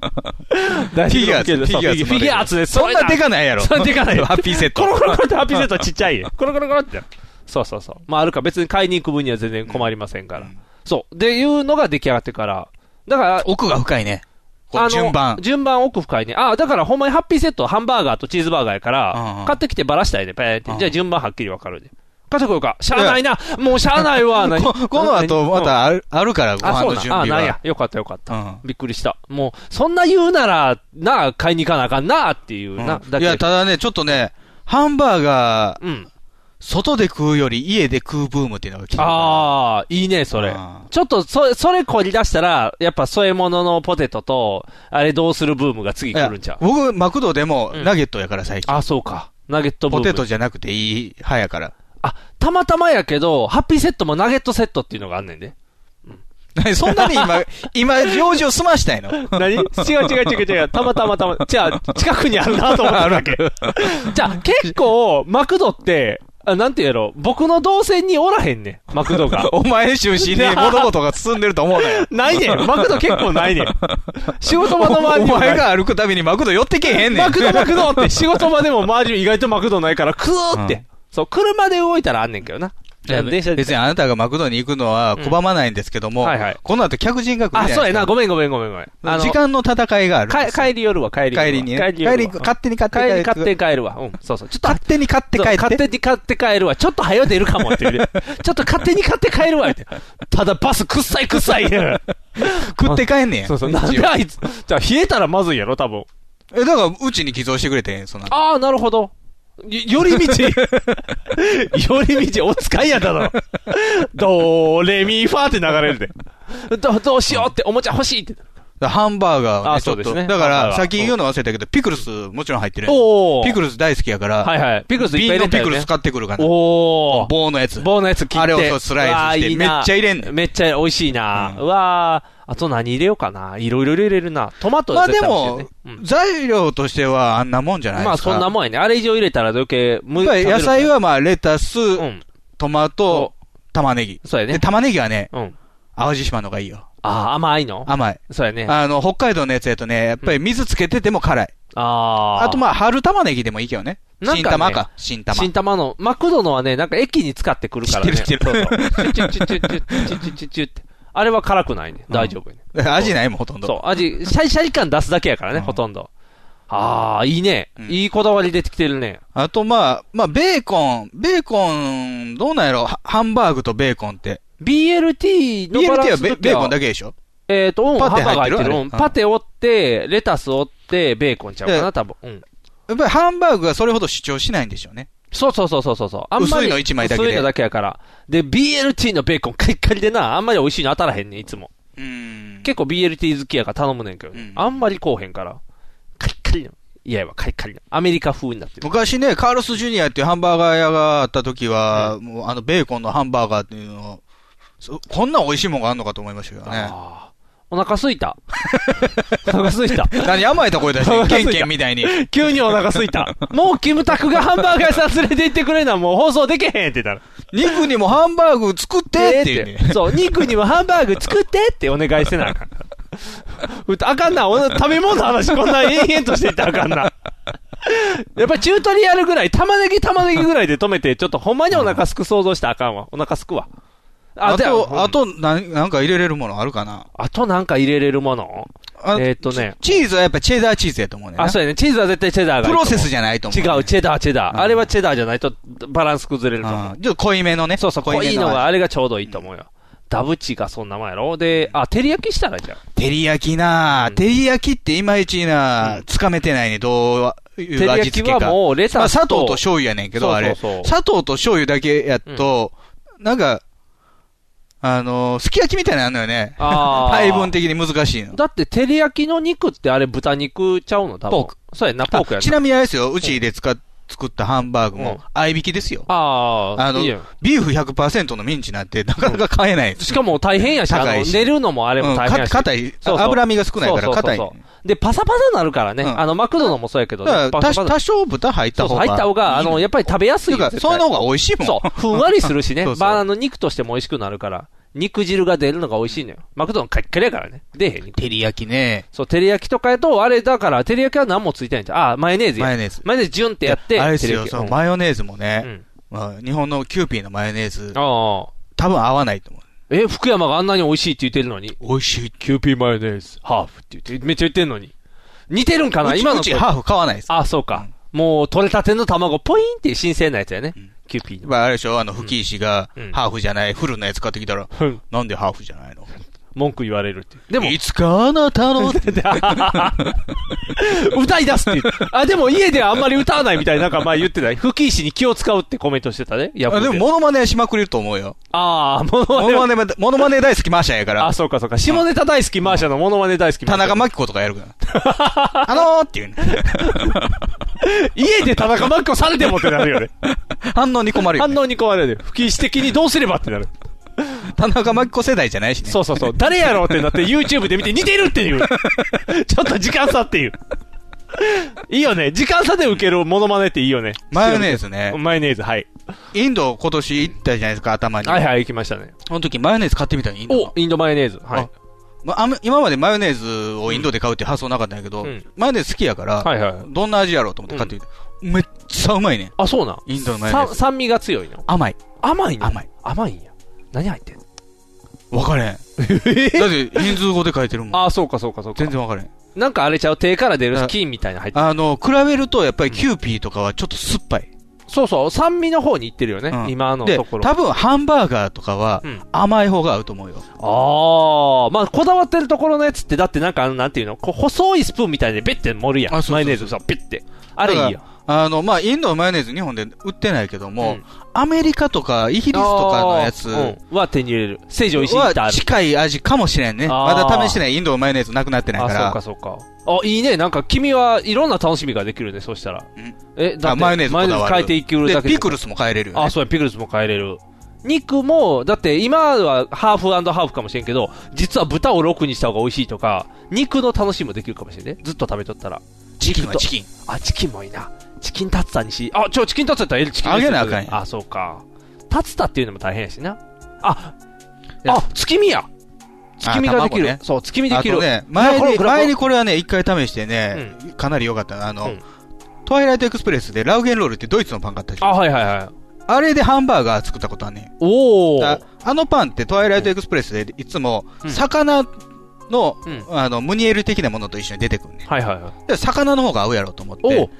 Speaker 3: ィギュア
Speaker 2: そう
Speaker 3: ーズ。
Speaker 2: フィギュアーズフィギュアーズで
Speaker 3: そんなでかないやろ。
Speaker 2: そんなでかないよ
Speaker 3: ハッピーセット。
Speaker 2: コロコロコロってハッピーセットはちっちゃ いよ。コロコロコロって。そうそうそう。まああるか、別に買いに行く分には全然困りませんから。そう。で、いうのが出来上がってから。だから、
Speaker 3: 奥が深いね。こう
Speaker 2: あの
Speaker 3: 順番。
Speaker 2: 順番奥深いね。あだからほんまにハッピーセット、ハンバーガーとチーズバーガーやから、買ってきてばらしたいね、ペーって。じゃあ順番はっきりわかるね。買ってこようか。しゃあないな。もうしゃあないわ。何
Speaker 3: ここの後、ま
Speaker 2: うん
Speaker 3: たあるあるから、ご
Speaker 2: あ、
Speaker 3: 飯
Speaker 2: そう
Speaker 3: の
Speaker 2: なん
Speaker 3: 準
Speaker 2: あ、
Speaker 3: 備
Speaker 2: なん
Speaker 3: は
Speaker 2: や。。よかったよかった。びっくりした。もう、そんな言うなら、なあ、買いに行かなあかんなあっていうな。だ
Speaker 3: い
Speaker 2: け
Speaker 3: や、ただね、ちょっとね、ハンバーガ
Speaker 2: ー、
Speaker 3: 外で食うより家で食うブームっていうのが来てる
Speaker 2: ああ、いいね、それ。ちょっと、そ、それこり出したら、やっぱ添え物のポテトと、あれどうするブームが次来るんちゃう
Speaker 3: 僕、マクドでもナゲットやから最近。
Speaker 2: あ、そうか。ナゲットブー
Speaker 3: ポ
Speaker 2: ム。
Speaker 3: テトじゃなくていい派やから。
Speaker 2: たまたまやけど、ハッピーセットもナゲットセットっていうのがあんねんで。
Speaker 3: そんなに今、今、用事を済ましたいの
Speaker 2: 何違う違う違う違う。たまたまたま。じゃあ、近くに あるなと思っただけ。じゃあ、結構、マクドって、あなんて言うやろ、僕の動線におらへんねん。マクド
Speaker 3: 。
Speaker 2: が。
Speaker 3: お前中心 に物事が進んでると思うな よ
Speaker 2: ないねん。マクド結構 ないねん。仕事場の周り
Speaker 3: お
Speaker 2: にもない
Speaker 3: 前が歩くたびにマクド寄ってけへんねん。
Speaker 2: マ クドマクドって仕事場でも周り意外とマクドないから、クーって。そう、車で動いたらあんねんけどな。
Speaker 3: いや
Speaker 2: 電車で
Speaker 3: 別にあなたがマクドに行くのは拒まないんですけども、この後客人が来る
Speaker 2: あ、
Speaker 3: じゃな
Speaker 2: そう
Speaker 3: いです
Speaker 2: やな。
Speaker 3: か。
Speaker 2: ごめんごめんごめんごめん。あの
Speaker 3: 時間の戦いがある。
Speaker 2: か帰り夜は帰り夜は
Speaker 3: 帰りにね
Speaker 2: 帰り夜は
Speaker 3: 帰り勝手に買って帰る
Speaker 2: 帰り勝手に帰るわ。うん、そうそう。ちょっと
Speaker 3: 勝手に買って帰って
Speaker 2: 勝手に買って帰るわ。ちょっと早う出るかもって いうね。ちょっと勝手に買って帰るわ。言うてただバスくっさいくっさい。
Speaker 3: 食って帰んねん。
Speaker 2: そうそう。 なんであいつ、じゃあ冷えたらまずいやろ、多分。
Speaker 3: え、だから、うちに寄贈してくれてん、そんな。
Speaker 2: ああ、なるほど。より 道、より道、お使いやったの。ドレミファーって流れるで。どどうしようって、おもちゃ欲しいって。
Speaker 3: だからハンバーガーはね、
Speaker 2: あ
Speaker 3: ちょっ
Speaker 2: そう
Speaker 3: と。
Speaker 2: ですね
Speaker 3: だか
Speaker 2: ハンバーガ
Speaker 3: ら、
Speaker 2: ー
Speaker 3: さっき言うの忘れたけど、ピクルスもちろん入ってるやん
Speaker 2: おー
Speaker 3: ピクルス大好きやから、
Speaker 2: はいはいピクルスいっぱい入れたよね
Speaker 3: 瓶のピクルス買ってくるから。
Speaker 2: おー。
Speaker 3: 棒のやつ。
Speaker 2: 棒のやつ切って。
Speaker 3: あれをそうスライスして、めっちゃ入れんねん。
Speaker 2: ん。めっちゃ美味しいな。うわーあと何入れようかな。いろいろ入れるな。トマト
Speaker 3: まあで
Speaker 2: 絶対欲しいよ
Speaker 3: も
Speaker 2: ね、
Speaker 3: 材料としてはあんなもんじゃないですか。
Speaker 2: まあそんなもんやね。あれ以上入れたら余計無
Speaker 3: やっぱり野
Speaker 2: 食べる
Speaker 3: 菜はまあ、レタス、トマト、玉ねぎ。
Speaker 2: そうやね。
Speaker 3: で、玉ねぎはね、
Speaker 2: ん
Speaker 3: 淡路島のがいいよ。
Speaker 2: あー甘いの
Speaker 3: 甘い。
Speaker 2: そうやね。
Speaker 3: あの、北海道のやつやとね、やっぱり水つけてても辛い。
Speaker 2: あー
Speaker 3: あとまあ、春玉ねぎでもいいけどね。
Speaker 2: なんね
Speaker 3: 新玉か。新玉。
Speaker 2: 新玉の、マクドのはね、なんか駅に使ってくるからね。
Speaker 3: 知ってる知ってる
Speaker 2: そうそうチュチュチュチュチュチュチュチュチュって。あれは辛くないね。大丈夫やね。
Speaker 3: 味ないもん、ほとんど。
Speaker 2: そう、味、シャリシャリ感出すだけやからね、ほとんど。ああ、いいね、いいこだわり出てきてるね。
Speaker 3: あと、まあ、まあ、ベーコン、ベーコン、どうなんやろはハンバーグとベーコンって。
Speaker 2: BLT の
Speaker 3: BLT
Speaker 2: バラン
Speaker 3: は
Speaker 2: ス
Speaker 3: ベ
Speaker 2: の時
Speaker 3: ベ
Speaker 2: は
Speaker 3: ーコンだけでしょ
Speaker 2: えっ、と、うん、
Speaker 3: パテ
Speaker 2: ハンバ
Speaker 3: 入って
Speaker 2: ーガー
Speaker 3: る
Speaker 2: 入ってる。う
Speaker 3: あれ
Speaker 2: んパテ折って、レタス折って、ベーコンちゃうかな、多分。うん。
Speaker 3: やっぱりハンバーグはそれほど主張しないんでしょうね。
Speaker 2: そうそうそうそうそうそう。
Speaker 3: 薄いの一枚だけで
Speaker 2: 薄いのだけやから。で、BLT のベーコンカリカリでな、あんまり美味しいの当たらへんねん、いつも。結構 BLT 好きやから頼むねんけどね。あんまりこうへんから。カリカリの。いやいや、カリカリの。アメリカ風になってる。
Speaker 3: 昔ね、カールスジュニアっていうハンバーガー屋があった時は、もうあのベーコンのハンバーガーっていうのを、そこんな美味しいもんがあるのかと思いましたけどね。
Speaker 2: お腹すいた。 お腹すいた。
Speaker 3: 何甘えた声出して
Speaker 2: お
Speaker 3: る
Speaker 2: 腹
Speaker 3: ケ
Speaker 2: すい
Speaker 3: ン
Speaker 2: た
Speaker 3: ケンみたいに。
Speaker 2: 急にお腹すいた。もうキムタクがハンバーガー屋さん連れて行ってくれな、もう放送できへんって言ったら。
Speaker 3: 肉にもハンバーグ作ってっていうね
Speaker 2: えーってそう、肉にもハンバーグ作ってってお願いせなあかん。 うたあかんな、お食べ物の話こんな延々としていったらあかんな。やっぱりチュートリアルぐらい、玉ねぎ玉ねぎぐらいで止めて、ちょっとほんまにお腹すく想像したらあかんわ。お腹すくわ。
Speaker 3: あ
Speaker 2: で
Speaker 3: と、あと、なんなんか入れれるものあるかな
Speaker 2: あとなんか入れれるものえーっとね。
Speaker 3: チーズはやっぱチェダーチーズやと思うねんな。
Speaker 2: あ、そうやね。チーズは絶対チェダーがいい
Speaker 3: プ
Speaker 2: と思
Speaker 3: ロ
Speaker 2: う
Speaker 3: セスじゃないと思う。
Speaker 2: 違う、チェダー、チェダー。あれはチェダーじゃないとバランス崩れると思う。
Speaker 3: ちょっと濃いめのね。そうそう、
Speaker 2: 濃いのが
Speaker 3: は
Speaker 2: あれがちょうどいいと思うよ。ダブチがそんなもんやろで、あ、照り焼きしたらいいじゃん。
Speaker 3: 照り焼きなぁ、照り焼きっていまいちなぁ、つかめてないね、どういう味付けか。
Speaker 2: 照り焼きはもうレタスと
Speaker 3: まあ砂糖と醤油やねんけど、あれ。
Speaker 2: そうそうそう
Speaker 3: 砂糖と醤油だけやと、なんか、あのーすき焼きみたいなのあんのよね。
Speaker 2: あー
Speaker 3: 配分的に難しいの。
Speaker 2: だって、照り焼きの肉ってあれ豚肉ちゃうの多分
Speaker 3: ポーク。
Speaker 2: そうやんな、ポークやな。
Speaker 3: ちなみにあれですよ、うちで使っ作ったハンバーグも、合いびきですよ。
Speaker 2: ああ、
Speaker 3: あの
Speaker 2: いいやん、
Speaker 3: ビーフ100%のミンチなんてなかなか買えないです
Speaker 2: しかも大変やし、あ
Speaker 3: 高
Speaker 2: の、
Speaker 3: いし
Speaker 2: 寝るのもあれも大変や
Speaker 3: うん
Speaker 2: し。
Speaker 3: か硬い脂身が少ないから
Speaker 2: そうそうそう
Speaker 3: 硬い
Speaker 2: そうで、パサパサになるからね。あの、マクドのもそうやけどね
Speaker 3: だから
Speaker 2: パサパサ
Speaker 3: 多少豚入った
Speaker 2: そ
Speaker 3: 方
Speaker 2: うそう
Speaker 3: が。
Speaker 2: 入った方が、あの、やっぱり食べやすい
Speaker 3: てい
Speaker 2: よ。
Speaker 3: うかその方が美味しいもん
Speaker 2: そう。ふんわりするし ね。
Speaker 3: そう
Speaker 2: バー
Speaker 3: そう
Speaker 2: ナーの肉としても美味しくなるから。肉汁が出るのが美味しいのよ。マクドのカリッカリやからね。出えへん肉。
Speaker 3: 照り焼きね。
Speaker 2: そう、照り焼きとかやと、あれだから、照り焼きは何もついてないんじゃん。あー、マヨネーズや。
Speaker 3: マヨネーズ
Speaker 2: マヨネーズジュンってやって、
Speaker 3: あれです
Speaker 2: 照り
Speaker 3: よ、
Speaker 2: 焼き
Speaker 3: その
Speaker 2: うん
Speaker 3: マヨネーズもね、まあ、日本のキューピーのマヨネーズ、
Speaker 2: 多
Speaker 3: 分合わないと思う。
Speaker 2: え、福山があんなに美味しいって言ってるのに。
Speaker 3: 美味しい。
Speaker 2: キューピーマヨネーズ、ハーフって言って、めっちゃ言ってんのに。似てるんかな
Speaker 3: うち
Speaker 2: 今の
Speaker 3: うちハーフ買わないです。
Speaker 2: あ、そうか。もう、取れたての卵、ポインって新鮮なやつやね。キューピーの。
Speaker 3: まあ、あれでしょ、あの、吹き石が、ハーフじゃない、フルのやつ買ってきたら、なんでハーフじゃないの
Speaker 2: 文句言われるって。
Speaker 3: でも、いつかあなたの、
Speaker 2: 歌い出すっていう。あ、でも家ではあんまり歌わないみたいな、なんか前言ってない。吹石に気を使うってコメントしてたね。いや
Speaker 3: あでも、モノマネしまくれると思うよ。
Speaker 2: ああ、モ
Speaker 3: モノマネ、モノマネ大好きマーシャンやから。
Speaker 2: あ、そうかそうか。下ネタ大好きマーシャのモノマネ大好き
Speaker 3: 田中真紀子とかやる から。あのーっていうね。
Speaker 2: 家で田中真紀子されてもってなるよね。
Speaker 3: 反応に困るよ、ね。
Speaker 2: 反応に困るよね。吹き石的にどうすればってな る。
Speaker 3: 田中真紀子世代じゃないしね。
Speaker 2: そうそうそう。誰やろうってなって YouTube で見て似てるって いう。ちょっと時間差っていう。いいよね。時間差で受けるモノマネっていいよね。
Speaker 3: マヨネーズね。
Speaker 2: マヨネーズ、はい。
Speaker 3: インド今年行ったじゃないですか、頭に。
Speaker 2: はいはい、行きましたね。
Speaker 3: その時マヨネーズ買ってみたのインド
Speaker 2: お、インドマヨネーズ。はい。
Speaker 3: まああんま今までマヨネーズをインドで買うっていう発想なかったんやけど、マヨネーズ好きやから、
Speaker 2: はいはい
Speaker 3: どんな味やろうと思って買ってみて、めっちゃうまいね。
Speaker 2: あ、そうなん
Speaker 3: インドのマヨネー
Speaker 2: さ
Speaker 3: ズ。
Speaker 2: 酸味が強いの
Speaker 3: 甘い。
Speaker 2: 甘いの
Speaker 3: 甘い。
Speaker 2: 甘いんや。何入ってんの
Speaker 3: 分かれん。だって、ヒンズー語で書いてるもん。
Speaker 2: あ、そうかそうかそうか。
Speaker 3: 全然分かれん。
Speaker 2: なんかあれちゃう、手から出る
Speaker 3: あ
Speaker 2: スキンみたいなの入ってる
Speaker 3: あの、比べるとやっぱりキューピーとかはちょっと酸っぱい。
Speaker 2: そうそう、酸味の方にいってるよね。今の
Speaker 3: で、
Speaker 2: ところ。
Speaker 3: 多分ハンバーガーとかは甘い方が合うと思うよ。
Speaker 2: ああ、まあ、こだわってるところのやつって、だってなんか、あの、なんていうの、こう細いスプーンみたいで、べって盛るやん。マヨネーズさ、べって。あれいい
Speaker 3: だ
Speaker 2: よ
Speaker 3: か。らあの、まあ、インドのマヨネーズ日本で売ってないけども、アメリカとかイギリスとかのやつ
Speaker 2: あーうんは手に入れる。成城石井行ったあ
Speaker 3: は
Speaker 2: る。
Speaker 3: 近い味かもしれんね。
Speaker 2: あー
Speaker 3: まだ試してないインドのマヨネーズなくなってないから。
Speaker 2: あ、そうか、そうか。あ、いいね。なんか、君はいろんな楽しみができるね、そうしたら。え、だ
Speaker 3: あ
Speaker 2: って
Speaker 3: マヨネーズこだわる
Speaker 2: 変えていけるだけ
Speaker 3: でピクルスも変えれるよね
Speaker 2: あ、そうや、ピクルスも変えれる。肉も、だって今はハーフハーフかもしれんけど、実は豚を6にした方が美味しいとか、肉の楽しみもできるかもしれんね。ずっと食べとったら。
Speaker 3: チキンは
Speaker 2: 肉と
Speaker 3: チキン。
Speaker 2: あ、チキンもいいな。チキンタツタにし、あ、ちょ、チキンタツタやったらえチキン
Speaker 3: あげなあかんやん
Speaker 2: あ、そうか。タツタっていうのも大変やしな。あ、あ、月見や月見ができる。
Speaker 3: あ卵ね
Speaker 2: そう、月見できる。
Speaker 3: あとね、前
Speaker 2: グラコ
Speaker 3: に、
Speaker 2: ログラコロ
Speaker 3: 前にこれはね、一回試してね、かなり良かった。あの、トワイライトエクスプレスでラウゲンロールってドイツのパン買ったじゃん。
Speaker 2: あ、はいはいはい。
Speaker 3: あれでハンバーガー作ったことはねん
Speaker 2: おお。
Speaker 3: ああのパンってトワイライトエクスプレスでいつも、魚の、あの、ムニエル的なものと一緒に出てくるね。
Speaker 2: はいはいはい。
Speaker 3: で魚の方が合うやろうと思って、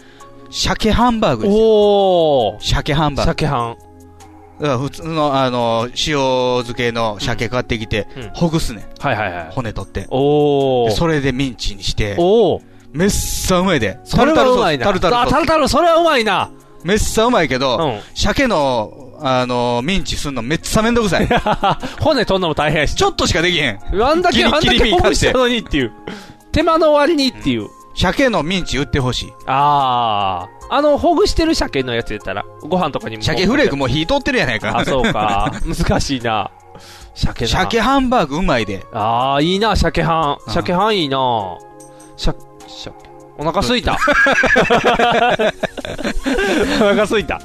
Speaker 3: 鮭ハンバーグですよ
Speaker 2: おー。
Speaker 3: 鮭ハンバーグ。
Speaker 2: 鮭ハン。
Speaker 3: だから普通の、あの、塩漬けの鮭買ってきて、ほぐすね。
Speaker 2: はいはいはい。
Speaker 3: 骨取って。
Speaker 2: お
Speaker 3: それでミンチにして、
Speaker 2: おー。
Speaker 3: めっさうまいで。
Speaker 2: それはうまいな。
Speaker 3: タルタルソース
Speaker 2: あ、タルタル、それはうまいな。
Speaker 3: めっさうまいけど、鮭の、あの、ミンチすんのめっさめんどく さい。
Speaker 2: 骨取んのも大変やし。
Speaker 3: ちょっとしかできへん。
Speaker 2: あんだけ、あんだけほぐしたのにっていう。手間の割にっていう。
Speaker 3: 鮭のミンチ売ってほしい。
Speaker 2: あー。あの、ほぐしてる鮭のやつやったら、ご飯とかにも。
Speaker 3: 鮭フレークもう火通ってるや ないか。
Speaker 2: あ、そう か。難しいな。鮭な。
Speaker 3: 鮭ハンバーグうまいで。
Speaker 2: あー、いいな、鮭飯。鮭飯いいな。鮭、鮭。お腹す いた。お腹すいた。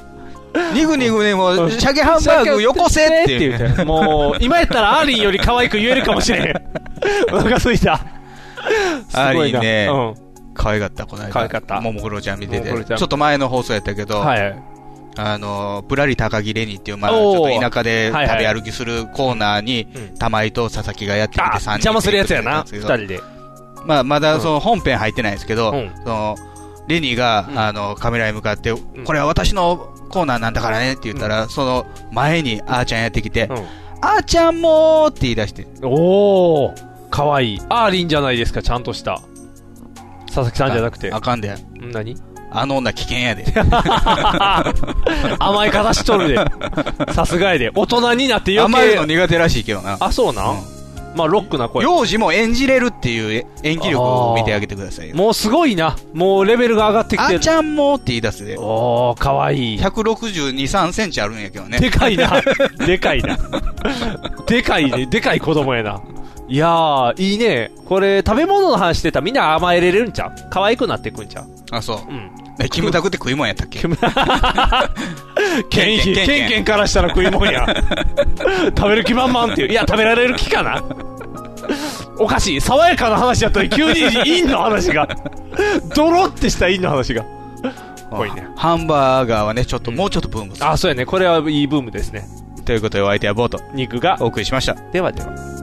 Speaker 3: にぐにぐね、もう、鮭ハンバーグよこせっていうね。
Speaker 2: もう、今やったらアーリンより可愛く言えるかもしれ ん。お腹すいた。す
Speaker 3: あ
Speaker 2: ご
Speaker 3: り
Speaker 2: いな。
Speaker 3: ね、
Speaker 2: うん。
Speaker 3: 可愛かった、この間。
Speaker 2: 可愛かった
Speaker 3: ももクロちゃん見て
Speaker 2: も
Speaker 3: て。
Speaker 2: もクロちゃん
Speaker 3: ちょっと前の放送やったけど、
Speaker 2: はい
Speaker 3: あの、ぶらり高木レニっていう、まあ、ち
Speaker 2: おー
Speaker 3: ょっと田舎で
Speaker 2: はい
Speaker 3: 食
Speaker 2: はい
Speaker 3: べ歩きするコーナーに、玉井と佐々木がやってきて3人。
Speaker 2: 邪魔するやつやな、二
Speaker 3: 二
Speaker 2: 人で。
Speaker 3: まあ、まだその本編入ってないですけど、
Speaker 2: うん
Speaker 3: そのレニーが、あのカメラに向かって、これは私のコーナーなんだからねって言ったら、その前にあーちゃんやってきて、あーちゃんもーって言い出して、
Speaker 2: おー、可愛いアーリンじゃないですか、ちゃんとした。佐々木さんじゃなくて。
Speaker 3: あかんで、
Speaker 2: 何
Speaker 3: あの女危険や で。
Speaker 2: 甘い方しとるで。さすがやで。大人になって余計。
Speaker 3: 甘いの苦手らしいけどな。
Speaker 2: あ、そうなんまあ、ロックな声。
Speaker 3: 幼児も演じれるっていうえ演技力を見てあげてくださいよ。
Speaker 2: もうすごいな。もうレベルが上がってきて
Speaker 3: あ
Speaker 2: る。
Speaker 3: ーちゃんもーって言い出すで。
Speaker 2: おー、かわいい。
Speaker 3: 162、3センチあるんやけどね。
Speaker 2: でかいな。でかいな。でかいね。でかい子供やな。いやー、いいね。これ、食べ物の話してたらみんな甘えれるんちゃう可愛くなってくんちゃう
Speaker 3: あ、そう。
Speaker 2: うん。
Speaker 3: えキムタクって食い物やったっけ
Speaker 2: ケンヒ、
Speaker 3: ケンケン
Speaker 2: ケンケンからしたら食いもんや。 食べる気満々っていう。いや、食べられる気かな。おかしい。爽やかな話やったり、急にインの話が。ドロってしたインの話が。
Speaker 3: ぽいね。ハンバーガーはね、ちょっと、もうちょっとブームする
Speaker 2: あ、そうやね。これはいいブームですね。
Speaker 3: ということで、お相手はボート。
Speaker 2: 肉が
Speaker 3: お送りしました。
Speaker 2: ではでは。